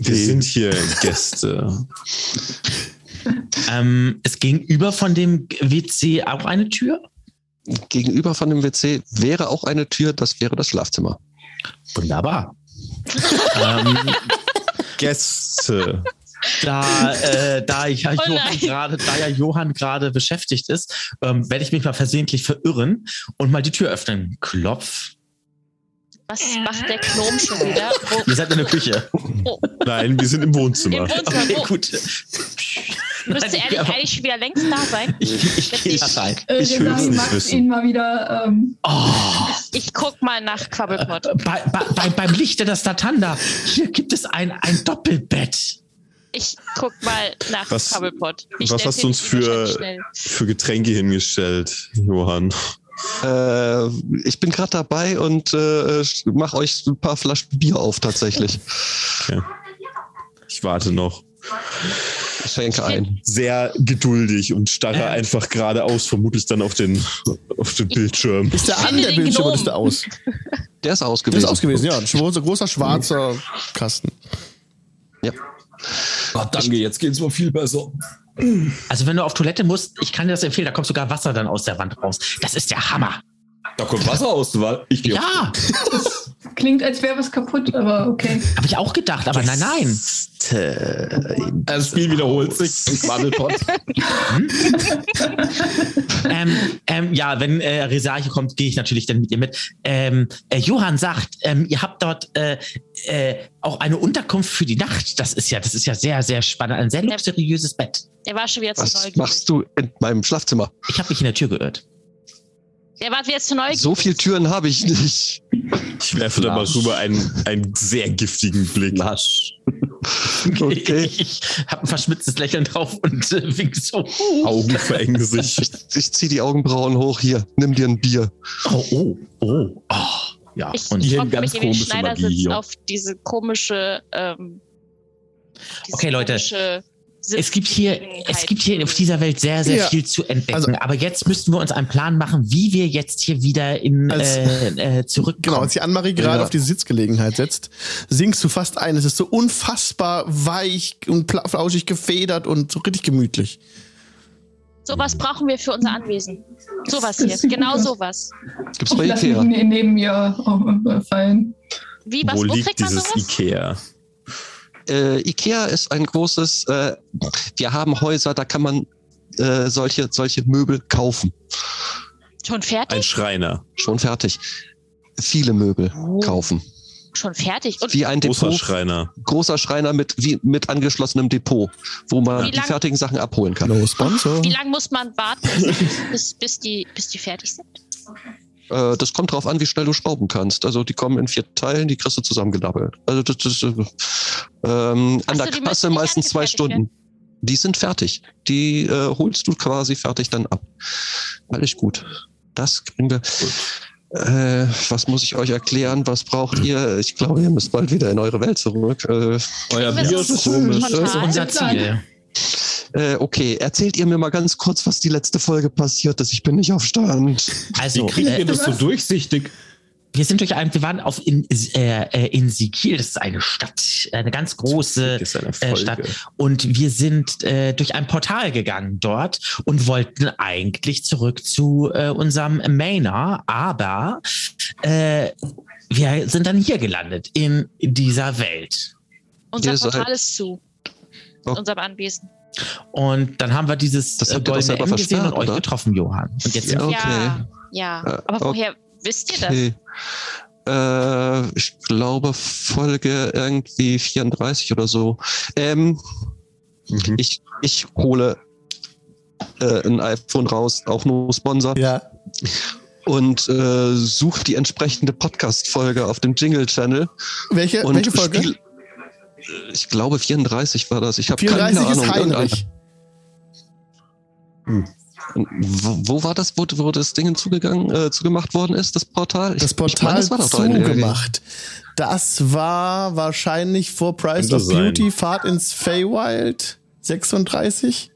[SPEAKER 9] Wir sind hier Gäste.
[SPEAKER 2] Ähm, es gegenüber von dem WC auch eine Tür.
[SPEAKER 3] Gegenüber von dem WC wäre auch eine Tür, das wäre das Schlafzimmer.
[SPEAKER 2] Wunderbar. ähm,
[SPEAKER 9] *laughs* Gäste.
[SPEAKER 2] da, äh, da, ich, ja
[SPEAKER 5] *laughs* Oh
[SPEAKER 2] Johann
[SPEAKER 5] nein.
[SPEAKER 2] gerade, da ja Johann gerade beschäftigt ist, ähm, werde ich mich mal versehentlich verirren und mal die Tür öffnen. Klopf.
[SPEAKER 5] Was macht der Gnom schon wieder? Wo,
[SPEAKER 2] Ihr seid in der Küche.
[SPEAKER 9] Nein, wir sind im
[SPEAKER 5] Im
[SPEAKER 9] Wohnzimmer.
[SPEAKER 5] Wohnzimmer.
[SPEAKER 2] Okay, *laughs*
[SPEAKER 5] wo,
[SPEAKER 2] gut.
[SPEAKER 5] Müsste er
[SPEAKER 2] ich,
[SPEAKER 5] nicht
[SPEAKER 2] aber-
[SPEAKER 5] eigentlich wieder längst da sein?
[SPEAKER 2] ich, ich gehe da rein.
[SPEAKER 7] Äh,
[SPEAKER 9] Ich
[SPEAKER 7] wir
[SPEAKER 9] will's
[SPEAKER 7] sagen
[SPEAKER 9] nicht
[SPEAKER 7] Max
[SPEAKER 9] wissen.
[SPEAKER 7] ihn mal wieder. Ähm,
[SPEAKER 2] Oh,
[SPEAKER 5] Ich guck mal nach Quabbelpot.
[SPEAKER 2] bei, bei, bei, beim Lichte der Statanda, hier gibt es ein, ein Doppelbett.
[SPEAKER 5] Ich guck mal nach
[SPEAKER 9] Was-
[SPEAKER 5] Quabbelpot. Wie
[SPEAKER 9] was
[SPEAKER 5] schnell
[SPEAKER 9] hast du uns
[SPEAKER 5] finde ich ihn
[SPEAKER 9] für-
[SPEAKER 5] wahrscheinlich schnell?
[SPEAKER 9] Für Getränke hingestellt, Johann.
[SPEAKER 3] Äh, ich bin gerade dabei und äh, mache euch ein paar Flaschen Bier auf tatsächlich.
[SPEAKER 9] Ich warte noch.
[SPEAKER 3] Ich schenke ein.
[SPEAKER 9] Sehr geduldig und starre
[SPEAKER 2] Äh.
[SPEAKER 9] einfach geradeaus, vermutlich dann auf den, auf den Bildschirm.
[SPEAKER 1] Ist der an,
[SPEAKER 5] Finde
[SPEAKER 1] der
[SPEAKER 5] den
[SPEAKER 1] Bildschirm, oder
[SPEAKER 5] Gnom.
[SPEAKER 1] ist der aus?
[SPEAKER 3] Der ist
[SPEAKER 1] Der ist
[SPEAKER 3] ausgewählt.
[SPEAKER 1] aus gewesen, ja. Ein großer, großer
[SPEAKER 3] Mhm.
[SPEAKER 1] schwarzer Kasten.
[SPEAKER 6] Ah, danke, jetzt geht's mir viel besser.
[SPEAKER 2] Also wenn du auf Toilette musst, ich kann dir das empfehlen, da kommt sogar Wasser dann aus der Wand raus. Das ist der Hammer.
[SPEAKER 6] Da kommt Wasser aus, der Wand. Ich gehe.
[SPEAKER 2] Ja,
[SPEAKER 7] klingt, als wäre was kaputt, aber okay.
[SPEAKER 2] habe ich auch gedacht, aber nein, nein.
[SPEAKER 6] Das Spiel wiederholt sich. im Quaddelpott.
[SPEAKER 2] *laughs* Ähm, ähm, ja, wenn äh, Resarche kommt, gehe ich natürlich dann mit ihr mit. Ähm, äh, Johann sagt, ähm, ihr habt dort äh, äh, auch eine Unterkunft für die Nacht. Das ist ja, das ist ja sehr, sehr spannend. Ein sehr luxuriöses Bett.
[SPEAKER 5] Er war schon wieder zu
[SPEAKER 3] Was
[SPEAKER 5] neugierig.
[SPEAKER 3] machst du in meinem Schlafzimmer?
[SPEAKER 2] Ich habe mich in der Tür geirrt.
[SPEAKER 5] Er war wieder zu neugierig.
[SPEAKER 3] So viele Türen habe ich nicht.
[SPEAKER 9] Ich werfe da mal
[SPEAKER 6] Nasch.
[SPEAKER 9] rüber einen, einen sehr giftigen Blick.
[SPEAKER 6] Lasch.
[SPEAKER 3] Okay.
[SPEAKER 2] *laughs* Ich habe ein verschmitztes Lächeln drauf und äh, wink so. Oh,
[SPEAKER 9] Augen verengen sich.
[SPEAKER 3] Ich, ich ziehe die Augenbrauen hoch. Hier, nimm dir ein Bier.
[SPEAKER 2] oh, oh, oh. Ja,
[SPEAKER 5] Ich
[SPEAKER 2] und
[SPEAKER 6] Hier
[SPEAKER 5] ich
[SPEAKER 6] eine
[SPEAKER 5] hoffe,
[SPEAKER 6] ganz
[SPEAKER 5] mich in den
[SPEAKER 6] komische Magie
[SPEAKER 5] Schneidersitz
[SPEAKER 6] hier.
[SPEAKER 5] auf diese komische. Ähm, diese
[SPEAKER 2] Okay, Leute.
[SPEAKER 5] komische Sitz-
[SPEAKER 2] es gibt hier, es gibt hier auf dieser Welt sehr, sehr
[SPEAKER 1] Ja.
[SPEAKER 2] viel zu entdecken.
[SPEAKER 1] Also-
[SPEAKER 2] aber jetzt müssten wir uns einen Plan machen, wie wir jetzt hier wieder in
[SPEAKER 1] Als-
[SPEAKER 2] äh, äh,
[SPEAKER 1] Genau,
[SPEAKER 2] zurückkommen.
[SPEAKER 1] als die Annemarie gerade
[SPEAKER 3] Ja.
[SPEAKER 1] auf die Sitzgelegenheit setzt, sinkst du fast ein. Es ist so unfassbar weich und pla- flauschig gefedert und so richtig gemütlich.
[SPEAKER 5] Sowas brauchen wir für unser Anwesen. Sowas
[SPEAKER 7] Das
[SPEAKER 5] hier.
[SPEAKER 7] sieht
[SPEAKER 5] Genau
[SPEAKER 7] gut aus.
[SPEAKER 5] sowas.
[SPEAKER 3] Gibt's
[SPEAKER 5] Oh,
[SPEAKER 7] Ich
[SPEAKER 3] bei
[SPEAKER 7] lasse mich
[SPEAKER 3] Ikea?
[SPEAKER 7] ne- neben ihr oh, fallen.
[SPEAKER 5] Wie, was,
[SPEAKER 9] Wo
[SPEAKER 5] wo,
[SPEAKER 9] liegt
[SPEAKER 5] kriegt man
[SPEAKER 9] dieses
[SPEAKER 5] sowas?
[SPEAKER 9] Ikea?
[SPEAKER 3] Äh, Ikea ist ein großes. Äh, wir haben Häuser, da kann man äh, solche solche Möbel kaufen.
[SPEAKER 5] Schon
[SPEAKER 9] Ein
[SPEAKER 5] fertig?
[SPEAKER 9] Schreiner.
[SPEAKER 3] Schon fertig. Viele Möbel kaufen.
[SPEAKER 5] Schon fertig. Oh. Und
[SPEAKER 3] Wie ein
[SPEAKER 9] Großer
[SPEAKER 3] Depot.
[SPEAKER 9] Schreiner.
[SPEAKER 3] großer Schreiner mit, wie, mit angeschlossenem Depot, wo man
[SPEAKER 5] Wie
[SPEAKER 3] die
[SPEAKER 5] lang-
[SPEAKER 3] fertigen Sachen abholen kann.
[SPEAKER 1] No sponsor.
[SPEAKER 5] wie lange muss man warten, bis, bis, die, bis die fertig sind?
[SPEAKER 3] Äh, das kommt drauf an, wie schnell du schrauben kannst. Also die kommen in vier Teilen, die kriegst du zusammengedabbelt. Also das, das, äh, ähm,
[SPEAKER 5] Ach
[SPEAKER 3] an
[SPEAKER 5] so,
[SPEAKER 3] der
[SPEAKER 5] die müssen
[SPEAKER 3] Kasse
[SPEAKER 5] nicht
[SPEAKER 3] meistens zwei
[SPEAKER 5] angefertigt ne?
[SPEAKER 3] Stunden. Die sind fertig. Die äh, holst du quasi fertig dann ab. Alles gut. Das kriegen wir. Äh, was muss ich euch erklären? Was braucht ihr? Ich glaube, ihr müsst bald wieder in eure Welt zurück. Äh,
[SPEAKER 6] Euer
[SPEAKER 5] Das
[SPEAKER 6] Bier
[SPEAKER 5] ist
[SPEAKER 6] ist komisch.
[SPEAKER 5] total.
[SPEAKER 1] Genau,
[SPEAKER 2] Das ist unser Ziel.
[SPEAKER 3] äh, okay, erzählt ihr mir mal ganz kurz, was die letzte Folge passiert ist. Ich bin nicht auf Stand.
[SPEAKER 2] Also,
[SPEAKER 6] Kriegt
[SPEAKER 2] äh,
[SPEAKER 6] ihr das so durchsichtig?
[SPEAKER 2] wir sind durch ein, wir waren auf in, äh, äh, in Sigil, das ist eine Stadt, eine ganz große
[SPEAKER 9] ist eine
[SPEAKER 2] äh, Stadt. Und wir sind äh, durch ein Portal gegangen dort und wollten eigentlich zurück zu äh, unserem Mainer, aber äh, wir sind dann hier gelandet, in dieser Welt.
[SPEAKER 5] Unser
[SPEAKER 3] Ihr seid-
[SPEAKER 5] Portal ist zu.
[SPEAKER 3] Oh.
[SPEAKER 5] Unserem Anwesen.
[SPEAKER 2] Und dann haben wir dieses
[SPEAKER 3] Das
[SPEAKER 2] äh,
[SPEAKER 3] habt ihr doch
[SPEAKER 2] goldene
[SPEAKER 3] selber
[SPEAKER 2] M gesehen und
[SPEAKER 3] versperrt,
[SPEAKER 2] euch
[SPEAKER 3] oder?
[SPEAKER 2] getroffen, Johann. Und jetzt sind
[SPEAKER 3] Ja.
[SPEAKER 2] wir
[SPEAKER 5] Ja, ja.
[SPEAKER 3] Äh,
[SPEAKER 5] Aber woher wisst ihr das?
[SPEAKER 3] Okay. Äh, ich glaube Folge irgendwie 34 oder so. Ähm,
[SPEAKER 9] Mhm.
[SPEAKER 3] ich, ich hole äh, ein iPhone raus, auch nur Sponsor,
[SPEAKER 1] Ja.
[SPEAKER 3] und äh, sucht die entsprechende Podcast-Folge auf dem Jingle-Channel.
[SPEAKER 1] Welche,
[SPEAKER 3] und
[SPEAKER 1] Äh, welche Folge?
[SPEAKER 3] spiel- äh, ich glaube 34 war das. Ich habe keine
[SPEAKER 1] 34 ist
[SPEAKER 3] Ahnung. Irgendeine-
[SPEAKER 1] Heinrich.
[SPEAKER 3] Wo, wo war das, wo, wo das Ding hinzugegangen, äh, zugemacht worden ist, das Portal? Ich-
[SPEAKER 1] Das
[SPEAKER 3] ich meine,
[SPEAKER 1] Portal
[SPEAKER 3] das war doch da in der-
[SPEAKER 1] zugemacht. Das war wahrscheinlich vor Price
[SPEAKER 9] Könnte
[SPEAKER 1] of
[SPEAKER 9] sein.
[SPEAKER 1] Beauty, Fahrt ins Feywild 36.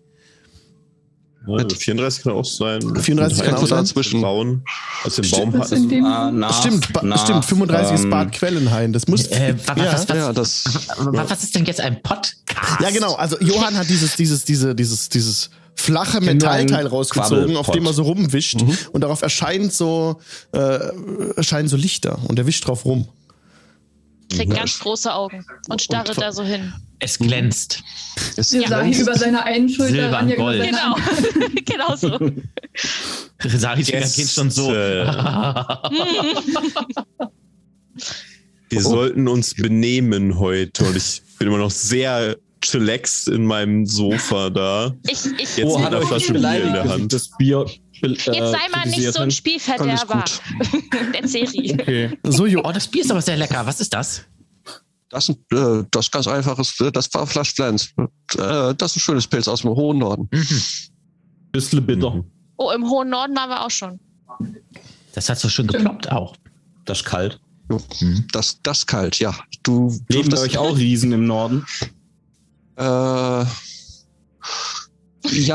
[SPEAKER 9] Ja, 34 Ne, kann auch sein.
[SPEAKER 1] 34
[SPEAKER 3] kann auch sein.
[SPEAKER 9] Zwischen Rauen, als den Baum
[SPEAKER 7] Stimmt das in
[SPEAKER 9] hatten.
[SPEAKER 7] dem
[SPEAKER 6] Ah, nach,
[SPEAKER 1] stimmt, ba
[SPEAKER 6] nach,
[SPEAKER 1] stimmt, 35 ist
[SPEAKER 6] ähm,
[SPEAKER 1] Bad Quellenhain. Das muss.
[SPEAKER 2] Äh, wa- wa-
[SPEAKER 1] ja.
[SPEAKER 2] was, was,
[SPEAKER 3] Ja, das.
[SPEAKER 2] wa- was ist denn jetzt ein Podcast?
[SPEAKER 1] ja, genau. Also Johann hat dieses, dieses, diese, dieses, dieses flache Metallteil rausgezogen, auf
[SPEAKER 6] Quaddelpott.
[SPEAKER 1] dem er so rumwischt und darauf erscheint so, äh, erscheinen so Lichter und er wischt drauf rum.
[SPEAKER 5] Kriegt ganz große Augen und starre da so hin.
[SPEAKER 2] Es glänzt. *laughs*
[SPEAKER 3] Es
[SPEAKER 7] Wir sahen ihn über seiner einen Schulter,
[SPEAKER 2] Silbern,
[SPEAKER 7] Ranja über
[SPEAKER 2] Gold.
[SPEAKER 7] seiner
[SPEAKER 5] Genau. *laughs*
[SPEAKER 7] anderen.
[SPEAKER 5] genau so.
[SPEAKER 2] Sari yes.
[SPEAKER 9] Yes.
[SPEAKER 2] geht schon so.
[SPEAKER 9] Äh, *laughs* Wir sollten uns benehmen heute und ich bin immer noch sehr chillaxed in meinem Sofa da.
[SPEAKER 5] Ich, ich,
[SPEAKER 9] Jetzt
[SPEAKER 5] jetzt
[SPEAKER 9] hat er Flasche Bier in der Hand.
[SPEAKER 6] das Bier. äh,
[SPEAKER 5] sei mal nicht so ein Spielverderber *laughs* der Serie.
[SPEAKER 6] Okay.
[SPEAKER 1] So, jo
[SPEAKER 2] Oh, das Bier ist aber sehr lecker. Was ist das?
[SPEAKER 3] Das, ist, äh, das ist ganz einfaches, äh, das war Flash Flans. Äh, das ist ein schönes Pilz aus dem hohen Norden.
[SPEAKER 6] Hm. Bisschen bitter.
[SPEAKER 5] Oh, im hohen Norden waren wir auch schon.
[SPEAKER 2] Das hat so schön geploppt auch.
[SPEAKER 6] Das ist kalt.
[SPEAKER 3] Das, das ist kalt, ja. Du
[SPEAKER 6] Leben bei
[SPEAKER 3] dürftest-
[SPEAKER 6] euch auch Riesen im Norden?
[SPEAKER 3] Äh, ja,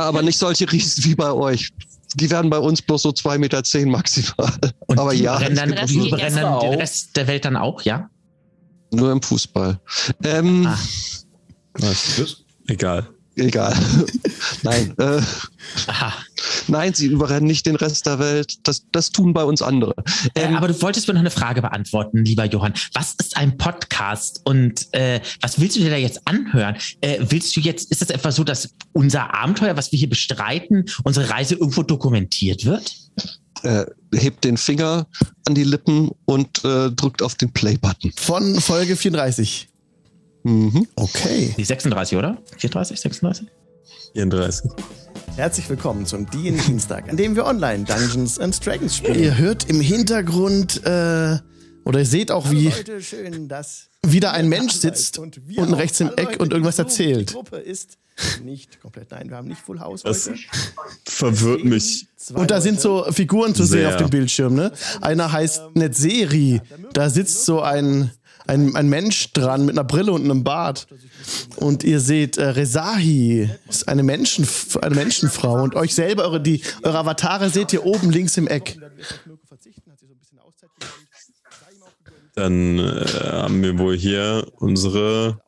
[SPEAKER 3] aber nicht solche Riesen wie bei euch. Die werden bei uns bloß so 2,10 Meter zehn maximal. *laughs*
[SPEAKER 2] Und
[SPEAKER 3] aber
[SPEAKER 2] die
[SPEAKER 3] ja,
[SPEAKER 2] brennen dann,
[SPEAKER 5] Den Rest
[SPEAKER 2] die
[SPEAKER 5] geht
[SPEAKER 2] brennen
[SPEAKER 5] jetzt
[SPEAKER 2] dann den
[SPEAKER 6] auch.
[SPEAKER 2] Rest der Welt dann auch, ja?
[SPEAKER 3] nur im Fußball. Ähm,
[SPEAKER 2] Ah.
[SPEAKER 9] Egal.
[SPEAKER 6] *laughs*
[SPEAKER 3] Egal. nein, äh,
[SPEAKER 2] Aha.
[SPEAKER 3] nein, sie überrennen nicht den Rest der Welt. Das, das tun bei uns andere.
[SPEAKER 2] Äh,
[SPEAKER 3] Ähm,
[SPEAKER 2] aber du wolltest mir noch eine Frage beantworten, lieber Johann. Was ist ein Podcast und äh, was willst du dir da jetzt anhören? Äh, willst du jetzt, ist das etwa so, dass unser Abenteuer, was wir hier bestreiten, unsere Reise irgendwo dokumentiert wird?
[SPEAKER 3] äh, hebt den Finger an die Lippen und äh, drückt auf den Play-Button.
[SPEAKER 1] Von Folge 34.
[SPEAKER 3] Mhm.
[SPEAKER 1] Okay.
[SPEAKER 2] Die 36, oder? 34, 36?
[SPEAKER 9] 34.
[SPEAKER 1] Herzlich willkommen zum D&D Dienstag, an dem wir online Dungeons and Dragons spielen. Ihr hört im Hintergrund äh, oder ihr seht auch, wie
[SPEAKER 10] schön, dass
[SPEAKER 1] wieder ein Mensch sitzt und unten rechts im Eck und irgendwas erzählt.
[SPEAKER 10] Gruppe ist nicht komplett. Nein, wir haben nicht Full House
[SPEAKER 9] Das
[SPEAKER 10] heute.
[SPEAKER 9] verwirrt mich.
[SPEAKER 1] Und da sind so Figuren zu sehen
[SPEAKER 9] Sehr.
[SPEAKER 1] auf dem Bildschirm. Ne? Einer heißt Netzeri. Da sitzt so ein, ein, ein Mensch dran mit einer Brille und einem Bart. Und ihr seht äh, Rezahi, ist eine, Menschen, eine Menschenfrau. Und euch selber, eure, die, eure Avatare seht ihr oben links im Eck.
[SPEAKER 9] Dann äh, haben wir wohl hier unsere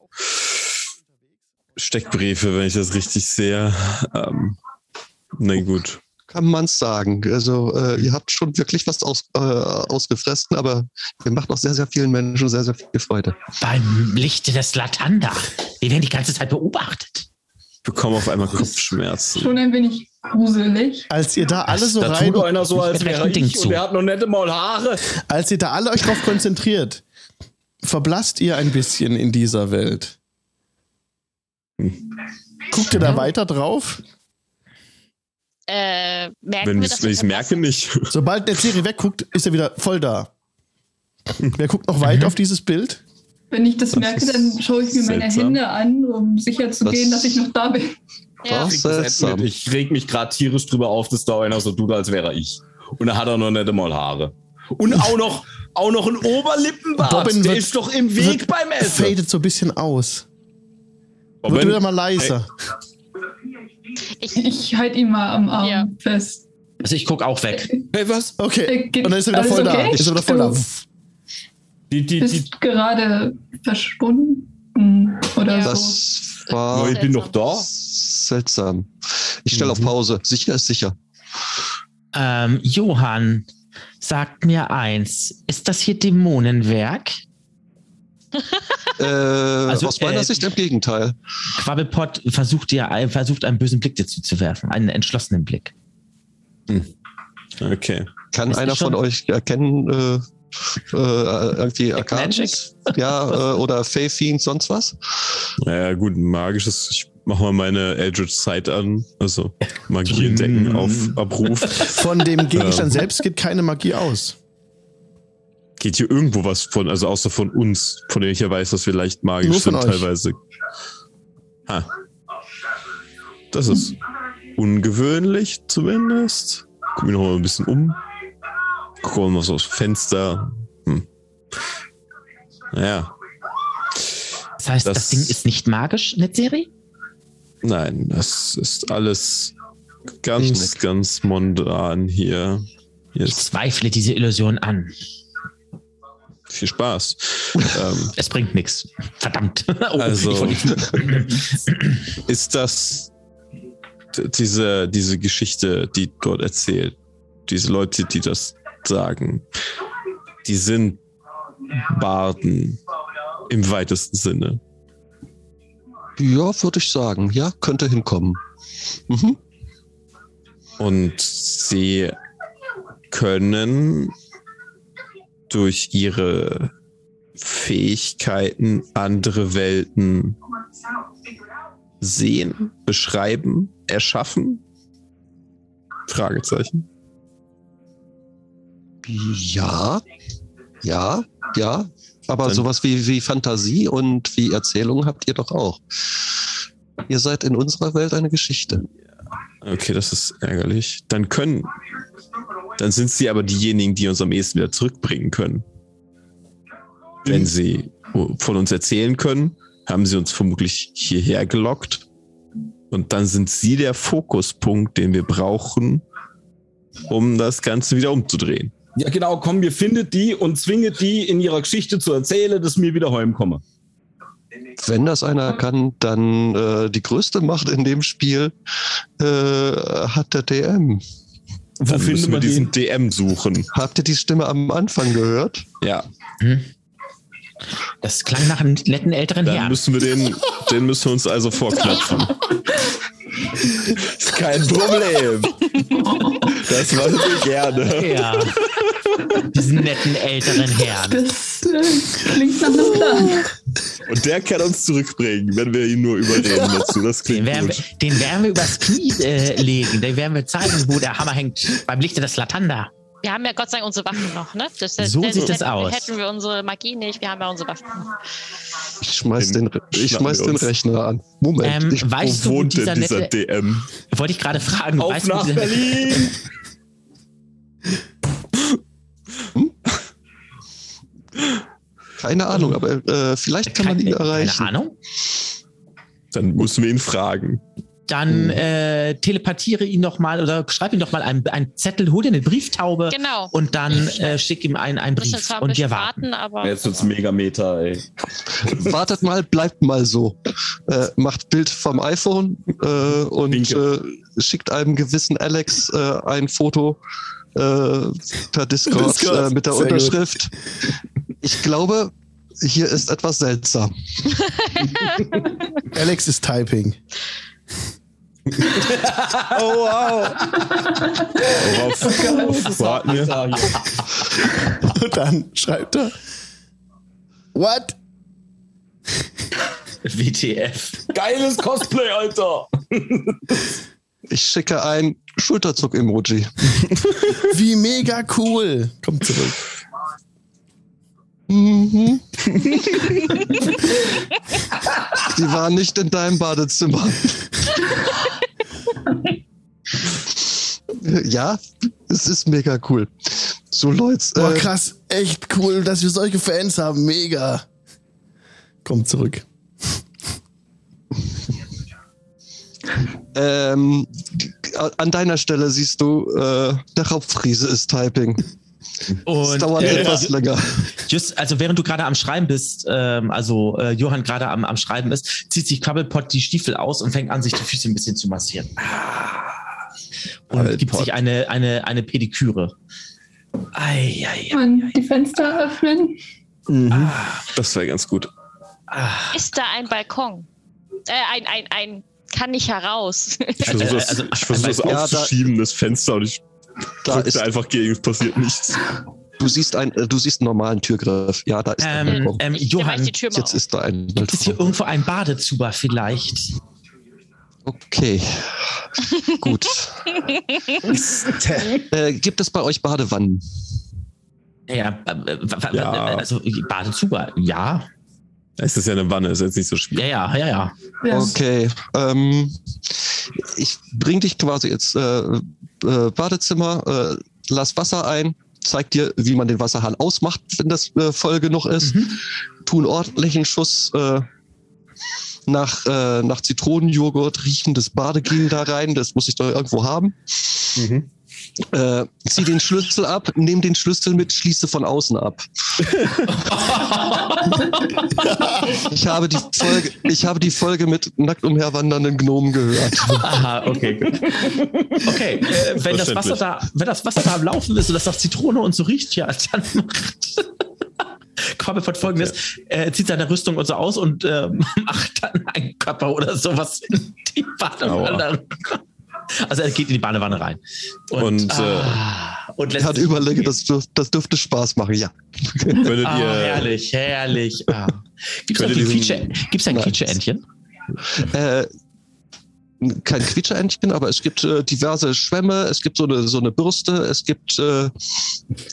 [SPEAKER 9] Steckbriefe, wenn ich das richtig sehe. Ähm, na gut.
[SPEAKER 3] Kann man's sagen. Also
[SPEAKER 2] Mhm.
[SPEAKER 3] äh, ihr habt schon wirklich was aus, äh, ausgefressen, aber ihr macht auch sehr, sehr vielen Menschen sehr, sehr viel Freude.
[SPEAKER 2] Beim Lichte des Latanda. Wir werden die ganze Zeit beobachtet.
[SPEAKER 9] Ich bekomme auf einmal Kopfschmerzen.
[SPEAKER 7] Schon ein wenig gruselig.
[SPEAKER 1] Als ihr da alle so
[SPEAKER 6] da
[SPEAKER 1] rein,
[SPEAKER 6] tut einer *laughs* so, als
[SPEAKER 2] Mit
[SPEAKER 6] wäre
[SPEAKER 2] rechten Ding
[SPEAKER 6] ich
[SPEAKER 2] zu.
[SPEAKER 6] und der hat noch nette Maul Haare.
[SPEAKER 1] als ihr da alle euch drauf konzentriert, verblasst ihr ein bisschen in dieser Welt. Guckt ihr da weiter drauf?
[SPEAKER 5] Äh, merken
[SPEAKER 9] Wenn
[SPEAKER 5] wir,
[SPEAKER 9] ich
[SPEAKER 5] dass
[SPEAKER 9] wenn ich's
[SPEAKER 5] wir
[SPEAKER 9] merke, nicht.
[SPEAKER 1] Sobald der Serie wegguckt, ist er wieder voll da. Wer guckt noch weit auf dieses Bild?
[SPEAKER 7] Wenn ich das,
[SPEAKER 9] Das
[SPEAKER 7] merke,
[SPEAKER 9] ist
[SPEAKER 7] dann schaue ich mir meine
[SPEAKER 9] seltsam.
[SPEAKER 7] Hände an, um sicher zu
[SPEAKER 3] Das-
[SPEAKER 7] gehen, dass ich noch da bin.
[SPEAKER 5] Ja.
[SPEAKER 3] Was seltsam.
[SPEAKER 6] Ich reg mich gerade tierisch drüber auf, dass da einer so tut, als wäre ich. Und da hat er noch nette Maul Haare. Und auch noch, auch noch ein Oberlippenbart.
[SPEAKER 1] Robin
[SPEAKER 6] der
[SPEAKER 1] wird-
[SPEAKER 6] ist doch im Weg
[SPEAKER 1] wird-
[SPEAKER 6] beim Essen.
[SPEAKER 1] Fadet so ein bisschen aus. Wird wieder mal leiser.
[SPEAKER 5] Ich,
[SPEAKER 7] Ich halte ihn mal am Arm
[SPEAKER 5] Ja.
[SPEAKER 7] fest.
[SPEAKER 2] Also ich gucke auch weg.
[SPEAKER 6] Hey, was?
[SPEAKER 1] Okay.
[SPEAKER 7] Äh, geht-
[SPEAKER 1] Und dann ist er wieder
[SPEAKER 7] alles
[SPEAKER 1] voll da.
[SPEAKER 7] okay?
[SPEAKER 1] Ist er wieder voll da.
[SPEAKER 7] Du
[SPEAKER 6] Die, die, die,
[SPEAKER 7] bist gerade verschwunden oder
[SPEAKER 5] Ja.
[SPEAKER 7] so.
[SPEAKER 3] Das war
[SPEAKER 6] oh, ich bin doch da.
[SPEAKER 3] seltsam. Ich stelle
[SPEAKER 2] Mhm.
[SPEAKER 3] auf Pause. Sicher ist sicher.
[SPEAKER 2] Ähm, Johann, sagt mir eins. Ist das hier Dämonenwerk?
[SPEAKER 3] Äh, aus meiner
[SPEAKER 2] äh,
[SPEAKER 3] Sicht im Gegenteil.
[SPEAKER 2] Quabbelpot versucht dir ein- versucht einen bösen Blick dir zuzuwerfen, einen entschlossenen Blick.
[SPEAKER 9] Okay.
[SPEAKER 3] Kann
[SPEAKER 2] ist
[SPEAKER 3] einer
[SPEAKER 2] schon-
[SPEAKER 3] von euch erkennen, äh, äh, irgendwie
[SPEAKER 2] Black Magic?
[SPEAKER 3] *laughs* Arcanus? Ja, äh, oder Fae Fiend, sonst was?
[SPEAKER 9] Naja, gut, magisches. Ich
[SPEAKER 4] mach mal meine Eldritch Sight an. Also Magie entdecken auf
[SPEAKER 1] *laughs*
[SPEAKER 4] Abruf.
[SPEAKER 1] Von dem Gegenstand selbst geht keine Magie aus.
[SPEAKER 4] Geht hier irgendwo was von, also außer von uns, von dem ich ja weiß, dass wir leicht magisch
[SPEAKER 1] Nur von
[SPEAKER 4] sind
[SPEAKER 1] euch.
[SPEAKER 4] teilweise. Ha. Das ist ungewöhnlich zumindest. Guck mich noch mal ein bisschen um. Guck mal so aus dem Fenster. Hm. Naja,
[SPEAKER 2] Das heißt, das,
[SPEAKER 4] Das-
[SPEAKER 2] Ding ist nicht magisch, Netzeri?
[SPEAKER 4] Nein, das ist alles
[SPEAKER 3] Ich
[SPEAKER 4] ganz, ganz mondan hier. Hier
[SPEAKER 2] Ich
[SPEAKER 4] ist
[SPEAKER 2] zweifle diese Illusion an. *laughs*
[SPEAKER 4] viel Spaß. ähm,
[SPEAKER 2] Es bringt nichts. Verdammt. *laughs* Oh,
[SPEAKER 4] Also-
[SPEAKER 2] ich wollte-
[SPEAKER 4] *laughs* ist das d- diese, diese Geschichte, die dort erzählt, diese Leute, die das sagen, die sind Barden im weitesten Sinne.
[SPEAKER 3] Ja, würde ich sagen. Ja, könnte hinkommen. Mhm.
[SPEAKER 4] Und sie können durch ihre Fähigkeiten andere Welten sehen, beschreiben, erschaffen? Fragezeichen.
[SPEAKER 3] Ja, ja, ja. Aber
[SPEAKER 4] Dann-
[SPEAKER 3] sowas wie, wie Fantasie und wie Erzählung habt ihr doch auch. Ihr seid in unserer Welt eine Geschichte.
[SPEAKER 4] Okay, das ist ärgerlich. Dann können. Dann sind sie aber diejenigen, die uns am ehesten wieder zurückbringen können. Wenn sie von uns erzählen können, haben sie uns vermutlich hierher gelockt. Und dann sind sie der Fokuspunkt, den wir brauchen, um das Ganze wieder umzudrehen.
[SPEAKER 6] Ja, genau, komm, ihr findet die und zwinget die in ihrer Geschichte zu erzählen, dass mir wieder heimkomme.
[SPEAKER 3] Wenn das einer kann, dann äh, die größte Macht in dem Spiel äh, hat der DM.
[SPEAKER 6] Wo
[SPEAKER 4] Dann
[SPEAKER 6] findet
[SPEAKER 4] müssen wir
[SPEAKER 6] man
[SPEAKER 4] diesen
[SPEAKER 6] diesen?
[SPEAKER 4] DM suchen.
[SPEAKER 3] Habt ihr die Stimme am Anfang gehört?
[SPEAKER 4] Ja,
[SPEAKER 2] das klang nach einem netten älteren
[SPEAKER 4] dann
[SPEAKER 2] Herrn.
[SPEAKER 4] müssen wir den, den müssen wir uns also vorknöpfen. ist kein Problem. Das machen wir gerne. *laughs*
[SPEAKER 2] Ja. Diesen netten älteren Herrn.
[SPEAKER 7] Das äh, klingt nach einem Plan.
[SPEAKER 4] Und der kann uns zurückbringen, wenn wir ihn nur überreden dazu. Das
[SPEAKER 2] Den
[SPEAKER 4] klingt
[SPEAKER 2] werden,
[SPEAKER 4] gut.
[SPEAKER 2] wir, den werden wir übers Knie äh, legen. Den werden wir zeigen, wo der Hammer hängt. Beim Lichte des Latanda.
[SPEAKER 5] Wir haben ja Gott sei Dank unsere Waffen noch, ne? Das,
[SPEAKER 2] So
[SPEAKER 5] das-
[SPEAKER 2] sieht
[SPEAKER 5] hätten,
[SPEAKER 2] es aus.
[SPEAKER 5] Hätten wir unsere Magie nicht, wir haben ja unsere Waffen noch.
[SPEAKER 3] Ich schmeiß den,
[SPEAKER 4] Den
[SPEAKER 3] ich
[SPEAKER 4] schnappen
[SPEAKER 3] schmeiß
[SPEAKER 4] wir
[SPEAKER 3] den
[SPEAKER 4] uns.
[SPEAKER 3] Rechner an. Moment.
[SPEAKER 2] Ähm,
[SPEAKER 3] ich,
[SPEAKER 2] weißt du,
[SPEAKER 4] Äh, Wo
[SPEAKER 2] wo
[SPEAKER 4] wohnt
[SPEAKER 2] dieser
[SPEAKER 4] denn dieser
[SPEAKER 2] nette.
[SPEAKER 4] DM?
[SPEAKER 2] Wollte ich gerade fragen.
[SPEAKER 6] Auf
[SPEAKER 2] weißt du, wo
[SPEAKER 6] nach
[SPEAKER 2] dieser,
[SPEAKER 6] Berlin!
[SPEAKER 3] keine Ahnung, aber äh, vielleicht kann man ihn
[SPEAKER 2] Keine-
[SPEAKER 3] erreichen.
[SPEAKER 2] Keine Ahnung.
[SPEAKER 4] Dann müssen wir ihn fragen.
[SPEAKER 6] Mhm.
[SPEAKER 2] Dann äh, telepathiere ihn noch mal oder schreib ihm doch mal einen, einen Zettel, hol dir eine Brieftaube
[SPEAKER 5] Genau.
[SPEAKER 2] und dann äh, schick ihm einen, einen
[SPEAKER 5] müssen
[SPEAKER 2] Brief
[SPEAKER 5] zwar ein
[SPEAKER 2] und wir
[SPEAKER 5] bisschen
[SPEAKER 2] warten.
[SPEAKER 5] warten, aber
[SPEAKER 6] Jetzt wird's mega meta, ey.
[SPEAKER 3] Wartet mal, bleibt mal so. Äh, macht Bild vom iPhone äh, und äh, schickt einem gewissen Alex äh, ein Foto äh, per Discord äh, mit der
[SPEAKER 1] Sehr gut.
[SPEAKER 3] Unterschrift. Ich glaube, hier ist etwas seltsam.
[SPEAKER 1] Alex ist Typing.
[SPEAKER 6] Worauf warten wir?
[SPEAKER 1] Und dann schreibt er. What?
[SPEAKER 2] *laughs* WTF.
[SPEAKER 6] Geiles Cosplay, Alter!
[SPEAKER 3] Ich schicke ein Schulterzuck-Emoji.
[SPEAKER 1] Wie mega cool. Kommt zurück.
[SPEAKER 3] Mhm. Die waren nicht in
[SPEAKER 1] *laughs*
[SPEAKER 3] deinem Badezimmer. ja, es ist mega cool. So, Leute,
[SPEAKER 1] Boah,
[SPEAKER 3] äh,
[SPEAKER 1] Oh, krass. Echt cool, dass wir solche Fans haben. Mega. Kommt zurück.
[SPEAKER 3] ähm, an deiner Stelle siehst du, äh, der Hauptfriese ist Typing. Es
[SPEAKER 2] Und
[SPEAKER 3] dauert
[SPEAKER 2] äh,
[SPEAKER 3] etwas länger.
[SPEAKER 2] Just, also während du gerade am Schreiben bist, ähm, also äh, Johann gerade am, am Schreiben ist, zieht sich Quabbelpot die Stiefel aus und fängt an, sich die Füße ein bisschen zu massieren. Ah. Und gibt
[SPEAKER 4] Quabbelpott.
[SPEAKER 2] sich eine, eine, eine Pediküre. Ei, ei, ei.
[SPEAKER 7] Man die Fenster öffnen.
[SPEAKER 4] Das wäre ganz gut.
[SPEAKER 2] Ah.
[SPEAKER 5] ist da ein Balkon? Äh, ein, ein, ein, kann ich heraus.
[SPEAKER 4] Ich versuche das,
[SPEAKER 2] Also,
[SPEAKER 4] ich versuch das
[SPEAKER 3] aber- ja, da-
[SPEAKER 4] aufzuschieben, das Fenster, und ich
[SPEAKER 3] Da
[SPEAKER 4] drücke
[SPEAKER 3] ist,
[SPEAKER 4] da einfach gegen, es passiert nichts.
[SPEAKER 3] du, siehst ein, äh, du siehst einen normalen Türgriff. Ja, da ist ein
[SPEAKER 5] *laughs*
[SPEAKER 2] Ähm,
[SPEAKER 3] Balkon.
[SPEAKER 2] ähm,
[SPEAKER 5] ich, da mach ich
[SPEAKER 2] Johann,
[SPEAKER 5] die Tür mal
[SPEAKER 3] Jetzt
[SPEAKER 5] auf.
[SPEAKER 3] ist da ein
[SPEAKER 2] gibt es hier
[SPEAKER 3] Balkon.
[SPEAKER 2] irgendwo ein Badezuber vielleicht? *laughs*
[SPEAKER 3] Okay. Gut. äh, gibt es bei euch Badewannen?
[SPEAKER 2] Ja, äh, äh, wa- wa-
[SPEAKER 4] Ja.
[SPEAKER 2] also Badezuber, ja.
[SPEAKER 4] Es ist ja eine Wanne, ist jetzt nicht so schwierig.
[SPEAKER 2] Ja, ja, ja, ja.
[SPEAKER 7] Ja.
[SPEAKER 3] Okay. Ähm, ich bring dich quasi ins äh, äh, Badezimmer, äh, lass Wasser ein, zeig dir, wie man den Wasserhahn ausmacht, wenn das äh, voll genug ist. Tu einen ordentlichen Schuss äh, nach, äh, nach Zitronenjoghurt, riechendes Badegel da rein, das muss ich doch irgendwo haben. Äh, zieh den Schlüssel ab, nimm den Schlüssel mit, schließe von außen ab. Ich habe die Folge, ich habe die Folge mit nackt umherwandernden Gnomen gehört.
[SPEAKER 2] Aha, okay, gut. Okay, äh, wenn, das
[SPEAKER 4] Verständlich.
[SPEAKER 2] Wasser da, wenn das Wasser da am Laufen ist und das nach Zitrone und so riecht, ja, dann *laughs* macht. Quabbel von folgendes: äh, zieht seine Rüstung und so aus und äh, *laughs* macht dann einen Körper oder sowas in die Badewanne. Also er geht in die Badewanne rein.
[SPEAKER 4] Und, äh,
[SPEAKER 2] ah, und
[SPEAKER 3] Ich
[SPEAKER 2] lässt
[SPEAKER 3] hatte
[SPEAKER 2] sich-
[SPEAKER 3] überlegt, das, dürf, das dürfte Spaß machen, ja.
[SPEAKER 4] Könntet
[SPEAKER 2] Ah,
[SPEAKER 4] ihr,
[SPEAKER 2] herrlich, herrlich.
[SPEAKER 4] *laughs*
[SPEAKER 2] Ah. Gibt es
[SPEAKER 4] Könnte
[SPEAKER 2] ein
[SPEAKER 4] diesen-
[SPEAKER 2] Quietsche- gibt's ein
[SPEAKER 3] Nein.
[SPEAKER 2] Quietscheentchen?
[SPEAKER 3] Äh, kein Quietscheentchen, aber es gibt äh, diverse Schwämme, es gibt so eine, so eine Bürste, es gibt äh,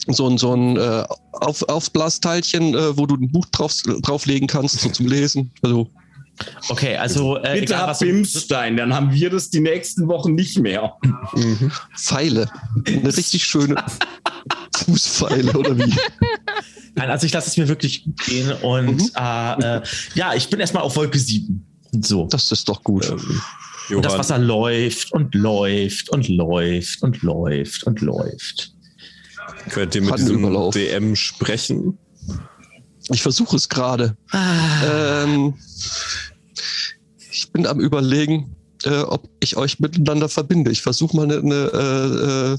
[SPEAKER 3] so ein, so ein äh, Auf, Aufblasteilchen, äh, wo du ein Buch drauf, drauflegen kannst, so zum Lesen. Also,
[SPEAKER 2] Okay, also äh,
[SPEAKER 6] Bitte
[SPEAKER 2] egal
[SPEAKER 6] hab
[SPEAKER 2] was du-
[SPEAKER 6] Bimstein, dann haben wir das die nächsten Wochen nicht mehr. *laughs*
[SPEAKER 3] Pfeile. Eine richtig schöne Fußpfeile, oder wie?
[SPEAKER 2] Nein, also ich lasse es mir wirklich gut gehen und
[SPEAKER 1] Mhm.
[SPEAKER 2] äh, äh, ja, ich bin erstmal auf Wolke 7. So.
[SPEAKER 3] Das ist doch gut.
[SPEAKER 2] Und das
[SPEAKER 4] Johann,
[SPEAKER 2] Wasser läuft und läuft und läuft und läuft und läuft.
[SPEAKER 4] könnt ihr mit
[SPEAKER 3] Hat einen
[SPEAKER 4] diesem
[SPEAKER 3] Überlauf.
[SPEAKER 4] DM sprechen?
[SPEAKER 3] Ich versuche es gerade. Ähm, ich bin am überlegen, äh, ob ich euch miteinander verbinde. Ich versuche mal eine, eine, äh,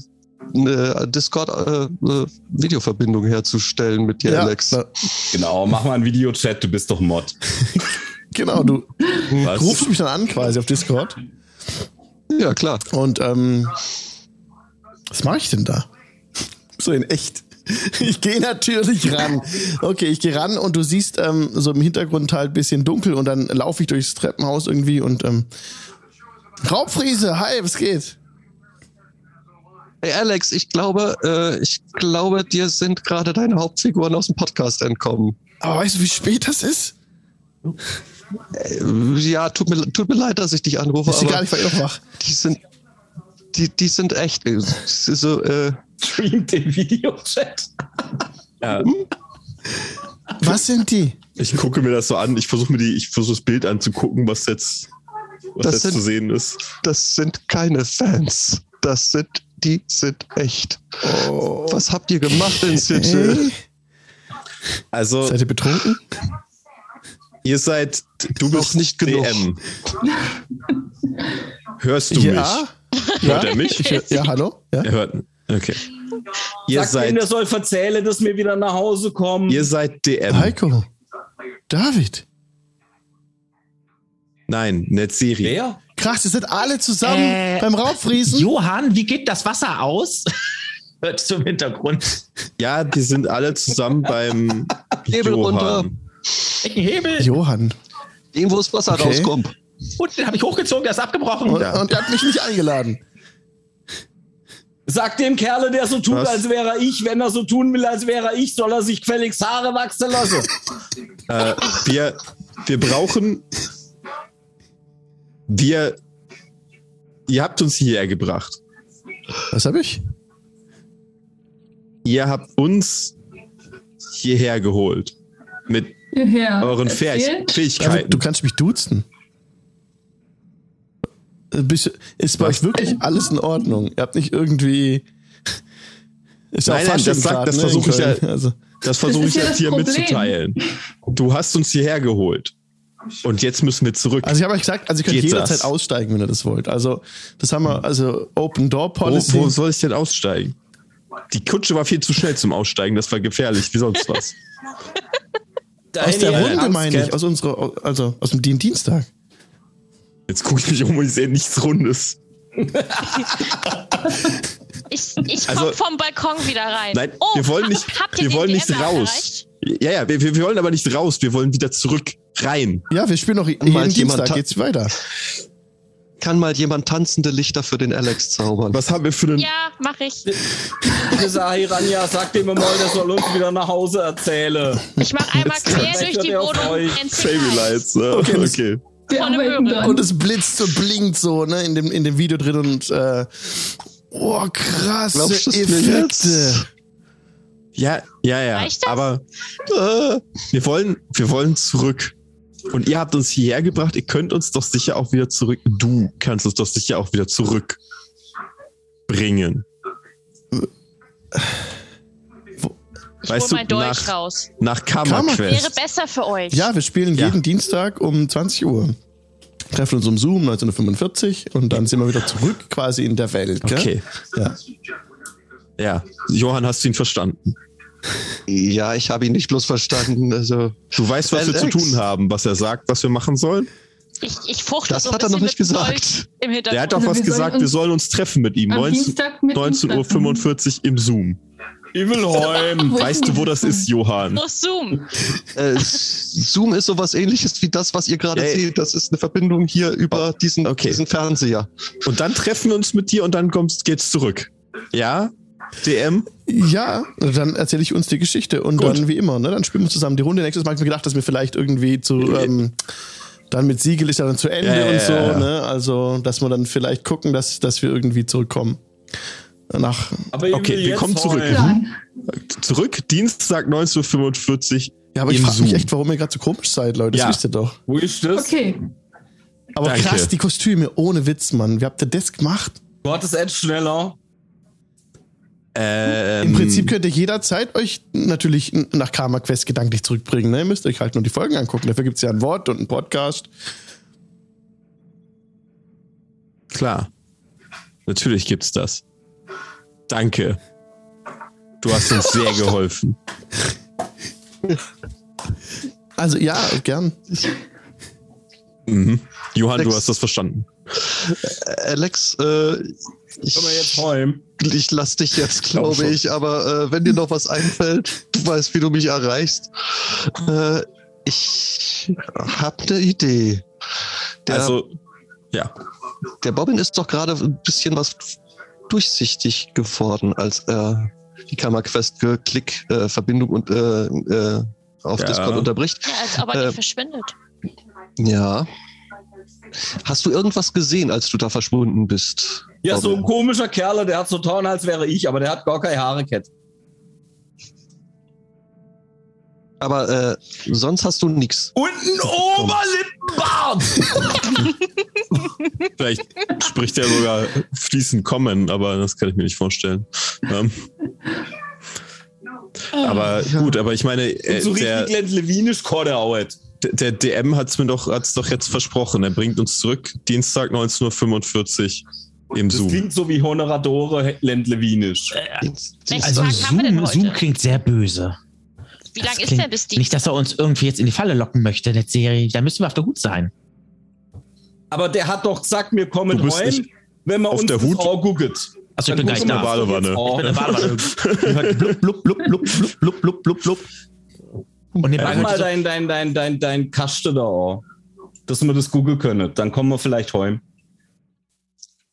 [SPEAKER 3] eine Discord-Videoverbindung herzustellen mit dir,
[SPEAKER 1] Ja,
[SPEAKER 3] Alex.
[SPEAKER 1] na,
[SPEAKER 6] Genau, mach mal einen Videochat, du bist doch Mod.
[SPEAKER 1] genau, du
[SPEAKER 4] Was?
[SPEAKER 1] rufst mich dann an quasi auf Discord.
[SPEAKER 3] Ja, klar.
[SPEAKER 1] Und ähm, was mache ich denn da? So in echt. Ich gehe natürlich ran. Okay, ich gehe ran und du siehst ähm, so im Hintergrund halt ein bisschen dunkel und dann laufe ich durchs Treppenhaus irgendwie und ähm, Raubfriese, hi, was geht?
[SPEAKER 3] Hey Alex, ich glaube, äh, ich glaube, dir sind gerade deine Hauptfiguren aus dem Podcast entkommen.
[SPEAKER 1] Aber weißt du, wie spät das ist?
[SPEAKER 3] Äh, ja, tut mir, tut mir leid, dass ich dich anrufe,
[SPEAKER 1] Ist
[SPEAKER 3] aber
[SPEAKER 1] egal, ich war eh noch wach.
[SPEAKER 3] die sind, die, die sind echt. äh, So, äh,
[SPEAKER 6] Streamt den Videochat.
[SPEAKER 1] Was sind die?
[SPEAKER 4] Ich gucke mir das so an, ich versuche mir die, ich versuche das Bild anzugucken, was jetzt, was
[SPEAKER 3] Das
[SPEAKER 4] jetzt
[SPEAKER 3] sind-
[SPEAKER 4] zu sehen ist.
[SPEAKER 3] das sind keine Fans. Das sind, die sind echt.
[SPEAKER 4] Oh.
[SPEAKER 3] Was habt ihr gemacht in Seattle?
[SPEAKER 1] Hey,
[SPEAKER 4] Also,
[SPEAKER 1] seid ihr betrunken?
[SPEAKER 4] ihr seid, du
[SPEAKER 3] Noch
[SPEAKER 4] bist
[SPEAKER 3] nicht genug.
[SPEAKER 4] DM. Hörst du
[SPEAKER 1] ja?
[SPEAKER 4] mich? Hört er mich?
[SPEAKER 1] Ich, hör- ja, hallo? Ja?
[SPEAKER 4] Er hört, okay. Ihr
[SPEAKER 6] Sag denen, der
[SPEAKER 4] seid,
[SPEAKER 6] soll verzählen, dass wir wieder nach Hause kommen.
[SPEAKER 4] ihr seid DM.
[SPEAKER 1] Heiko. David.
[SPEAKER 4] Nein, Netzeri.
[SPEAKER 6] Wer?
[SPEAKER 1] Krass, ihr seid alle zusammen
[SPEAKER 2] Äh,
[SPEAKER 1] beim Raubfriesen.
[SPEAKER 2] Johann, wie geht das Wasser aus? *laughs* Hört zum Hintergrund.
[SPEAKER 4] Ja, die sind alle zusammen beim
[SPEAKER 3] Hebel runter.
[SPEAKER 4] Johann.
[SPEAKER 2] Dicken Hebel.
[SPEAKER 1] Johann.
[SPEAKER 3] Dem, wo das Wasser
[SPEAKER 1] Okay.
[SPEAKER 3] rauskommt.
[SPEAKER 2] Und den habe ich hochgezogen, der ist abgebrochen.
[SPEAKER 1] Und, und er hat mich nicht eingeladen.
[SPEAKER 6] Sag dem Kerle, der so tut,
[SPEAKER 4] Was?
[SPEAKER 6] als wäre er ich, wenn er so tun will, als wäre er ich, soll er sich Felix Haare
[SPEAKER 4] *laughs*
[SPEAKER 6] wachsen lassen.
[SPEAKER 4] Äh, wir, wir brauchen. Wir. Ihr habt uns hierher gebracht.
[SPEAKER 1] Was habe ich?
[SPEAKER 4] Ihr habt uns hierher geholt. Mit
[SPEAKER 7] Hierher.
[SPEAKER 4] euren Fäh
[SPEAKER 7] Erzählt?
[SPEAKER 4] Fähigkeiten.
[SPEAKER 1] David, du kannst mich duzen. Äh, bist- Ist bei euch wirklich alles in Ordnung? Ihr habt nicht irgendwie. Ist ja
[SPEAKER 4] Nein,
[SPEAKER 1] auch
[SPEAKER 4] nein,
[SPEAKER 1] Fasching
[SPEAKER 4] das sagt-
[SPEAKER 1] grad,
[SPEAKER 4] das
[SPEAKER 1] ne,
[SPEAKER 4] versuch
[SPEAKER 1] in
[SPEAKER 4] ich ja-
[SPEAKER 1] Köln. Also,
[SPEAKER 4] das versuche ich
[SPEAKER 7] Das ist ja
[SPEAKER 4] jetzt
[SPEAKER 7] das
[SPEAKER 4] hier
[SPEAKER 7] Problem.
[SPEAKER 4] mitzuteilen. Du hast uns hierher geholt. Und jetzt müssen wir zurück.
[SPEAKER 1] also ich habe euch gesagt, also ihr könnt
[SPEAKER 4] Geht
[SPEAKER 1] jederzeit
[SPEAKER 4] das?
[SPEAKER 1] aussteigen, wenn ihr das wollt. Also, das haben wir, also Open Door
[SPEAKER 4] wo,
[SPEAKER 1] Policy.
[SPEAKER 4] wo soll ich denn aussteigen? Die Kutsche war viel zu schnell zum Aussteigen. Das war gefährlich, wie sonst was.
[SPEAKER 1] aus der Runde meine ich,
[SPEAKER 6] Angst,
[SPEAKER 1] aus unserer, also aus dem Dien- Dienstag.
[SPEAKER 4] *laughs* Jetzt gucke ich mich um und ich sehe nichts Rundes.
[SPEAKER 5] Ich, ich komme
[SPEAKER 4] Also-
[SPEAKER 5] vom Balkon wieder rein.
[SPEAKER 4] Nein, wir wollen nicht,
[SPEAKER 5] hab- oh, habt ihr
[SPEAKER 4] wir
[SPEAKER 5] den
[SPEAKER 4] wollen nicht
[SPEAKER 5] DM
[SPEAKER 4] raus.
[SPEAKER 5] erreicht?
[SPEAKER 4] Ja, ja, wir, wir wir wollen aber nicht raus. Wir wollen wieder zurück rein.
[SPEAKER 1] Ja, wir spielen noch jeden
[SPEAKER 3] Manch jemand
[SPEAKER 1] Dienstag,
[SPEAKER 3] hat-
[SPEAKER 1] geht's weiter.
[SPEAKER 3] kann mal jemand tanzende Lichter für den Alex zaubern.
[SPEAKER 4] Was haben wir für einen.
[SPEAKER 5] Ja, mach ich.
[SPEAKER 6] Dieser Hiranja, sag dem mal, der soll uns wieder nach Hause erzähle.
[SPEAKER 5] Ich
[SPEAKER 4] *laughs*
[SPEAKER 5] mach einmal quer durch die
[SPEAKER 6] hört er auf
[SPEAKER 5] Wohnung.
[SPEAKER 6] euch.
[SPEAKER 4] Baby
[SPEAKER 5] NC1.
[SPEAKER 4] Lights, ne? Okay. okay.
[SPEAKER 7] Wir
[SPEAKER 5] Volle
[SPEAKER 7] arbeiten
[SPEAKER 5] Möhre.
[SPEAKER 7] dran.
[SPEAKER 1] Und es blitzt und blinkt so, ne, in dem, in dem Video drin und, äh, oh, krasse
[SPEAKER 3] Glaubst du es mir
[SPEAKER 1] Effekte.
[SPEAKER 3] jetzt?
[SPEAKER 4] Ja, ja, ja.
[SPEAKER 5] Reicht das?
[SPEAKER 4] Aber äh, wir, wollen, wir wollen zurück. Und ihr habt uns hierher gebracht, ihr könnt uns doch sicher auch wieder zurück. Du kannst uns doch sicher auch wieder zurückbringen.
[SPEAKER 5] Ich
[SPEAKER 4] Weißt
[SPEAKER 5] hol
[SPEAKER 4] du,
[SPEAKER 5] mein Dolch
[SPEAKER 4] nach-
[SPEAKER 5] raus.
[SPEAKER 4] Nach
[SPEAKER 5] Wäre
[SPEAKER 4] Kammerquest.
[SPEAKER 5] besser für euch.
[SPEAKER 1] Ja, wir spielen
[SPEAKER 4] Ja.
[SPEAKER 1] jeden Dienstag um 20 Uhr. Treffen uns um Zoom 1945 und dann sind wir wieder zurück quasi in der Welt. Gell?
[SPEAKER 4] Okay.
[SPEAKER 1] Ja.
[SPEAKER 4] Ja. Johann, hast du ihn verstanden?
[SPEAKER 3] Ja, ich habe ihn nicht bloß verstanden. Also,
[SPEAKER 4] Du weißt, was wir zu
[SPEAKER 3] Alex.
[SPEAKER 4] tun haben, was er sagt, was wir machen sollen?
[SPEAKER 5] Ich, ich fuchte
[SPEAKER 3] das
[SPEAKER 5] so ein
[SPEAKER 3] hat er noch
[SPEAKER 5] bisschen
[SPEAKER 3] nicht
[SPEAKER 5] mit dem
[SPEAKER 3] gesagt.
[SPEAKER 5] Dolch Im
[SPEAKER 4] Der
[SPEAKER 5] Hintergrund.
[SPEAKER 4] hat doch
[SPEAKER 7] Also
[SPEAKER 4] was
[SPEAKER 7] wir sollen
[SPEAKER 4] gesagt,
[SPEAKER 7] uns
[SPEAKER 4] wir sollen uns treffen mit ihm.
[SPEAKER 7] Am
[SPEAKER 4] 19
[SPEAKER 7] Dienstag mit
[SPEAKER 4] 19.45 Uhr im Zoom.
[SPEAKER 6] Ich will
[SPEAKER 7] *laughs*
[SPEAKER 6] heim.
[SPEAKER 4] Weißt du, wo das ist, Johann?
[SPEAKER 5] Muss Zoom.
[SPEAKER 3] Äh, Zoom ist sowas ähnliches wie das, was ihr gerade
[SPEAKER 4] Ey.
[SPEAKER 3] seht. Das ist eine Verbindung hier über diesen,
[SPEAKER 4] Oh. okay.
[SPEAKER 3] diesen Fernseher.
[SPEAKER 4] Und dann treffen wir uns mit dir und dann kommst, geht's zurück. Ja? DM?
[SPEAKER 1] Ja, dann erzähle ich uns die Geschichte und
[SPEAKER 4] Gut.
[SPEAKER 1] dann wie immer, ne? Dann spielen wir zusammen die Runde. Nächstes Mal habe ich mir gedacht, dass wir vielleicht irgendwie zu ähm, dann mit Siegel ist ja dann zu Ende
[SPEAKER 4] Ja, ja,
[SPEAKER 1] und so,
[SPEAKER 4] ja, ja.
[SPEAKER 1] ne? Also, dass wir dann vielleicht gucken, dass, dass wir irgendwie zurückkommen. Nach
[SPEAKER 6] Aber ich
[SPEAKER 4] Okay,
[SPEAKER 6] will
[SPEAKER 4] wir
[SPEAKER 6] jetzt
[SPEAKER 4] kommen zurück.
[SPEAKER 6] heim.
[SPEAKER 7] Plan.
[SPEAKER 4] Zurück, Dienstag 19.45 Uhr.
[SPEAKER 1] ja, aber ich
[SPEAKER 4] Im
[SPEAKER 1] frage mich
[SPEAKER 4] Zoom.
[SPEAKER 1] echt, warum ihr gerade so komisch seid, Leute. Das
[SPEAKER 4] Ja.
[SPEAKER 1] wisst ihr doch.
[SPEAKER 6] Wo ist das?
[SPEAKER 7] Okay,
[SPEAKER 1] Aber
[SPEAKER 4] Danke.
[SPEAKER 1] krass, die Kostüme, ohne Witz, Mann. Wie habt ihr das gemacht?
[SPEAKER 6] Du hattest echt schneller.
[SPEAKER 4] Ähm,
[SPEAKER 1] Im Prinzip könnt ihr jederzeit euch natürlich n- nach Karma Quest gedanklich zurückbringen. Ne? Ihr müsst euch halt nur die Folgen angucken. Dafür gibt es ja ein Wort und einen Podcast.
[SPEAKER 4] Klar. Natürlich gibt's das. Danke. Du hast
[SPEAKER 7] *laughs*
[SPEAKER 4] uns sehr geholfen.
[SPEAKER 1] Also ja, gern.
[SPEAKER 4] Mhm. Johann, du
[SPEAKER 3] Alex.
[SPEAKER 4] hast das verstanden.
[SPEAKER 3] Alex, äh,
[SPEAKER 6] Können wir jetzt
[SPEAKER 3] ich,
[SPEAKER 6] heim?
[SPEAKER 3] ich lass dich jetzt,
[SPEAKER 4] Glaub
[SPEAKER 3] glaube
[SPEAKER 4] schon.
[SPEAKER 3] ich. Aber äh, wenn dir noch was einfällt, du weißt, wie du mich erreichst. Äh, ich habe eine Idee. Der,
[SPEAKER 4] Also, ja.
[SPEAKER 3] der Bobbin ist doch gerade ein bisschen was durchsichtig geworden, als er die Kammerquest ge- Klick äh, Verbindung und äh, äh, auf
[SPEAKER 4] Ja.
[SPEAKER 3] Discord unterbricht.
[SPEAKER 5] Ja, als ob er
[SPEAKER 3] Äh,
[SPEAKER 5] nicht verschwindet.
[SPEAKER 3] Ja. Hast du irgendwas gesehen, als du da verschwunden bist?
[SPEAKER 6] Ja, so
[SPEAKER 3] Robin?
[SPEAKER 6] ein komischer Kerl, der hat so Torn, als wäre ich, aber der hat gar keine Haare, Cat.
[SPEAKER 3] Aber äh, sonst hast du nichts.
[SPEAKER 6] Und ein Oberlippenbart!
[SPEAKER 4] Vielleicht spricht er sogar fließend kommen, aber das kann ich mir nicht vorstellen. Ähm, aber gut, aber ich meine,
[SPEAKER 6] *laughs* Ah. Und
[SPEAKER 4] äh,
[SPEAKER 6] so
[SPEAKER 4] der,
[SPEAKER 6] richtig Glenn Lewinisch Kordeauet.
[SPEAKER 4] der DM hat's mir doch, hat's doch jetzt versprochen. Er bringt uns zurück, Dienstag 19.45 Uhr im
[SPEAKER 6] Das
[SPEAKER 4] Zoom.
[SPEAKER 6] klingt so wie Honoradore Lent Lewinisch.
[SPEAKER 4] Äh.
[SPEAKER 5] Welchen
[SPEAKER 2] Also
[SPEAKER 5] Tag haben wir denn
[SPEAKER 2] Zoom,
[SPEAKER 5] heute?
[SPEAKER 2] Zoom klingt sehr böse.
[SPEAKER 5] Wie
[SPEAKER 2] Das
[SPEAKER 5] lang ist
[SPEAKER 2] klingt-
[SPEAKER 5] denn bis die?
[SPEAKER 2] Nicht, dass er uns irgendwie jetzt in die Falle locken möchte, der Serie. Da müssen wir auf der Hut sein.
[SPEAKER 6] Aber der hat doch gesagt, wir
[SPEAKER 4] Du
[SPEAKER 6] kommen
[SPEAKER 4] bist
[SPEAKER 6] heim,
[SPEAKER 4] nicht
[SPEAKER 6] wenn man
[SPEAKER 4] auf
[SPEAKER 6] uns
[SPEAKER 4] der
[SPEAKER 6] das
[SPEAKER 4] Hut?
[SPEAKER 6] Ohr googelt.
[SPEAKER 2] Also ich bin gleich
[SPEAKER 4] der
[SPEAKER 2] da.
[SPEAKER 4] Badewanne.
[SPEAKER 2] Ich
[SPEAKER 6] Oh.
[SPEAKER 2] bin in der Badewanne. Ich hört blub, blub, blub, blub, blub, blub, blub, blub, blub. Und den
[SPEAKER 6] Mach
[SPEAKER 2] Ball
[SPEAKER 6] mal
[SPEAKER 2] hört so,
[SPEAKER 6] dein, dein, dein, dein, dein Kaste da an, dass wir das googeln können. Dann kommen wir vielleicht heim.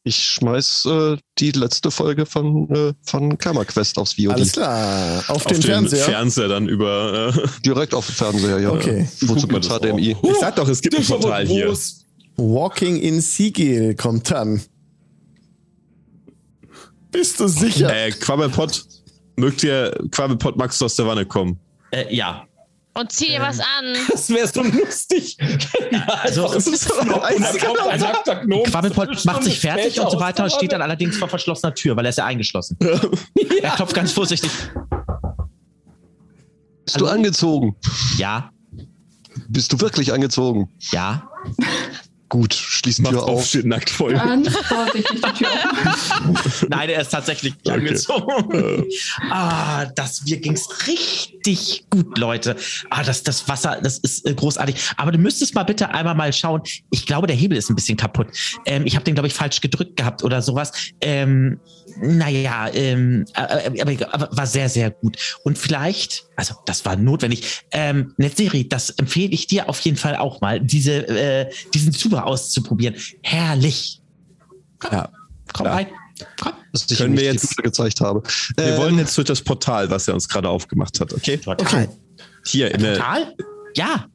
[SPEAKER 3] Ich schmeiß äh, die letzte Folge von, äh, von Kammerquest aufs VOD.
[SPEAKER 1] Alles klar. Auf,
[SPEAKER 4] Auf
[SPEAKER 1] den, Fernseher.
[SPEAKER 4] dann über. Äh,
[SPEAKER 3] Direkt auf den Fernseher, ja.
[SPEAKER 1] Okay.
[SPEAKER 3] Wozu
[SPEAKER 4] guck mal
[SPEAKER 3] gibt's
[SPEAKER 4] das
[SPEAKER 3] HDMI?
[SPEAKER 4] Ich sag doch, es gibt ein
[SPEAKER 6] Das ist aber
[SPEAKER 4] Portal hier.
[SPEAKER 6] groß.
[SPEAKER 1] Walking in Siegel kommt dann. Bist du sicher?
[SPEAKER 4] Äh, Quabbelpott, mögt ihr Quabbelpott, magst du aus der Wanne kommen?
[SPEAKER 2] äh, ja.
[SPEAKER 5] Und zieh dir was an.
[SPEAKER 6] Das wäre so lustig. also, das ist so ein nackter Gnome.
[SPEAKER 2] Quabbelpott macht sich
[SPEAKER 6] Stunde
[SPEAKER 2] fertig
[SPEAKER 6] später
[SPEAKER 2] und so weiter,
[SPEAKER 6] aus der
[SPEAKER 2] steht dann
[SPEAKER 6] Wanne.
[SPEAKER 2] allerdings vor verschlossener Tür, weil er ist ja eingeschlossen. Er klopft ganz vorsichtig.
[SPEAKER 3] Bist du angezogen?
[SPEAKER 2] Ja,
[SPEAKER 3] Bist du wirklich angezogen?
[SPEAKER 2] ja.
[SPEAKER 3] Gut, schließ die
[SPEAKER 4] Macht
[SPEAKER 3] Tür
[SPEAKER 4] auf,
[SPEAKER 3] auf.
[SPEAKER 4] steht nackt vor ihm.
[SPEAKER 7] ganz vorsichtig die Tür offen.
[SPEAKER 2] Nein, er ist tatsächlich nicht angezogen. *laughs* ah, das wir ging's richtig gut, Leute. Ah, das, das Wasser, das ist äh, großartig. Aber du müsstest mal bitte einmal mal schauen. Ich glaube, der Hebel ist ein bisschen kaputt. Ähm, ich habe den, glaube ich, falsch gedrückt gehabt oder sowas. Ähm, naja, ähm, äh, äh, aber, egal, aber war sehr, sehr gut. Und vielleicht, also das war notwendig. Ähm, Netzeri, das empfehle ich dir auf jeden Fall auch mal, diese, äh, diesen Zuber auszuprobieren. Herrlich.
[SPEAKER 9] Ja.
[SPEAKER 2] Komm
[SPEAKER 9] Ja.
[SPEAKER 2] rein. Komm.
[SPEAKER 3] dass ich
[SPEAKER 9] Können
[SPEAKER 3] ihm
[SPEAKER 9] wir
[SPEAKER 3] nicht die
[SPEAKER 9] jetzt-
[SPEAKER 3] Tüte gezeigt habe.
[SPEAKER 9] Wir
[SPEAKER 3] Ähm,
[SPEAKER 9] wollen jetzt durch das Portal, was er uns gerade aufgemacht hat, okay?
[SPEAKER 2] Total.
[SPEAKER 9] Hier, in der,
[SPEAKER 2] Äh, Total? Ja.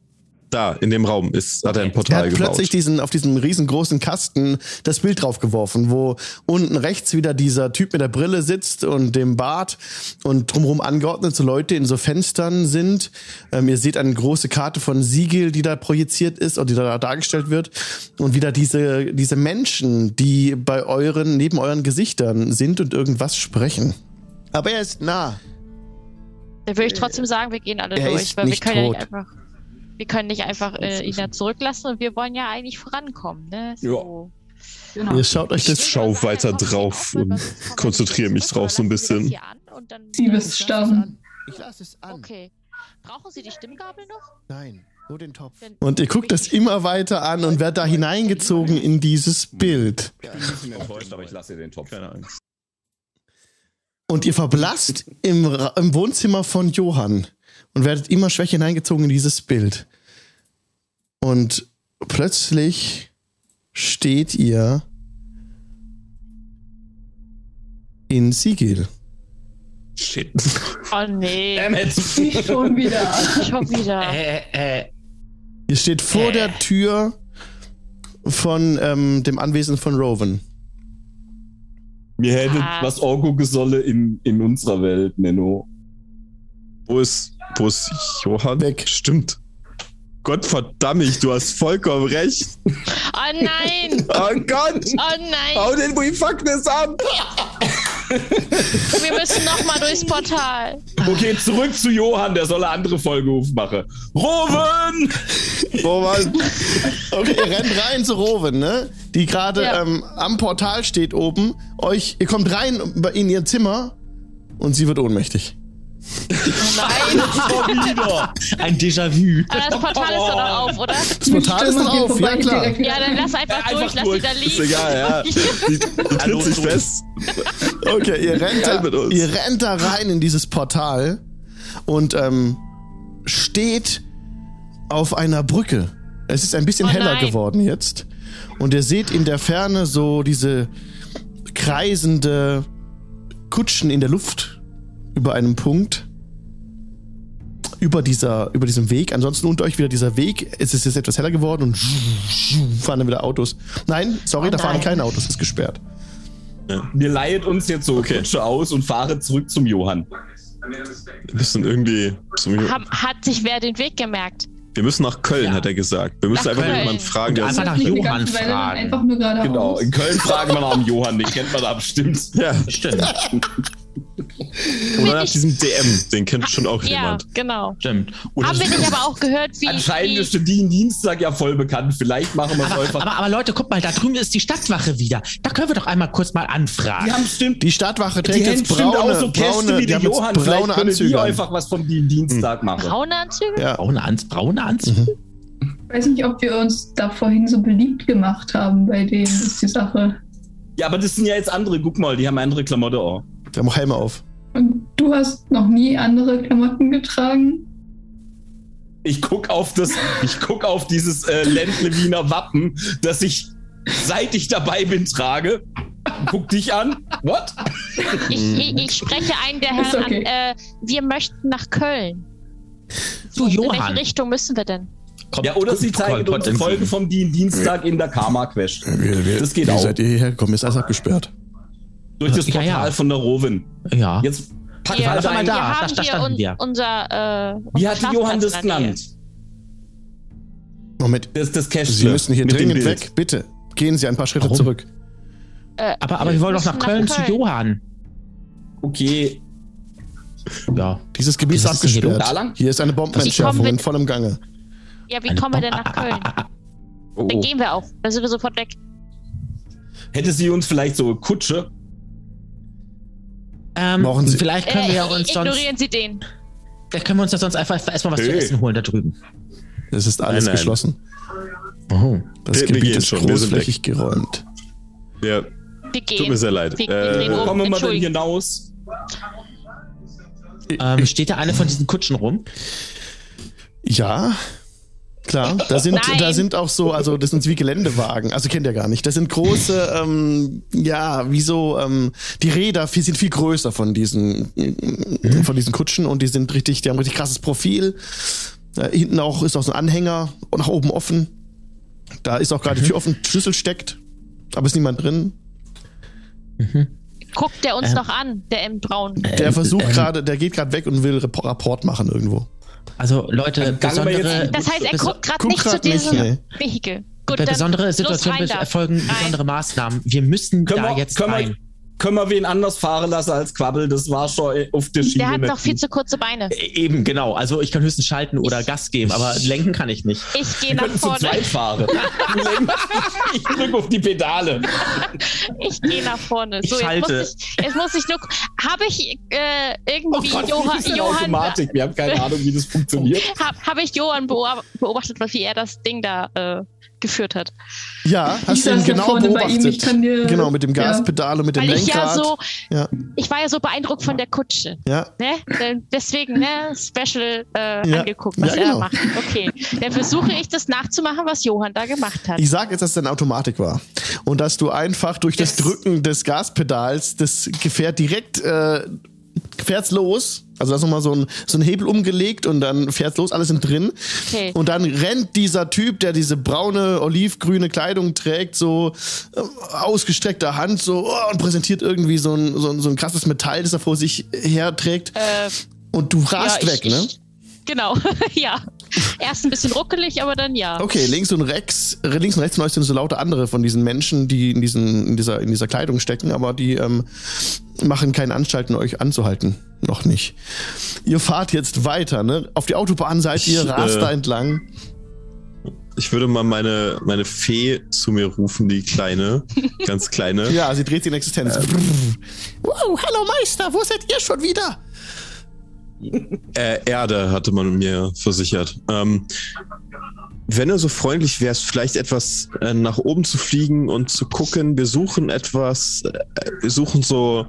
[SPEAKER 9] da, in dem Raum ist, hat er ein
[SPEAKER 1] Er
[SPEAKER 9] Portal
[SPEAKER 1] hat
[SPEAKER 9] gebaut.
[SPEAKER 1] plötzlich diesen, auf diesem riesengroßen Kasten das Bild draufgeworfen, wo unten rechts wieder dieser Typ mit der Brille sitzt und dem Bart und drumherum angeordnete Leute in so Fenstern sind. Ähm, ihr seht eine große Karte von Siegel, die da projiziert ist und die da dargestellt wird. Und wieder diese, diese Menschen, die bei euren, neben euren Gesichtern sind und irgendwas sprechen. Aber er ist nah.
[SPEAKER 5] Dann würde ich trotzdem sagen, wir gehen alle
[SPEAKER 1] Er
[SPEAKER 5] durch,
[SPEAKER 1] ist
[SPEAKER 5] weil wir
[SPEAKER 1] nicht
[SPEAKER 5] können ja nicht
[SPEAKER 1] tot.
[SPEAKER 5] einfach, wir können nicht einfach äh, ihn da zurücklassen und wir wollen ja eigentlich vorankommen, ne? So.
[SPEAKER 7] Genau.
[SPEAKER 1] Ihr schaut euch das
[SPEAKER 9] Ich schau weiter drauf und konzentriere mich drauf so ein bisschen.
[SPEAKER 7] Sie bist starren.
[SPEAKER 10] Ich lasse es an.
[SPEAKER 5] Okay. Brauchen Sie die Stimmgabel noch?
[SPEAKER 10] Nein, nur den Topf.
[SPEAKER 5] Dann-
[SPEAKER 1] Und ihr guckt das immer weiter an und werdet da hineingezogen in dieses Bild.
[SPEAKER 6] enttäuscht, aber ich lasse dir den Topf.
[SPEAKER 9] Keine Angst.
[SPEAKER 1] Und ihr verblasst im, Ra- im Wohnzimmer von Johann und werdet immer schwächer hineingezogen in dieses Bild. Und plötzlich steht ihr in Siegel.
[SPEAKER 9] Shit.
[SPEAKER 5] Oh nee.
[SPEAKER 7] Nicht schon wieder.
[SPEAKER 5] Schon wieder.
[SPEAKER 2] Äh, äh,
[SPEAKER 1] Ihr steht vor der Tür von ähm, dem Anwesen von Rowan.
[SPEAKER 6] Mir hättet
[SPEAKER 5] Ah.
[SPEAKER 6] was Orgo gesolle in, in unserer Welt, Menno.
[SPEAKER 9] Wo ist, wo ist Johann?
[SPEAKER 1] Weg.
[SPEAKER 9] Stimmt. Gott verdammt, mich, du hast vollkommen recht.
[SPEAKER 5] Oh nein!
[SPEAKER 9] *laughs* Oh Gott!
[SPEAKER 5] Oh nein!
[SPEAKER 9] How did we fuck this up?
[SPEAKER 5] Wir müssen nochmal durchs Portal.
[SPEAKER 6] Okay, zurück zu Johann, der soll eine andere Folge aufmachen. Rowan!
[SPEAKER 1] Oh Mann. *laughs* Okay, ihr rennt rein zu Rowan, ne? Die gerade
[SPEAKER 5] Ja.
[SPEAKER 1] ähm, am Portal steht oben. Euch, ihr kommt rein in ihr Zimmer und sie wird ohnmächtig.
[SPEAKER 5] Nein!
[SPEAKER 2] ein Déjà-vu.
[SPEAKER 5] Aber das Portal ist doch noch auf, oder?
[SPEAKER 1] Das Portal ist noch auf, ja klar.
[SPEAKER 5] Ja, dann lass einfach,
[SPEAKER 4] Äh,
[SPEAKER 5] durch, Oh, lass sie da
[SPEAKER 9] Ist
[SPEAKER 5] liegen.
[SPEAKER 9] egal,
[SPEAKER 5] *laughs*
[SPEAKER 9] ja. Die, die tritt sich
[SPEAKER 4] zurück.
[SPEAKER 9] fest.
[SPEAKER 1] Okay, ihr rennt, da,
[SPEAKER 9] Geil mit uns.
[SPEAKER 1] ihr rennt da rein in dieses Portal und ähm, steht auf einer Brücke. Es ist ein bisschen
[SPEAKER 5] Oh
[SPEAKER 1] heller
[SPEAKER 5] nein.
[SPEAKER 1] geworden jetzt. Und ihr seht in der Ferne so diese kreisende Kutschen in der Luft über einem Punkt. Über, dieser, über diesem Weg. Ansonsten unter euch wieder dieser Weg. Es ist jetzt etwas heller geworden und *laughs* fahren dann wieder Autos. Nein, sorry,
[SPEAKER 5] Oh
[SPEAKER 1] da fahren
[SPEAKER 5] nein.
[SPEAKER 1] keine Autos, ist gesperrt.
[SPEAKER 6] Wir leiht uns jetzt so okay. Kutsche aus und fahre zurück zum Johann.
[SPEAKER 9] Wir müssen irgendwie zum Johann.
[SPEAKER 5] Hab, hat sich wer den Weg gemerkt?
[SPEAKER 9] Wir müssen nach Köln,
[SPEAKER 2] Ja.
[SPEAKER 9] hat er gesagt. Wir müssen
[SPEAKER 5] Nach
[SPEAKER 9] einfach
[SPEAKER 5] Köln.
[SPEAKER 9] jemanden fragen, der uns.
[SPEAKER 2] Einfach nach
[SPEAKER 7] Nicht die
[SPEAKER 2] Johann
[SPEAKER 7] ganze Weile,
[SPEAKER 2] fragen.
[SPEAKER 7] Einfach nur geradeaus.
[SPEAKER 6] Genau, in Köln fragen wir nach dem Johann, den kennt man da bestimmt.
[SPEAKER 9] Ja,
[SPEAKER 2] Stimmt,
[SPEAKER 9] oder nach diesem DM, den kennt schon auch
[SPEAKER 5] Ja,
[SPEAKER 9] jemand.
[SPEAKER 5] genau.
[SPEAKER 2] stimmt. Oder
[SPEAKER 5] Haben wir nicht aber auch gehört, wie.
[SPEAKER 6] Anscheinend
[SPEAKER 5] wie-
[SPEAKER 6] ist der Dien Dienstag ja voll bekannt. Vielleicht machen wir es
[SPEAKER 2] aber,
[SPEAKER 6] einfach.
[SPEAKER 2] aber, aber Leute, guck mal, da drüben ist die Stadtwache wieder. Da können wir doch einmal kurz mal anfragen.
[SPEAKER 6] Die haben stimmt.
[SPEAKER 1] Die Stadtwache
[SPEAKER 6] Die
[SPEAKER 1] trägt
[SPEAKER 6] haben
[SPEAKER 1] jetzt
[SPEAKER 6] bestimmt
[SPEAKER 1] braune,
[SPEAKER 6] auch so Käste
[SPEAKER 1] braune,
[SPEAKER 6] wie
[SPEAKER 1] die
[SPEAKER 6] der
[SPEAKER 1] haben jetzt
[SPEAKER 6] Johann. Vielleicht
[SPEAKER 1] braune
[SPEAKER 6] können die
[SPEAKER 1] Anzüge. an. Hm.
[SPEAKER 6] einfach was vom Dien Dienstag machen.
[SPEAKER 5] Braunanzüge?
[SPEAKER 1] Ja.
[SPEAKER 2] Braune, Anz braune Anzüge?
[SPEAKER 7] Ich weiß nicht, ob wir uns da vorhin so beliebt gemacht haben bei denen, ist die Sache.
[SPEAKER 6] Ja, aber das sind ja jetzt andere. Guck mal, die haben andere Klamotte auch.
[SPEAKER 1] Die haben Helme auf.
[SPEAKER 7] Und du hast noch nie andere Klamotten getragen?
[SPEAKER 6] Ich guck auf das, ich guck auf dieses äh, ländle Wiener Wappen, das ich seit ich dabei bin trage. Guck dich an. What?
[SPEAKER 5] Ich, ich, ich spreche einen der
[SPEAKER 7] Ist
[SPEAKER 5] Herren
[SPEAKER 7] okay.
[SPEAKER 5] an. Äh, wir möchten nach Köln.
[SPEAKER 2] Zu
[SPEAKER 5] In welche
[SPEAKER 2] Johann.
[SPEAKER 5] richtung müssen wir denn?
[SPEAKER 2] Kommt-
[SPEAKER 6] Ja, oder sie
[SPEAKER 2] kommt-
[SPEAKER 6] zeigen
[SPEAKER 2] kommt-
[SPEAKER 6] uns die
[SPEAKER 2] kommt-
[SPEAKER 6] Folge vom Dien Dienstag in der Karma Quest. Das geht
[SPEAKER 1] Wie
[SPEAKER 6] auch.
[SPEAKER 1] seid ihr hierher gekommen? Ist alles abgesperrt.
[SPEAKER 6] Durch das
[SPEAKER 2] Ja,
[SPEAKER 6] Portal
[SPEAKER 2] ja.
[SPEAKER 6] von der Rowen.
[SPEAKER 2] Ja.
[SPEAKER 6] Jetzt packt
[SPEAKER 5] Wir-
[SPEAKER 2] war
[SPEAKER 6] mal
[SPEAKER 2] doch einmal
[SPEAKER 6] dein,
[SPEAKER 2] da.
[SPEAKER 5] wir haben
[SPEAKER 2] das- das
[SPEAKER 5] hier
[SPEAKER 2] standen
[SPEAKER 5] un
[SPEAKER 2] wir.
[SPEAKER 5] unser. Äh,
[SPEAKER 6] Wie
[SPEAKER 5] unser
[SPEAKER 6] hat die Johann
[SPEAKER 5] Schlafplatz
[SPEAKER 6] das
[SPEAKER 5] in der Nähe.
[SPEAKER 6] genannt?
[SPEAKER 1] Moment,
[SPEAKER 6] Das, das Cash.
[SPEAKER 1] Sie müssen hier
[SPEAKER 6] mit dem
[SPEAKER 1] dringend
[SPEAKER 6] Bild.
[SPEAKER 1] weg. Bitte, gehen Sie ein paar Schritte
[SPEAKER 2] Warum?
[SPEAKER 1] zurück.
[SPEAKER 2] Aber, aber wir wollen doch nach
[SPEAKER 5] Nach
[SPEAKER 2] Köln, zu
[SPEAKER 5] Köln.
[SPEAKER 2] Johann.
[SPEAKER 6] Okay.
[SPEAKER 2] Ja.
[SPEAKER 1] Dieses Gebiet ist
[SPEAKER 2] Was ist denn hier
[SPEAKER 1] abgesperrt.
[SPEAKER 6] da lang?
[SPEAKER 1] Hier ist eine
[SPEAKER 5] Ich
[SPEAKER 1] Bombenentschärfung
[SPEAKER 5] komm
[SPEAKER 1] in
[SPEAKER 5] mit-
[SPEAKER 1] vollem Gange.
[SPEAKER 5] Ja, wie
[SPEAKER 2] Eine
[SPEAKER 5] kommen wir denn
[SPEAKER 2] Bombe.
[SPEAKER 5] nach Köln?
[SPEAKER 6] Oh,
[SPEAKER 5] Dann
[SPEAKER 6] oh.
[SPEAKER 5] gehen wir auch. Dann sind wir sofort weg.
[SPEAKER 6] Hätte sie uns vielleicht so eine Kutsche.
[SPEAKER 2] Ähm,
[SPEAKER 1] Brauchen Sie-
[SPEAKER 2] vielleicht können wir ja
[SPEAKER 5] Äh,
[SPEAKER 2] uns sonst,
[SPEAKER 5] ignorieren Sie den.
[SPEAKER 2] vielleicht können wir uns ja sonst einfach erstmal was zu
[SPEAKER 6] Hey.
[SPEAKER 2] essen holen da drüben.
[SPEAKER 1] Es ist alles
[SPEAKER 9] Nein, nein.
[SPEAKER 1] geschlossen.
[SPEAKER 2] Oh.
[SPEAKER 1] Das
[SPEAKER 9] Wir- wir
[SPEAKER 1] Gebiet
[SPEAKER 9] gehen
[SPEAKER 1] ist
[SPEAKER 9] schon, wir sind
[SPEAKER 1] großflächig geräumt.
[SPEAKER 9] Ja,
[SPEAKER 5] Wir
[SPEAKER 9] tut mir
[SPEAKER 5] gehen.
[SPEAKER 9] sehr leid.
[SPEAKER 5] Wir- wir
[SPEAKER 9] Äh,
[SPEAKER 5] drehen
[SPEAKER 6] Wo
[SPEAKER 5] um.
[SPEAKER 6] kommen wir denn
[SPEAKER 5] Entschuldigung.
[SPEAKER 6] hinaus?
[SPEAKER 2] Ähm, steht da eine von diesen Kutschen rum?
[SPEAKER 1] Ja,
[SPEAKER 7] *laughs*
[SPEAKER 1] Klar, da sind,
[SPEAKER 5] Nein.
[SPEAKER 1] da sind auch so, also das sind wie Geländewagen, also kennt ihr gar nicht. Das sind große, ähm, ja, wie so, ähm, die Räder viel, sind viel größer von diesen,
[SPEAKER 2] Hm?
[SPEAKER 1] äh, von diesen Kutschen und die sind richtig, die haben richtig krasses Profil. Äh, hinten auch ist auch so ein Anhänger und nach oben offen. Da ist auch gerade
[SPEAKER 2] Mhm.
[SPEAKER 1] die Tür offen, Schlüssel steckt, aber ist niemand drin.
[SPEAKER 5] Guckt der uns
[SPEAKER 2] Ähm.
[SPEAKER 5] noch an, der M. Braun.
[SPEAKER 1] Der
[SPEAKER 2] Ähm,
[SPEAKER 1] versucht
[SPEAKER 2] ähm.
[SPEAKER 1] gerade, der geht gerade weg und will Rep- Rapport machen irgendwo.
[SPEAKER 2] Also Leute,
[SPEAKER 6] Dann gangen wir jetzt-
[SPEAKER 2] besondere,
[SPEAKER 5] Das heißt, er
[SPEAKER 2] beso-
[SPEAKER 5] guckt gerade
[SPEAKER 1] guck
[SPEAKER 5] nicht zu
[SPEAKER 1] grad nicht,
[SPEAKER 5] diesem
[SPEAKER 1] nee.
[SPEAKER 5] Vehikel. Gut,
[SPEAKER 2] Bei
[SPEAKER 5] dann
[SPEAKER 2] besondere
[SPEAKER 5] los,
[SPEAKER 2] Situationen
[SPEAKER 5] rein da.
[SPEAKER 2] erfolgen
[SPEAKER 5] Rein.
[SPEAKER 2] besondere Maßnahmen. Wir müssen
[SPEAKER 6] Können
[SPEAKER 2] da
[SPEAKER 6] wir-
[SPEAKER 2] jetzt
[SPEAKER 6] können wir-
[SPEAKER 2] rein.
[SPEAKER 6] Können wir wen anders fahren lassen als Quabbel? Das war schon auf der Schiene.
[SPEAKER 5] Der hat noch viel
[SPEAKER 6] zu
[SPEAKER 5] zu kurze Beine.
[SPEAKER 2] Eben, genau. Also ich kann höchstens schalten oder Gas geben, aber lenken kann ich nicht.
[SPEAKER 5] Ich gehe
[SPEAKER 6] wir
[SPEAKER 5] nach
[SPEAKER 6] können zu
[SPEAKER 5] vorne.
[SPEAKER 6] zweit fahren.
[SPEAKER 5] *laughs*
[SPEAKER 6] ich drücke auf die Pedale.
[SPEAKER 5] Ich gehe nach vorne.
[SPEAKER 2] Ich
[SPEAKER 5] So, jetzt,
[SPEAKER 2] halte.
[SPEAKER 5] muss ich, jetzt muss ich nur. Habe ich äh, irgendwie
[SPEAKER 6] Oh wie
[SPEAKER 5] Joha,
[SPEAKER 6] ist denn
[SPEAKER 5] Johann.
[SPEAKER 6] Automatik. Wir haben keine Ahnung, wie das funktioniert.
[SPEAKER 5] Habe hab ich Johann beob- beobachtet, wie er das Ding da äh, geführt hat?
[SPEAKER 1] Ja, hast du ihn
[SPEAKER 7] saß ja
[SPEAKER 1] genau
[SPEAKER 7] vorne bei ihm,
[SPEAKER 1] beobachtet.
[SPEAKER 7] ich kann dir-
[SPEAKER 1] genau, mit dem
[SPEAKER 7] ja.
[SPEAKER 1] Gaspedal und mit dem
[SPEAKER 5] Weil ich ja
[SPEAKER 1] Lenkrad.
[SPEAKER 5] so.
[SPEAKER 1] ja,
[SPEAKER 5] Ich war ja so beeindruckt von der Kutsche.
[SPEAKER 1] ja.
[SPEAKER 5] Ne? Dann- Deswegen, ne, Special äh,
[SPEAKER 1] Ja.
[SPEAKER 5] angeguckt,
[SPEAKER 1] Ja,
[SPEAKER 5] was
[SPEAKER 1] genau.
[SPEAKER 5] er macht. Okay. Dann versuche ich das nachzumachen, was Johann da gemacht hat.
[SPEAKER 1] Ich sag jetzt, dass es eine Automatik war. Und dass du einfach durch das Drücken des Gaspedals das Gefährt direkt äh, fährt's los. Also da ist nochmal so ein, so ein Hebel umgelegt und dann fährt's los, alles sind drin.
[SPEAKER 5] Okay.
[SPEAKER 1] Und dann rennt dieser Typ, der diese braune, olivgrüne Kleidung trägt, so äh, ausgestreckter Hand so oh, und präsentiert irgendwie so ein, so, ein, so ein krasses Metall, das er vor sich herträgt.
[SPEAKER 5] Äh,
[SPEAKER 1] und du rast
[SPEAKER 5] ja,
[SPEAKER 1] weg,
[SPEAKER 5] ich,
[SPEAKER 1] ne?
[SPEAKER 5] Ich, genau, *laughs* ja. Erst ein bisschen ruckelig, aber dann ja.
[SPEAKER 1] Okay, links und rechts, re- links und rechts von euch sind so lauter andere von diesen Menschen, die in, diesen, in, dieser, in dieser Kleidung stecken, aber die ähm, machen keinen Anstalten, euch anzuhalten. Noch nicht. Ihr fahrt jetzt weiter, ne? Auf die Autobahn seid ihr,
[SPEAKER 4] Ich,
[SPEAKER 1] rast
[SPEAKER 4] äh,
[SPEAKER 1] da entlang.
[SPEAKER 4] Ich würde mal meine, meine Fee zu mir rufen, die
[SPEAKER 9] *laughs*
[SPEAKER 4] kleine, ganz kleine.
[SPEAKER 1] Ja, sie dreht sich in Existenz.
[SPEAKER 4] äh.
[SPEAKER 1] Wow, hallo Meister, wo seid ihr schon wieder?
[SPEAKER 4] Äh, Erde, hatte man mir versichert. Ähm, wenn du so freundlich wärst, vielleicht etwas äh, nach oben zu fliegen und zu gucken, wir suchen etwas, äh, wir suchen so,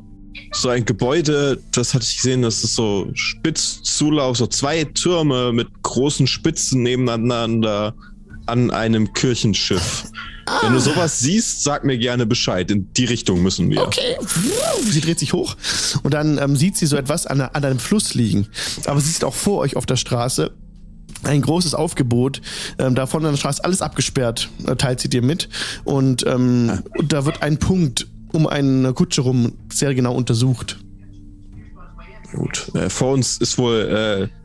[SPEAKER 4] so ein Gebäude, das hatte ich gesehen, das ist so Spitzzulauf, so zwei Türme mit großen Spitzen nebeneinander an einem Kirchenschiff. Wenn du sowas siehst, sag mir gerne Bescheid. In die Richtung müssen wir.
[SPEAKER 1] Okay. Sie dreht sich hoch und dann ähm, sieht sie so etwas an, einer- an einem Fluss liegen. Aber sie sieht auch vor euch auf der Straße ein großes Aufgebot. Ähm, davon an der Straße alles abgesperrt, äh, teilt sie dir mit. Und, ähm, und da wird ein Punkt um eine Kutsche rum sehr genau untersucht.
[SPEAKER 4] Gut. Äh, vor uns ist wohl, äh,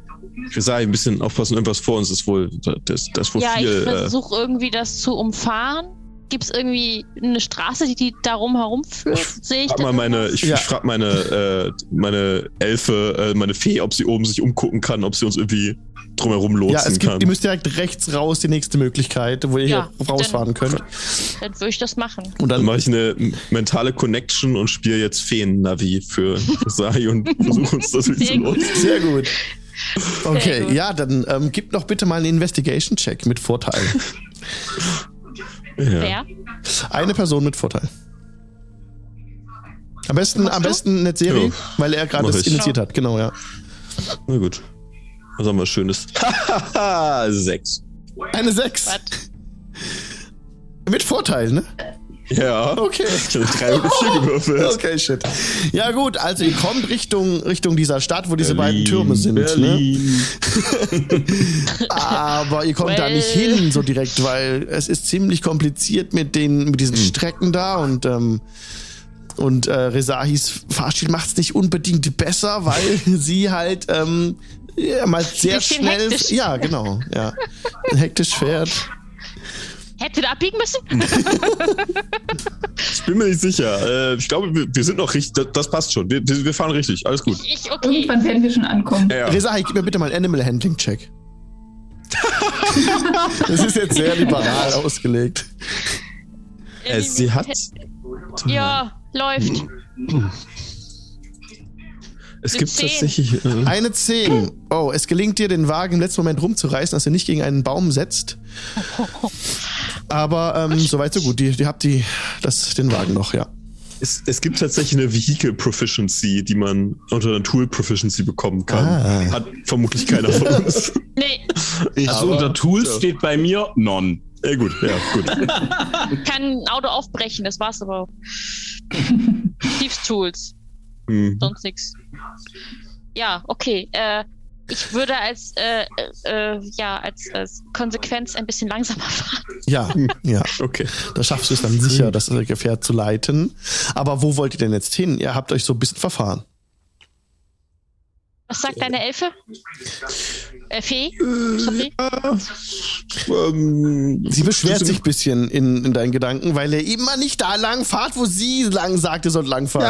[SPEAKER 4] wir sagen ein bisschen aufpassen, irgendwas vor uns ist wohl, das, das wohl
[SPEAKER 5] ja,
[SPEAKER 4] viel.
[SPEAKER 5] ich
[SPEAKER 4] äh,
[SPEAKER 5] versuche irgendwie das zu umfahren. Gibt es irgendwie eine Straße, die, die darum herumführt? Sehe ich
[SPEAKER 4] frag
[SPEAKER 5] da
[SPEAKER 4] mal meine,
[SPEAKER 5] irgendwas?
[SPEAKER 4] ich,
[SPEAKER 1] Ja.
[SPEAKER 4] ich frag meine, äh, meine Elfe, äh, meine Fee, ob sie oben sich umgucken kann, ob sie uns irgendwie drumherum lotsen
[SPEAKER 1] ja, es gibt,
[SPEAKER 4] kann.
[SPEAKER 1] ihr müsst direkt rechts raus, die nächste Möglichkeit, wo ihr
[SPEAKER 5] Ja,
[SPEAKER 1] hier rausfahren könnt.
[SPEAKER 5] Dann würde ich das machen.
[SPEAKER 1] Und
[SPEAKER 4] Dann
[SPEAKER 1] dann
[SPEAKER 4] mache ich eine m- mentale Connection und spiele jetzt Feen-Navi
[SPEAKER 5] *laughs*
[SPEAKER 4] für Sai und versuche uns das
[SPEAKER 5] Sehr
[SPEAKER 4] zu
[SPEAKER 5] gut.
[SPEAKER 4] los.
[SPEAKER 1] sehr gut. Okay,
[SPEAKER 5] gut.
[SPEAKER 1] ja, dann ähm, gib noch bitte mal einen Investigation-Check mit Vorteil.
[SPEAKER 4] Ja.
[SPEAKER 5] Wer?
[SPEAKER 1] Eine Person mit Vorteil. Am besten, am besten Netzeri,
[SPEAKER 4] Ja.
[SPEAKER 1] weil er gerade
[SPEAKER 4] Mach
[SPEAKER 1] das
[SPEAKER 4] ich.
[SPEAKER 1] initiiert hat. Genau, ja.
[SPEAKER 4] Na gut. Was haben
[SPEAKER 1] *laughs*
[SPEAKER 4] wir Schönes? *laughs* Haha, sechs.
[SPEAKER 1] Eine 6.
[SPEAKER 5] Was?
[SPEAKER 1] Mit Vorteil, ne?
[SPEAKER 4] Ja.
[SPEAKER 1] Okay.
[SPEAKER 4] Ich hatte drei und
[SPEAKER 1] *laughs*
[SPEAKER 4] vier gewürfelt.
[SPEAKER 1] Okay, shit. Ja gut, also ihr kommt Richtung, Richtung dieser Stadt, wo diese beiden
[SPEAKER 6] Berlin,
[SPEAKER 1] Türme sind. Ne?
[SPEAKER 6] Berlin.
[SPEAKER 1] *laughs* Aber ihr kommt da
[SPEAKER 5] Well.
[SPEAKER 1] nicht hin so direkt, weil es ist ziemlich kompliziert mit, den, mit
[SPEAKER 6] Hm.
[SPEAKER 1] diesen Strecken da und, ähm, und äh, Rezahis Fahrstil macht es nicht unbedingt besser, weil *laughs* sie halt ähm, ja, mal sehr
[SPEAKER 5] Bisschen
[SPEAKER 1] schnell.
[SPEAKER 5] hektisch.
[SPEAKER 1] Ja, genau. Ja. Hektisch fährt.
[SPEAKER 5] Hätte da abbiegen müssen?
[SPEAKER 4] Ich bin mir nicht sicher. Äh, ich glaube, wir, wir sind noch richtig. Das, das passt schon. Wir, wir wir fahren richtig. Alles gut.
[SPEAKER 5] Ich, okay.
[SPEAKER 7] Irgendwann werden wir schon ankommen.
[SPEAKER 4] Ja.
[SPEAKER 1] Rezahi, gib mir bitte mal einen Animal Handling Check. das ist jetzt sehr liberal ausgelegt.
[SPEAKER 4] Äh, sie hat. Hm.
[SPEAKER 5] Ja, läuft.
[SPEAKER 4] Es
[SPEAKER 5] Eine
[SPEAKER 4] gibt
[SPEAKER 5] Zehn.
[SPEAKER 4] tatsächlich. Äh,
[SPEAKER 1] Eine 10. Oh, es gelingt dir, den Wagen im letzten Moment rumzureißen, dass er nicht gegen einen Baum setzt. Aber ähm, soweit so gut. Die, die habt die, das, den Wagen noch, ja.
[SPEAKER 4] es, es gibt tatsächlich eine Vehicle Proficiency, die man unter einer Tool Proficiency bekommen kann.
[SPEAKER 1] Ah.
[SPEAKER 4] Hat vermutlich keiner
[SPEAKER 1] *laughs*
[SPEAKER 4] von uns.
[SPEAKER 5] Nee,
[SPEAKER 4] Ich
[SPEAKER 6] Also unter Tools
[SPEAKER 4] ja.
[SPEAKER 6] steht bei mir Non.
[SPEAKER 4] Ja, gut, ja, gut.
[SPEAKER 5] kann ein Auto aufbrechen, das war's
[SPEAKER 6] *laughs*
[SPEAKER 5] aber auch. Thieves Tools,
[SPEAKER 4] Hm.
[SPEAKER 5] sonst nix. Ja, okay. Äh, ich würde als, äh, äh, äh, ja, als, als Konsequenz ein bisschen langsamer *laughs* fahren.
[SPEAKER 1] Ja, ja.
[SPEAKER 4] Okay.
[SPEAKER 1] Da schaffst du es dann sicher, das Gefährt zu leiten. Aber wo wollt ihr denn jetzt hin? Ihr habt euch so ein bisschen verfahren.
[SPEAKER 5] Was sagt deine Elfe? Äh, Fee? Sorry.
[SPEAKER 4] Ähm,
[SPEAKER 1] Sie beschwert sich ein bisschen in, in deinen Gedanken, weil ihr immer nicht da lang fahrt, wo sie lang sagt, ihr sollt lang fahren.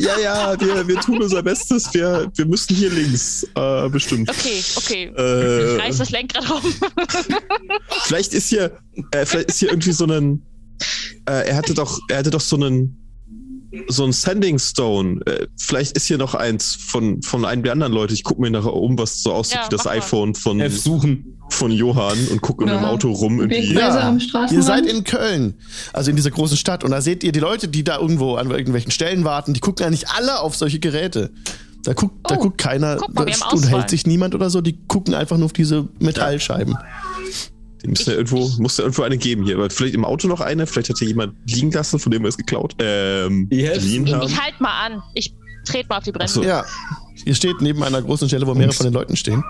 [SPEAKER 4] Ja, ja, ja, wir, wir tun unser Bestes. Wir, wir müssen hier links, äh, bestimmt.
[SPEAKER 5] Okay, okay.
[SPEAKER 4] Äh,
[SPEAKER 5] Reiß das Lenkrad
[SPEAKER 6] *laughs*
[SPEAKER 5] rum.
[SPEAKER 4] vielleicht ist hier, äh, vielleicht ist hier irgendwie so ein, äh, er hatte doch, er hatte doch so einen, so ein Sending Stone. Äh, vielleicht ist hier noch eins von, von einem der anderen Leute. Ich gucke mir nachher um, was so aussieht
[SPEAKER 5] Ja,
[SPEAKER 4] wie das
[SPEAKER 5] mach mal.
[SPEAKER 4] iPhone von,
[SPEAKER 6] F suchen.
[SPEAKER 4] von Johann und gucke
[SPEAKER 7] Ja.
[SPEAKER 4] in einem Auto rum. Irgendwie.
[SPEAKER 5] Also
[SPEAKER 7] Wegweiser
[SPEAKER 1] Ja,
[SPEAKER 7] am Straßenrand.
[SPEAKER 1] Ihr seid in Köln, also in dieser großen Stadt. Und da seht ihr die Leute, die da irgendwo an irgendwelchen Stellen warten, die gucken ja nicht alle auf solche Geräte. Da guckt, da
[SPEAKER 5] Oh,
[SPEAKER 1] guckt keiner
[SPEAKER 5] guck mal, wir haben
[SPEAKER 1] und
[SPEAKER 5] Auswahl.
[SPEAKER 1] hält sich niemand oder so. Die gucken einfach nur auf diese Metallscheiben.
[SPEAKER 4] Den müssen ja irgendwo, muss ja irgendwo eine geben hier. Aber vielleicht im Auto noch eine. Vielleicht hat hier jemand liegen lassen, von dem wir es geklaut, ähm,
[SPEAKER 6] Yes.
[SPEAKER 4] geliehen haben.
[SPEAKER 5] Ich halt mal an. Ich trete mal auf die Bremse.
[SPEAKER 1] Ja, ihr steht neben einer großen Stelle, wo mehrere von den Leuten stehen.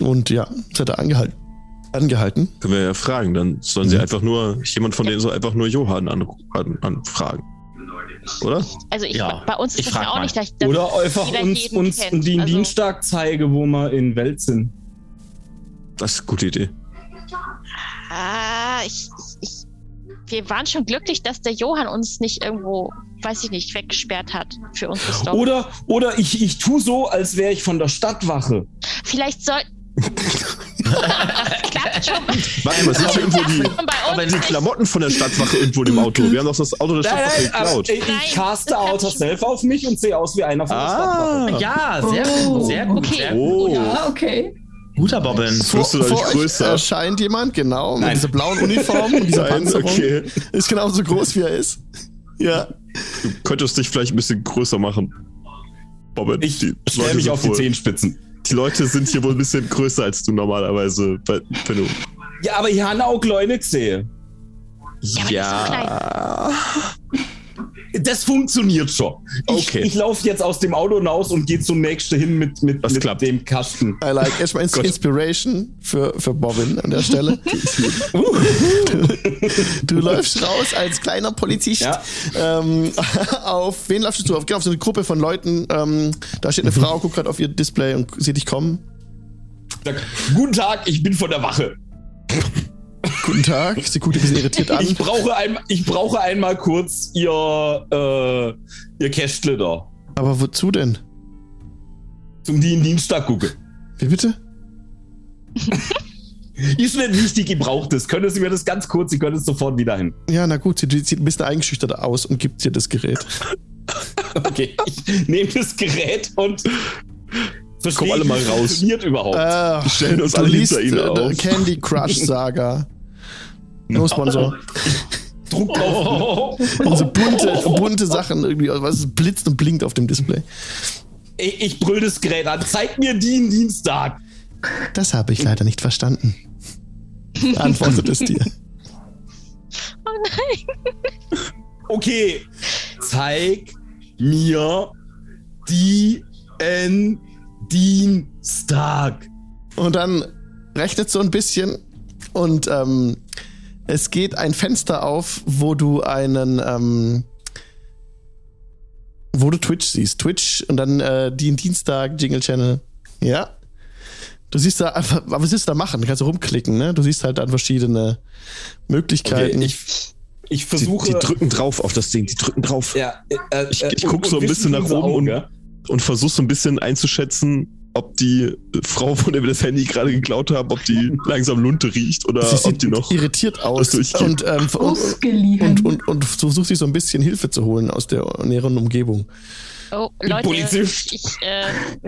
[SPEAKER 1] Und ja, jetzt hat er angehalten. Angehalten.
[SPEAKER 4] Können wir ja fragen. Dann sollen sie einfach nur, jemand von denen soll einfach nur Johann an, an, anfragen. Oder?
[SPEAKER 5] Also ich,
[SPEAKER 6] Ja,
[SPEAKER 5] bei uns ist
[SPEAKER 6] ich
[SPEAKER 5] das
[SPEAKER 6] frag
[SPEAKER 5] ja auch
[SPEAKER 6] mal.
[SPEAKER 5] nicht gleich. dass
[SPEAKER 6] Oder einfach
[SPEAKER 5] jeder
[SPEAKER 6] uns,
[SPEAKER 5] jeden
[SPEAKER 6] uns
[SPEAKER 5] kennt.
[SPEAKER 6] den
[SPEAKER 5] Also-
[SPEAKER 6] Dienstag zeige, wo wir in Welt sind.
[SPEAKER 4] Das ist eine gute Idee.
[SPEAKER 5] Ah, ich, ich, ich. Wir waren schon glücklich, dass der Johann uns nicht irgendwo, weiß ich nicht, weggesperrt hat für unsere Story.
[SPEAKER 6] Oder, oder ich, ich tu so, als wäre ich von der Stadtwache.
[SPEAKER 5] Vielleicht *laughs* soll. das klappt schon.
[SPEAKER 4] Warte mal, sind hier irgendwo die,
[SPEAKER 5] Und bei
[SPEAKER 4] aber
[SPEAKER 5] uns
[SPEAKER 4] die
[SPEAKER 5] nicht.
[SPEAKER 4] Klamotten von der Stadtwache irgendwo im
[SPEAKER 6] Mhm.
[SPEAKER 4] Auto? Wir haben doch das Auto der Stadtwache
[SPEAKER 6] aber
[SPEAKER 4] geklaut.
[SPEAKER 6] äh, ich,
[SPEAKER 5] Nein, das
[SPEAKER 6] ich caste
[SPEAKER 5] kann
[SPEAKER 6] Outer
[SPEAKER 5] schon-
[SPEAKER 6] Self auf mich und sehe aus wie einer von der Stadtwache.
[SPEAKER 4] Ah,
[SPEAKER 2] Ja, sehr
[SPEAKER 7] Oh.
[SPEAKER 2] gut, sehr gut.
[SPEAKER 5] Okay.
[SPEAKER 2] Sehr gut.
[SPEAKER 4] oh.
[SPEAKER 7] Ja, okay.
[SPEAKER 2] Guter Bobbin.
[SPEAKER 4] Das wirst du doch nicht
[SPEAKER 1] euch
[SPEAKER 4] größer.
[SPEAKER 6] äh,
[SPEAKER 1] erscheint jemand, genau, mit
[SPEAKER 6] Nein.
[SPEAKER 1] dieser blauen Uniform und dieser
[SPEAKER 4] Nein,
[SPEAKER 1] Panzerung.
[SPEAKER 4] okay.
[SPEAKER 1] Ist genauso groß, wie er ist. Ja.
[SPEAKER 4] Du könntest dich vielleicht ein bisschen größer machen. Bobbin,
[SPEAKER 6] Ich
[SPEAKER 4] die
[SPEAKER 6] stelle
[SPEAKER 4] Leute
[SPEAKER 6] mich
[SPEAKER 4] sind
[SPEAKER 6] auf die
[SPEAKER 4] wohl-
[SPEAKER 6] Zehenspitzen.
[SPEAKER 4] Die Leute sind hier wohl ein bisschen größer als du normalerweise, weil- wenn du.
[SPEAKER 6] Ja, aber ich habe auch Leute gesehen.
[SPEAKER 5] aber die ist so
[SPEAKER 6] Das funktioniert schon. Ich,
[SPEAKER 4] Okay.
[SPEAKER 6] ich laufe jetzt aus dem Auto hinaus und gehe zum nächsten hin mit, mit,
[SPEAKER 4] Das
[SPEAKER 6] mit
[SPEAKER 4] klappt.
[SPEAKER 6] dem Kasten.
[SPEAKER 1] I like.
[SPEAKER 4] *laughs*
[SPEAKER 1] Erstmal
[SPEAKER 4] Oh
[SPEAKER 1] Ins Inspiration für, für Bobbin an der Stelle.
[SPEAKER 4] Uh.
[SPEAKER 1] *laughs* du, du läufst raus als kleiner Polizist
[SPEAKER 6] Ja.
[SPEAKER 1] ähm, *laughs* auf. Wen läufst du zu? Auf, genau, auf so eine Gruppe von Leuten. Ähm, da steht eine
[SPEAKER 4] Mhm.
[SPEAKER 1] Frau, guckt gerade auf ihr Display und sieht dich kommen.
[SPEAKER 6] Sag, Guten Tag, ich bin von der Wache.
[SPEAKER 1] Guten Tag. Sie guckt ein bisschen irritiert an.
[SPEAKER 4] *laughs*
[SPEAKER 6] Ich brauche, ein, ich brauche einmal kurz ihr, äh, ihr Kästle da.
[SPEAKER 1] Aber wozu denn?
[SPEAKER 6] Zum die in Dienstag gucke.
[SPEAKER 1] Wie bitte?
[SPEAKER 6] Ist nicht wichtig, ich brauche das. Können Sie mir das ganz kurz, Sie können es sofort wieder hin.
[SPEAKER 1] Ja, na gut, sie sieht ein bisschen eingeschüchtert aus und gibt dir das Gerät.
[SPEAKER 4] Oh
[SPEAKER 6] Okay, *laughs* ich nehme das Gerät und verstehe,
[SPEAKER 4] alle
[SPEAKER 6] wie
[SPEAKER 4] mal
[SPEAKER 6] es
[SPEAKER 4] raus.
[SPEAKER 6] funktioniert überhaupt.
[SPEAKER 1] Äh,
[SPEAKER 4] stellen uns
[SPEAKER 1] du
[SPEAKER 4] alle
[SPEAKER 1] liest,
[SPEAKER 4] hinter ihnen
[SPEAKER 1] äh,
[SPEAKER 4] auf.
[SPEAKER 1] Candy Crush
[SPEAKER 4] *laughs*
[SPEAKER 1] Saga. No
[SPEAKER 4] Oh.
[SPEAKER 1] Sponsor.
[SPEAKER 6] Druck
[SPEAKER 4] *laughs*
[SPEAKER 6] auf.
[SPEAKER 1] Und so bunte, bunte Sachen irgendwie, also was blitzt und blinkt auf dem Display.
[SPEAKER 6] Ich, ich brüll das Gerät an. Zeig mir die in Dienstag.
[SPEAKER 1] Das habe ich leider nicht verstanden. Antwortet es dir.
[SPEAKER 5] klein. Oh nein.
[SPEAKER 6] Okay, zeig mir die in Dienstag.
[SPEAKER 1] Und dann rechnet so ein bisschen und ähm, es geht ein Fenster auf, wo du einen, ähm, wo du Twitch siehst. Twitch und dann äh, den Dienstag Jingle Channel. Ja. Du siehst da einfach, aber was willst du da machen? Du kannst rumklicken, ne? Du siehst halt dann verschiedene
[SPEAKER 6] Okay,
[SPEAKER 1] Möglichkeiten.
[SPEAKER 6] ich, ich
[SPEAKER 4] Die,
[SPEAKER 6] versuche.
[SPEAKER 4] die drücken drauf auf das Ding, die drücken drauf.
[SPEAKER 6] ja, äh,
[SPEAKER 4] Ich-
[SPEAKER 6] äh,
[SPEAKER 4] ich guck so ein
[SPEAKER 6] und
[SPEAKER 4] bisschen
[SPEAKER 6] wischen
[SPEAKER 4] nach
[SPEAKER 6] unser
[SPEAKER 4] oben und-
[SPEAKER 6] Auge.
[SPEAKER 4] Und versuch so ein bisschen einzuschätzen, ob die Frau, von der wir das Handy gerade geklaut haben, ob
[SPEAKER 6] *laughs*
[SPEAKER 4] die langsam Lunte riecht oder
[SPEAKER 1] Sie
[SPEAKER 4] ob
[SPEAKER 1] sieht
[SPEAKER 4] die noch.
[SPEAKER 1] irritiert aus
[SPEAKER 4] Also ich geh-
[SPEAKER 1] und, ähm, und,
[SPEAKER 7] Oh. Ausgeliehen.
[SPEAKER 1] und, und, und versucht sich so ein bisschen Hilfe zu holen aus der näheren Umgebung.
[SPEAKER 5] Oh,
[SPEAKER 6] Die
[SPEAKER 5] Leute,
[SPEAKER 6] Polizist.
[SPEAKER 5] ich äh,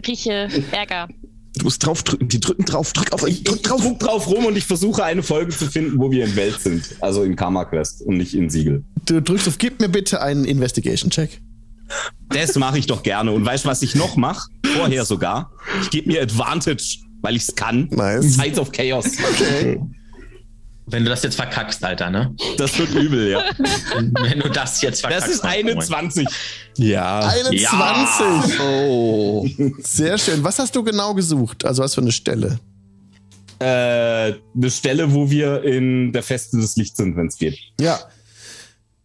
[SPEAKER 5] rieche Ärger.
[SPEAKER 4] Du musst draufdrücken. Die drücken drauf. Drück auf.
[SPEAKER 6] Ich, ich drauf. guck drauf rum und ich versuche eine Folge zu finden, wo wir in Welt sind. Also in Karma Quest und nicht in Siegel.
[SPEAKER 1] Du drückst auf, gib mir bitte einen Investigation-Check.
[SPEAKER 6] Das mache ich doch gerne. Und weißt du, was ich noch mache? Vorher sogar. Ich gebe mir Advantage, weil ich es kann.
[SPEAKER 1] Nice.
[SPEAKER 6] Sides of Chaos.
[SPEAKER 1] Okay.
[SPEAKER 2] Wenn du das jetzt verkackst, Alter, ne?
[SPEAKER 6] Das wird übel, ja.
[SPEAKER 2] *laughs* Wenn du das jetzt verkackst.
[SPEAKER 6] Das ist
[SPEAKER 2] Mann,
[SPEAKER 6] eine
[SPEAKER 2] Moment.
[SPEAKER 6] 20.
[SPEAKER 1] 21.
[SPEAKER 6] Ja.
[SPEAKER 1] Oh. Sehr schön. Was hast du genau gesucht? Also was für eine Stelle?
[SPEAKER 6] Äh, eine Stelle, wo wir in der Feste des Lichts sind, wenn es geht.
[SPEAKER 1] Ja.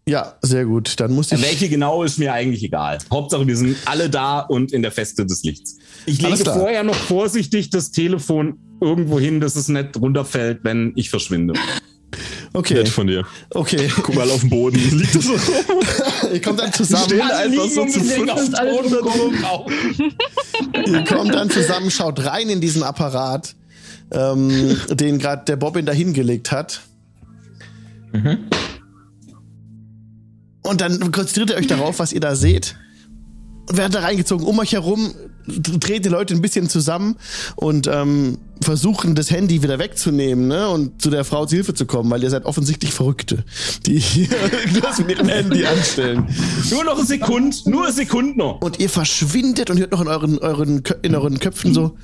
[SPEAKER 1] Ja, sehr gut. Dann muss ich.
[SPEAKER 6] Welche genau ist mir eigentlich egal. Hauptsache, wir sind alle da und in der Feste des Lichts. Ich
[SPEAKER 1] Alles
[SPEAKER 6] lege
[SPEAKER 1] klar.
[SPEAKER 6] vorher noch vorsichtig das Telefon irgendwo hin, dass es nicht runterfällt, wenn ich verschwinde.
[SPEAKER 1] Okay.
[SPEAKER 4] Nett von dir.
[SPEAKER 1] Okay. *laughs*
[SPEAKER 4] Guck mal auf den Boden. Liegt *laughs* das so?
[SPEAKER 1] Ihr kommt dann zusammen.
[SPEAKER 4] Stehen einfach so zu
[SPEAKER 7] unbedingt auf
[SPEAKER 4] fünf.
[SPEAKER 7] dem Boden
[SPEAKER 1] Ihr kommt dann zusammen, schaut rein in diesen Apparat, ähm, den gerade der Bobbin da hingelegt hat.
[SPEAKER 2] Mhm.
[SPEAKER 1] Und dann konzentriert ihr euch darauf, was ihr da seht. Werdet da reingezogen, um euch herum dreht die Leute ein bisschen zusammen und ähm, versuchen, das Handy wieder wegzunehmen ne? und zu der Frau zu Hilfe zu kommen, weil ihr seid offensichtlich Verrückte, die hier *laughs* irgendwas mit ihrem Handy anstellen.
[SPEAKER 6] Nur noch eine Sekunde, nur eine Sekunde noch.
[SPEAKER 1] Und ihr verschwindet und hört noch in euren, euren, Kö- in euren Köpfen so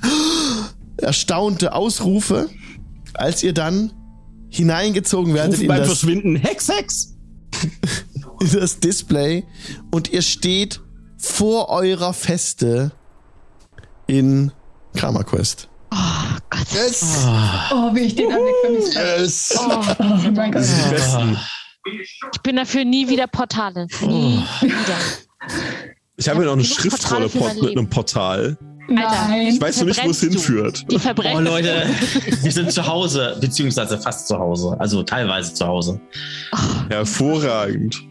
[SPEAKER 1] erstaunte Ausrufe, als ihr dann hineingezogen werdet
[SPEAKER 6] Rufen
[SPEAKER 1] in
[SPEAKER 6] beim
[SPEAKER 1] das,
[SPEAKER 6] Verschwinden Hex, Hex.
[SPEAKER 1] in das Display und ihr steht vor eurer Feste in Karma Quest.
[SPEAKER 5] Oh Gott.
[SPEAKER 3] Yes.
[SPEAKER 7] Oh, wie ich den Anblick vermisst habe.
[SPEAKER 3] yes.
[SPEAKER 7] Oh, oh mein Gott.
[SPEAKER 5] Ich bin dafür nie wieder Portale. Nie wieder.
[SPEAKER 4] Ich habe mir noch eine
[SPEAKER 5] Genug Portale
[SPEAKER 4] Schriftrolle
[SPEAKER 5] für mein
[SPEAKER 4] port mit
[SPEAKER 5] Leben.
[SPEAKER 4] einem Portal.
[SPEAKER 7] Nein.
[SPEAKER 4] Ich weiß noch nicht, wo es
[SPEAKER 5] Verbrennst du.
[SPEAKER 4] hinführt.
[SPEAKER 5] Die
[SPEAKER 2] Oh
[SPEAKER 5] verbrennen.
[SPEAKER 2] Leute, *laughs* wir sind zu Hause, beziehungsweise fast zu Hause, also teilweise zu Hause.
[SPEAKER 4] Hervorragend.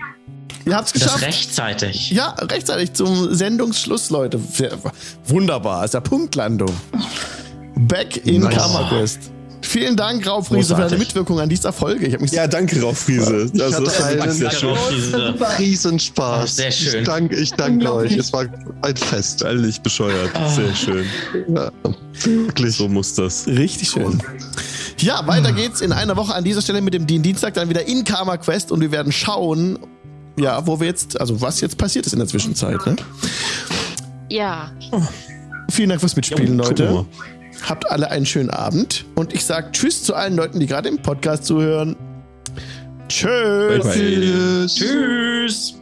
[SPEAKER 1] Ihr habt's
[SPEAKER 2] Das
[SPEAKER 1] geschafft.
[SPEAKER 2] rechtzeitig.
[SPEAKER 1] Ja, rechtzeitig zum Sendungsschluss, Leute. Sehr- Wunderbar, ist ja Punktlandung. Back in
[SPEAKER 2] Nice.
[SPEAKER 1] Karma Quest. Vielen Dank, Raufriese, für deine
[SPEAKER 2] Großartig.
[SPEAKER 1] Mitwirkung an dieser Folge. Ich habe mich
[SPEAKER 4] Ja, danke, Raufriese. Das
[SPEAKER 3] hatte
[SPEAKER 4] ist
[SPEAKER 3] einen-
[SPEAKER 2] Ja,
[SPEAKER 4] sehr schön.
[SPEAKER 2] diese-
[SPEAKER 3] Riesenspaß.
[SPEAKER 2] Ach, sehr schön.
[SPEAKER 3] Ich danke, ich danke
[SPEAKER 7] Unglaublich.
[SPEAKER 3] euch. Es war ein Fest.
[SPEAKER 4] Völlig bescheuert. Sehr schön.
[SPEAKER 3] Ja, wirklich.
[SPEAKER 4] So muss das.
[SPEAKER 1] Richtig schön. Ja, weiter geht's in einer Woche an dieser Stelle mit dem Dien- Dienstag, dann wieder in Karma Quest und wir werden schauen, ja, wo wir jetzt, also was jetzt passiert ist in der Zwischenzeit. Ne?
[SPEAKER 5] Ja.
[SPEAKER 1] Vielen Dank fürs Mitspielen,
[SPEAKER 4] Jo, gucken
[SPEAKER 1] Leute. Habt alle einen schönen Abend und ich sag Tschüss zu allen Leuten, die gerade im Podcast zuhören. Tschüss.
[SPEAKER 4] Bye, bye.
[SPEAKER 3] Tschüss.
[SPEAKER 2] Tschüss.